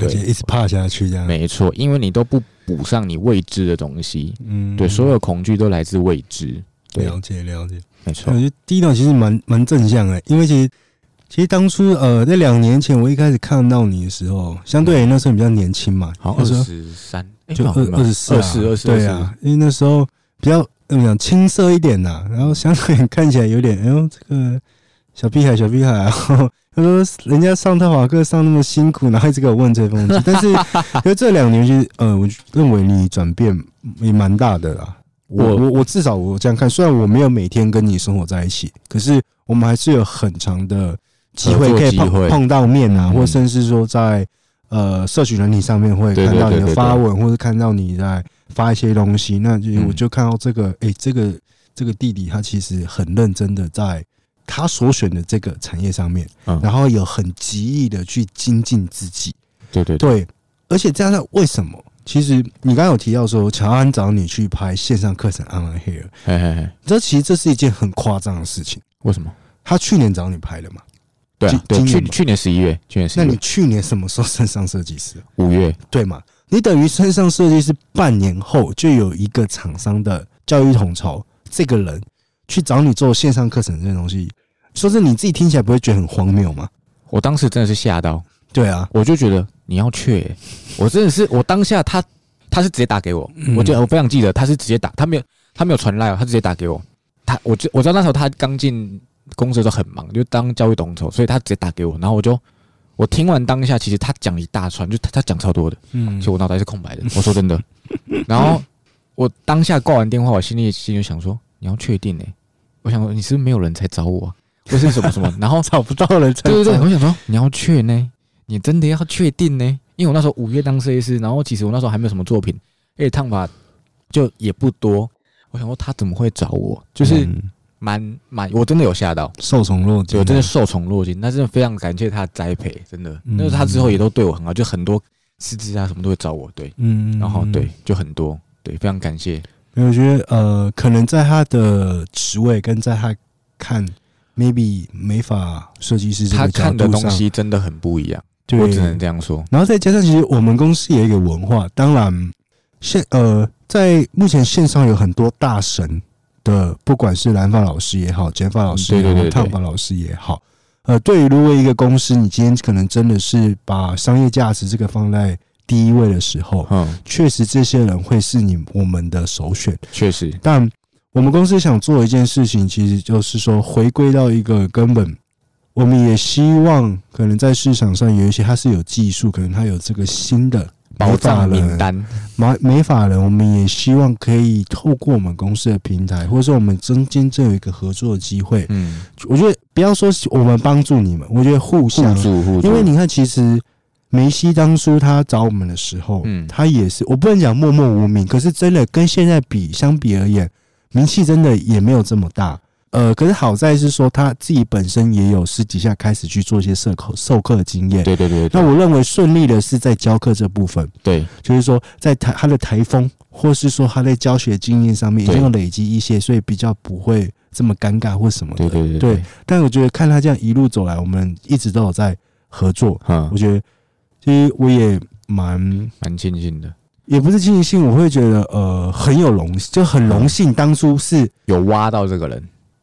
Speaker 1: 而且一直怕下去这样，
Speaker 3: 没错，因为你都不补上你未知的东西，
Speaker 1: 嗯
Speaker 3: 对，所有恐惧都来自未知。对
Speaker 1: 了解了解。
Speaker 3: 没
Speaker 1: 我
Speaker 3: 错，
Speaker 1: 觉得第一档其实蛮蛮正向的，因为其实其实当初呃，在两年前我一开始看到你的时候，相对于那时候你比较年轻嘛，
Speaker 3: 嗯好
Speaker 1: 那
Speaker 3: 像
Speaker 1: 时
Speaker 3: 二
Speaker 1: 候
Speaker 3: 十三，哎
Speaker 1: 就
Speaker 3: 没有没有
Speaker 1: 二二十四、啊
Speaker 3: 二十二十，
Speaker 1: 对啊，因为那时候比较怎么讲青涩一点呐、然后相 对看起来有点，哎呦这个小屁孩小屁孩、啊，然 后他说人家上套法课上那么辛苦，然后一直给我问吹风机，但是 因为这两年其实呃，我认为你转变也蛮大的啦，我
Speaker 3: 我
Speaker 1: 我我至少我这样看，虽然我没有每天跟你生活在一起，可是我们还是有很长的机会
Speaker 3: 合作
Speaker 1: 可以
Speaker 3: 机
Speaker 1: 碰
Speaker 3: 会
Speaker 1: 碰到面啊，
Speaker 3: 嗯
Speaker 1: 或甚至说在呃社群软体上面会
Speaker 3: 对对
Speaker 1: 看到你
Speaker 3: 对
Speaker 1: 的
Speaker 3: 对
Speaker 1: 发文，或者看到你在发一些东西，那就
Speaker 3: 嗯
Speaker 1: 我就看到这个，哎，这个这个弟弟他其实很认真的在他所选的这个产业上面，
Speaker 3: 嗯
Speaker 1: 然后有很极力的去精进自己，
Speaker 3: 对对对，
Speaker 1: 对，而且这样的为什么？其实你刚刚有提到说，乔安找你去拍线上课程《On Here》，
Speaker 3: 嘿嘿嘿，
Speaker 1: 这其实这是一件很夸张的事情。
Speaker 3: 为什么？对
Speaker 1: 他去年找你拍的嘛？
Speaker 3: 对啊
Speaker 1: 今
Speaker 3: 对，
Speaker 1: 今
Speaker 3: 去
Speaker 1: 年吧
Speaker 3: 去年十一月，去年十
Speaker 1: 那
Speaker 3: 一
Speaker 1: 你
Speaker 3: 月，
Speaker 1: 去年什么时候升上设计师？
Speaker 3: 五月，
Speaker 1: 对嘛？你等于升上设计师半年后，就有一个厂商的教育统筹这个人去找你做线上课程这些东西，说是你自己听起来不会觉得很荒谬吗？
Speaker 3: 我当时真的是吓到，
Speaker 1: 对啊，
Speaker 3: 我就觉得你要去欸、我真的是我当下他他是直接打给我，
Speaker 1: 嗯
Speaker 3: 我记得我非常记得他是直接打，他没有他没有传来，哦他直接打给我，他我知我知道那时候他刚进公司的时候很忙，就当教育统筹，所以他直接打给我，然后我就我听完当下，其实他讲一大串，就他他讲超多的，
Speaker 1: 嗯
Speaker 3: 其实我脑袋是空白的， 我说真的，然后我当下挂完电话，我心里心里就想说你要确定哎、我想说你是不是没有人才找我、啊，或是什么什么，然后
Speaker 1: 找不到人才
Speaker 3: 对对对，我想说你要确呢，你真的要确定呢？因为我那时候五月当设计师，然后其实我那时候还没有什么作品，而且烫发就也不多。我想说他怎么会找我？就是
Speaker 1: 嗯
Speaker 3: 蛮蛮，我真的有吓到，
Speaker 1: 受宠若惊
Speaker 3: 对，
Speaker 1: 啊，
Speaker 3: 我真的受宠若惊。那真的非常感谢他的栽培，真的，
Speaker 1: 嗯
Speaker 3: 那他之后也都对我很好，就很多师资啊什么都会找我，对，
Speaker 1: 嗯
Speaker 3: 然后哦对，就很多，对，非常感谢，
Speaker 1: 因为我觉得呃，可能在他的职位跟在他看 maybe 美发设计师这
Speaker 3: 他
Speaker 1: 个角
Speaker 3: 看的
Speaker 1: 度
Speaker 3: 东
Speaker 1: 上，
Speaker 3: 西真的很不一样，
Speaker 1: 对
Speaker 3: 我只能这样说，
Speaker 1: 然后再加上，其实我们公司也有一个文化，当然线呃，在目前线上有很多大神的，不管是染发老师也好，剪发老师也
Speaker 3: 嗯对对
Speaker 1: 好，
Speaker 3: 对对
Speaker 1: 烫发老师也好，呃，对于如果一个公司你今天可能真的是把商业价值这个放在第一位的时候，
Speaker 3: 嗯，
Speaker 1: 确实这些人会是你我们的首选。
Speaker 3: 确实，
Speaker 1: 但我们公司想做一件事情，其实就是说回归到一个根本，我们也希望可能在市场上有一些他是有技术，可能他有这个新的
Speaker 3: 保障
Speaker 1: 美发
Speaker 3: 名
Speaker 1: 人
Speaker 3: 单，
Speaker 1: 美美法人，我们也希望可以透过我们公司的平台，或者说我们中间这有一个合作的机会。
Speaker 3: 嗯，
Speaker 1: 我觉得不要说是我们帮助你们，我觉得互
Speaker 3: 互
Speaker 1: 相
Speaker 3: 助互
Speaker 1: 嗯
Speaker 3: 助，
Speaker 1: 因为你看，其实梅西当初他找我们的时候，
Speaker 3: 嗯
Speaker 1: 他也是我不能讲默默无名，可是真的跟现在比相比而言，名气真的也没有这么大。呃，可是好在是说他自己本身也有私底下开始去做一些社口授课的经验。
Speaker 3: 对对对，对
Speaker 1: 那我认为顺利的是在教课这部分，
Speaker 3: 对
Speaker 1: 就是说在台他的台风，或是说他在教学经验上面已经
Speaker 3: 对
Speaker 1: 有累积一些，所以比较不会这么尴尬或什么的。
Speaker 3: 对对对
Speaker 1: 对，但我觉得看他这样一路走来，我们一直都有在合作，
Speaker 3: 嗯
Speaker 1: 我，觉得其实我也蛮
Speaker 3: 蛮庆幸的，
Speaker 1: 也不是庆幸，我会觉得呃很有荣，就很
Speaker 3: 嗯
Speaker 1: 荣幸当初是
Speaker 3: 有挖到这个人，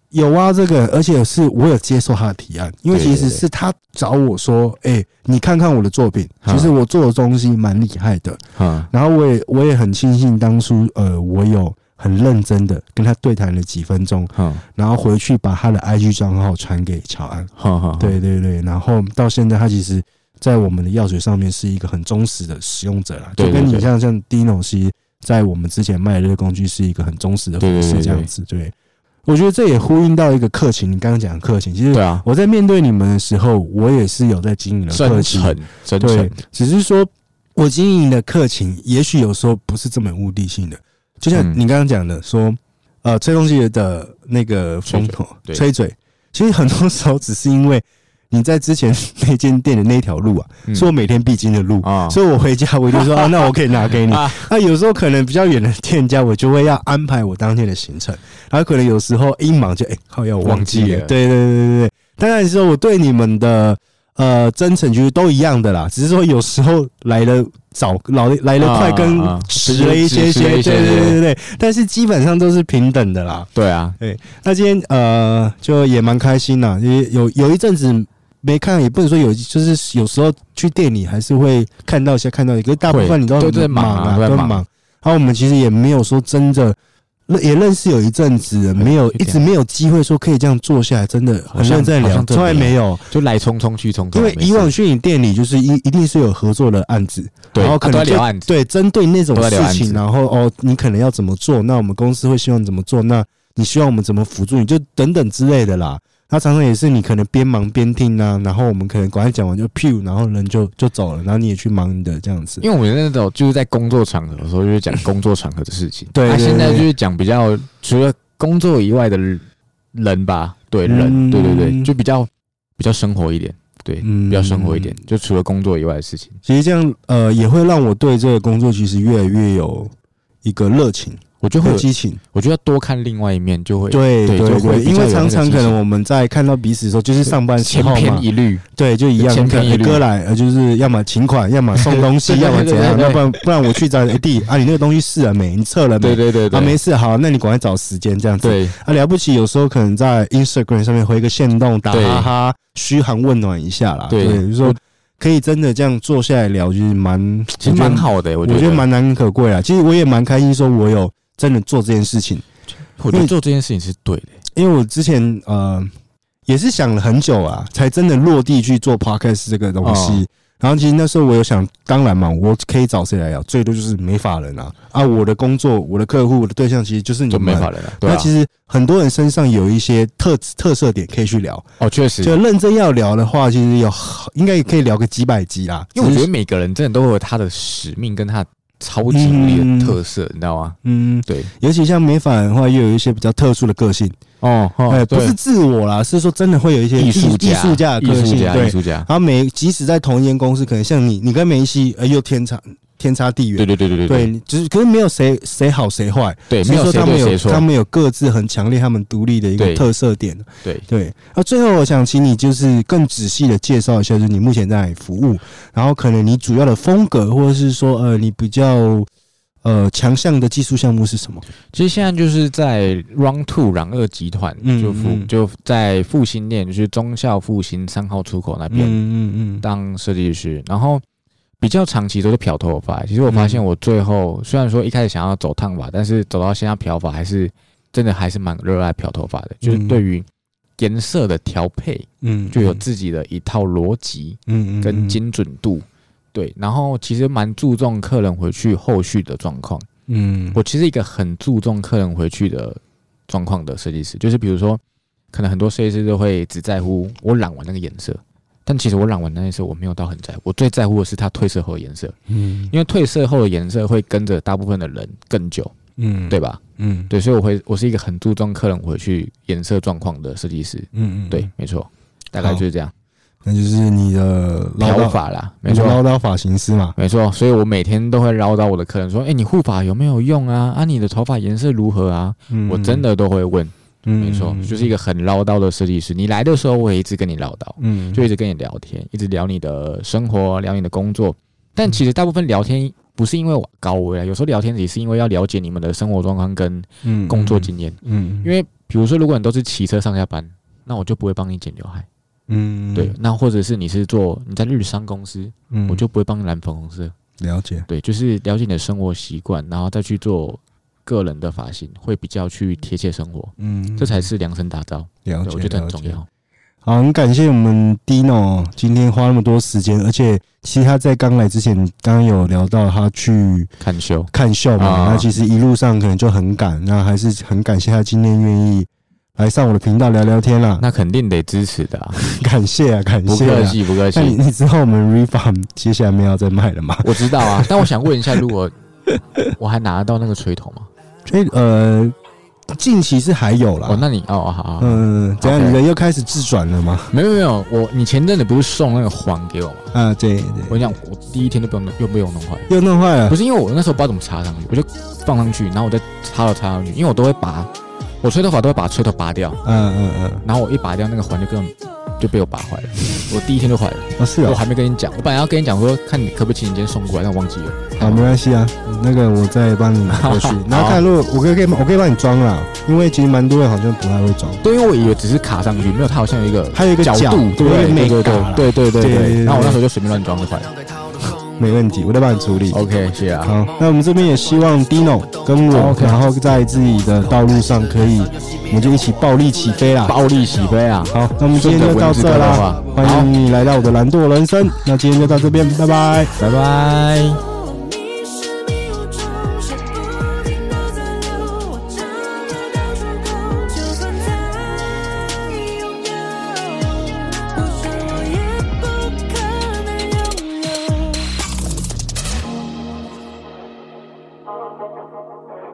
Speaker 1: 有啊这个，而且是我有接受他的提案，因为
Speaker 3: 对
Speaker 1: 其
Speaker 3: 对
Speaker 1: 实
Speaker 3: 对
Speaker 1: 是他找我说，哎、你看看我的作品，
Speaker 3: 嗯
Speaker 1: 其实我做的东西蛮厉害的，
Speaker 3: 嗯，
Speaker 1: 然后我也我也很庆幸当初呃我有。很认真的跟他对谈了几分钟，
Speaker 3: 哼
Speaker 1: 然后回去把他的 IG 账号传给乔安，
Speaker 3: 哼哼，
Speaker 1: 对对对，然后到现在，它其实，在我们的药水上面是一个很忠实的使用者啦，
Speaker 3: 对
Speaker 1: 就跟
Speaker 3: 对
Speaker 1: 你
Speaker 3: 对
Speaker 1: 像像 Dino 其实在我们之前卖的这个工具是一个很忠实的服
Speaker 3: 对对
Speaker 1: 饰
Speaker 3: 对
Speaker 1: 这样
Speaker 3: 对
Speaker 1: 子。对，我觉得这也呼应到一个客情，你刚刚讲的客情，其
Speaker 3: 对
Speaker 1: 实
Speaker 3: 啊，
Speaker 1: 我在面对你们的时候，我也是有在经营的客
Speaker 3: 真
Speaker 1: 情，
Speaker 3: 诚真
Speaker 1: 对
Speaker 3: 诚，，
Speaker 1: 只是说我经营的客情，也许有时候不是这么有目的性的，就像
Speaker 3: 嗯
Speaker 1: 你刚刚讲的，说呃，吹风机的那个风头
Speaker 3: 吹嘴对
Speaker 1: 吹嘴，其实很多时候只是因为你在之前那间店的那条路啊，
Speaker 3: 嗯
Speaker 1: 是我每天必经的路。
Speaker 3: 啊，
Speaker 1: 所以我回家我就说啊，那我可以拿给你。那、有时候可能比较远的店家，我就会要安排我当天的行程。然后可能有时候一忙就哎，靠、要我忘记
Speaker 3: 忘记
Speaker 1: 了。
Speaker 3: 了
Speaker 1: 对对对对对，当然说我对你们的呃真诚其实都一样的啦，只是说有时候来的早，老来的快
Speaker 3: 啊
Speaker 1: 跟
Speaker 3: 啊
Speaker 1: 迟了一些
Speaker 3: 迟
Speaker 1: 些。
Speaker 3: 了
Speaker 1: 对
Speaker 3: 一些
Speaker 1: 对对
Speaker 3: 对
Speaker 1: 对对，但是基本上都是平等的啦。
Speaker 3: 对啊，
Speaker 1: 那今天呃，就也蛮开心啦，因为有有一阵子没看，也不能说有，就是有时候去店里还是会看到一些看到一个，可是大部分
Speaker 3: 会
Speaker 1: 你都
Speaker 3: 都在
Speaker 1: 很
Speaker 3: 忙啊
Speaker 1: 啊，
Speaker 3: 都在
Speaker 1: 都
Speaker 3: 忙
Speaker 1: 忙。然后我们其实也没有说真的。认也认识有一阵子，没有
Speaker 3: 就
Speaker 1: 一
Speaker 3: 这
Speaker 1: 直
Speaker 3: 样
Speaker 1: 没有机会说可以这样坐下来，真的
Speaker 3: 好
Speaker 1: 很
Speaker 3: 像
Speaker 1: 认真地
Speaker 3: 好
Speaker 1: 聊，
Speaker 3: 像真
Speaker 1: 从
Speaker 3: 的
Speaker 1: 来没有。
Speaker 3: 就来匆匆去匆匆，
Speaker 1: 因为
Speaker 3: 没事
Speaker 1: 以往去你店里，就是一一定是有合作的案子，
Speaker 3: 对，
Speaker 1: 然后
Speaker 3: 啊
Speaker 1: 可能
Speaker 3: 都在
Speaker 1: 就
Speaker 3: 聊案子，
Speaker 1: 对，针对那种
Speaker 3: 都在聊
Speaker 1: 事
Speaker 3: 案
Speaker 1: 情，
Speaker 3: 子
Speaker 1: 然后哦，你可能要怎么做？那我们公司会希望你怎么做？那你希望我们怎么辅助你？就等等之类的啦。那常常也是你可能边忙边听啊，然后我们可能赶快讲完就 p 然后人就就走了，然后你也去忙你的这样子。
Speaker 3: 因为我们那种就是在工作场合的时候，就是讲工作场合的事情。
Speaker 1: 对
Speaker 3: 那、
Speaker 1: 对
Speaker 3: 现在
Speaker 1: 对
Speaker 3: 就是讲比较除了工作以外的人吧，对人，
Speaker 1: 嗯
Speaker 3: 对对对，就比较比较生活一点，对，
Speaker 1: 嗯
Speaker 3: 比较生活一点，就除了工作以外的事情。
Speaker 1: 其实这样呃，也会让我对这个工作其实越来越有一个热情
Speaker 3: 我就会
Speaker 1: 和，激情。
Speaker 3: 我就要多看另外一面，就会
Speaker 1: 对
Speaker 3: 对就
Speaker 1: 对
Speaker 3: 会
Speaker 1: 对，
Speaker 3: 比较
Speaker 1: 因为
Speaker 3: 有那
Speaker 1: 常
Speaker 3: 个
Speaker 1: 常
Speaker 3: 激
Speaker 1: 可
Speaker 3: 情
Speaker 1: 能我们在看到彼此的时候，就是上班时
Speaker 3: 千
Speaker 1: 候嘛
Speaker 3: 篇，一律。
Speaker 1: 对，就一样，
Speaker 3: 千
Speaker 1: 你可
Speaker 3: 篇一
Speaker 1: 能
Speaker 3: 律
Speaker 1: 哥来，呃，就是要么请款，要么送东西，
Speaker 3: 对对
Speaker 1: 要么怎样，
Speaker 3: 对对对
Speaker 1: 要不然不然我去找你哎弟啊，你那个东西试了没？你测了
Speaker 3: 对
Speaker 1: 没？
Speaker 3: 对对对，
Speaker 1: 啊，没事，好，那你赶快找时间这样子。
Speaker 3: 对
Speaker 1: 啊，了不起，有时候可能在 Instagram 上面回个线动，打
Speaker 3: 对
Speaker 1: 哈哈，嘘寒问暖一下啦。
Speaker 3: 对
Speaker 1: 就是说可以真的这样坐下来聊，就是蛮
Speaker 3: 其实蛮，好的、我
Speaker 1: 我觉
Speaker 3: 觉得
Speaker 1: 得我觉得，蛮难能可贵啊。其实我也蛮开心，说我有真的做这件事情，
Speaker 3: 我觉得做这件事情是对的、
Speaker 1: 因为我之前呃也是想了很久啊，才真的落地去做 podcast 这个东西。
Speaker 3: 哦
Speaker 1: 然后其实那时候我有想，当然嘛，我可以找谁来聊，最多就是美法人啊啊！我的工作、我的客户、我的对象其实就是你
Speaker 3: 就没
Speaker 1: 们。
Speaker 3: 法了啦。
Speaker 1: 嗯
Speaker 3: 对
Speaker 1: 那
Speaker 3: 啊，
Speaker 1: 其实很多人身上有一些特特色点可以去聊，
Speaker 3: 哦，确实，
Speaker 1: 就认真要聊的话，其实有好应该也可以聊个几百集啦。
Speaker 3: 因为我觉
Speaker 1: 只
Speaker 3: 得
Speaker 1: 是，
Speaker 3: 每个人真的都会有他的使命跟他超级无力的特色，你知道吗？
Speaker 1: 嗯，
Speaker 3: 对，
Speaker 1: 尤其像美法人的话，又有一些比较特殊的个性，
Speaker 3: 哦，
Speaker 1: 哎，不是自我啦，是说真的会有一些
Speaker 3: 艺术
Speaker 1: 艺术家的
Speaker 3: 艺
Speaker 1: 个
Speaker 3: 术
Speaker 1: 性，
Speaker 3: 家，
Speaker 1: 对
Speaker 3: 艺，术家，
Speaker 1: 然后每即使在同一间公司，可能像你，你跟梅西，呃，又天差天差地
Speaker 3: 对
Speaker 1: 远，
Speaker 3: 对对对对
Speaker 1: 对，你就是可是没有谁谁好谁坏，
Speaker 3: 对，
Speaker 1: 只
Speaker 3: 没
Speaker 1: 是
Speaker 3: 有
Speaker 1: 说
Speaker 3: 谁
Speaker 1: 他们
Speaker 3: 对谁
Speaker 1: 有
Speaker 3: 错
Speaker 1: 他，们有各自很强烈、他们独立的一个
Speaker 3: 对
Speaker 1: 特色点，
Speaker 3: 对，
Speaker 1: 对。那最后我想请你就是更仔细的介绍一下，就是你目前在哪里服务，然后可能你主要的风格，或者是说呃你比较呃强项的技术项目是什么？
Speaker 3: 其实现在就是在 Round Two 朗二集团，
Speaker 1: 嗯
Speaker 3: 就复
Speaker 1: 嗯
Speaker 3: 就在复兴店，就是忠孝复兴三号出口那边
Speaker 1: 嗯嗯嗯，
Speaker 3: 当设计师，然后。比较长期都是漂头发，其实我发现
Speaker 1: 嗯
Speaker 3: 我最后虽然说一开始想要走烫发，但是走到现在漂发还是真的还是蛮热爱漂头发的，就是
Speaker 1: 嗯
Speaker 3: 对于颜色的调配，
Speaker 1: 嗯
Speaker 3: 就有自己的一套逻辑
Speaker 1: 嗯嗯
Speaker 3: 跟精准度。对，然后其实蛮注重客人回去后续的状况。
Speaker 1: 嗯
Speaker 3: 我其实一个很注重客人回去的状况的设计师，就是比如说，可能很多设计师都会只在乎我染完那个颜色，但其实我染完那个颜色我没有到很在乎，我最在乎的是它褪色后的颜色，
Speaker 1: 嗯
Speaker 3: 因为褪色后的颜色会跟着大部分的人更久，
Speaker 1: 嗯
Speaker 3: 对吧？
Speaker 1: 嗯
Speaker 3: 对，所以我会我是一个很注重客人回去颜色状况的设计师。
Speaker 1: 嗯嗯
Speaker 3: 对，没错，大概
Speaker 1: 好
Speaker 3: 就是这样。
Speaker 1: 那就是你的唠
Speaker 3: 漂
Speaker 1: 叨，
Speaker 3: 法啦，没
Speaker 1: 你的唠
Speaker 3: 错，
Speaker 1: 叨发型师嘛。
Speaker 3: 没错，所以我每天都会唠叨我的客人说：“哎、你护发有没有用啊？啊，你的头发颜色如何啊？”我真的都会问，
Speaker 1: 嗯，
Speaker 3: 没错，就是一个很唠叨的设计师。你来的时候，我也一直跟你唠叨，
Speaker 1: 嗯，
Speaker 3: 就一直跟你聊天，一直聊你的生活，聊你的工作。
Speaker 1: 嗯
Speaker 3: 但其实大部分聊天不是因为我高危啊，有时候聊天也是因为要了解你们的生活状况跟
Speaker 1: 嗯
Speaker 3: 工作经验。
Speaker 1: 嗯，
Speaker 3: 因为比如说，如果你都是骑车上下班，那我就不会帮你剪刘海。
Speaker 1: 嗯
Speaker 3: 对，，那或者是你是做你在日商公司，
Speaker 1: 嗯
Speaker 3: 我就不会帮你染粉红色。
Speaker 1: 了解。
Speaker 3: 对，就是了解你的生活习惯，然后再去做个人的发型，会比较去贴切生活，
Speaker 1: 嗯，
Speaker 3: 这才是量身打造。
Speaker 1: 了
Speaker 3: 对
Speaker 1: 解，
Speaker 3: 我觉得很
Speaker 1: 了
Speaker 3: 重
Speaker 1: 解。
Speaker 3: 要。
Speaker 1: 好，很感谢我们 Dino 今天花那么多时间，而且其实他在刚来之前，刚刚有聊到他去
Speaker 3: 看 秀，
Speaker 1: 看秀嘛，
Speaker 3: 啊
Speaker 1: 那其实一路上可能就很赶，那还是很感谢他今天愿意来上我的频道聊聊天啦，
Speaker 3: 那肯定得支持的、啊，
Speaker 1: 感谢啊，感
Speaker 3: 不
Speaker 1: 谢
Speaker 3: 客
Speaker 1: 啊。
Speaker 3: 气，不客
Speaker 1: 那你
Speaker 3: 气。
Speaker 1: 你知道我们 Refund 接下来没有要再卖了吗？
Speaker 3: 我知道啊，但我想问一下，如果我还拿得到那个锤头吗？
Speaker 1: 所以呃，近期是还有啦。
Speaker 3: 哦，那你哦，哦好好，好
Speaker 1: 啊嗯，怎样？
Speaker 3: OK
Speaker 1: 你人又开始自转了吗？
Speaker 3: 没有没有，我你前阵子不是送那个环给我吗？
Speaker 1: 啊，对对，嗯
Speaker 3: 我跟你讲，我第一天就不用又被我弄坏了，
Speaker 1: 又弄坏了
Speaker 3: 不。是因为我那时候不知道怎么插上去，我就放上去，然后我再插到插上去，因为我都会拔，我吹头发都会把吹头拔掉，
Speaker 1: 嗯嗯嗯，
Speaker 3: 然后我一拔掉那个环，就根本就被我拔坏了。我第一天就坏了，
Speaker 1: 哦是
Speaker 3: 我
Speaker 1: 哦，
Speaker 3: 还没跟你讲，我本来要跟你讲说，看你可不可以请你今天送过来，但我忘记了。。
Speaker 1: 好，没关系啊，那个我再帮你拿过去 然后看，如果我可以可以我可以帮你装啦，因为其实蛮多人好像不太会装。
Speaker 3: 对，因为我以为只是卡上去，没有它好像有一个
Speaker 1: 还有一个
Speaker 3: 角度，
Speaker 1: 对
Speaker 3: 对
Speaker 1: 美
Speaker 3: 对对
Speaker 1: 感啦
Speaker 3: 对对对
Speaker 1: 对对
Speaker 3: 对。
Speaker 1: 对
Speaker 3: 然后我那时候就随便乱装就坏了。
Speaker 1: 没问题，我再帮你处理。
Speaker 3: OK，谢谢啊。
Speaker 1: 好，那我们这边也希望 Dino 跟我，
Speaker 3: OK
Speaker 1: 然后在自己的道路上可以，我们就一起暴力起飞啦。
Speaker 3: 暴力起飞啊！
Speaker 1: 好，那我们今天就到这啦，欢迎你来到我的蓝舵人生。那今天就到这边，拜拜。
Speaker 3: 拜拜。
Speaker 2: 迷失迷雾中，谁不停的在流？我站在到处都，就算再拥有。
Speaker 4: Thank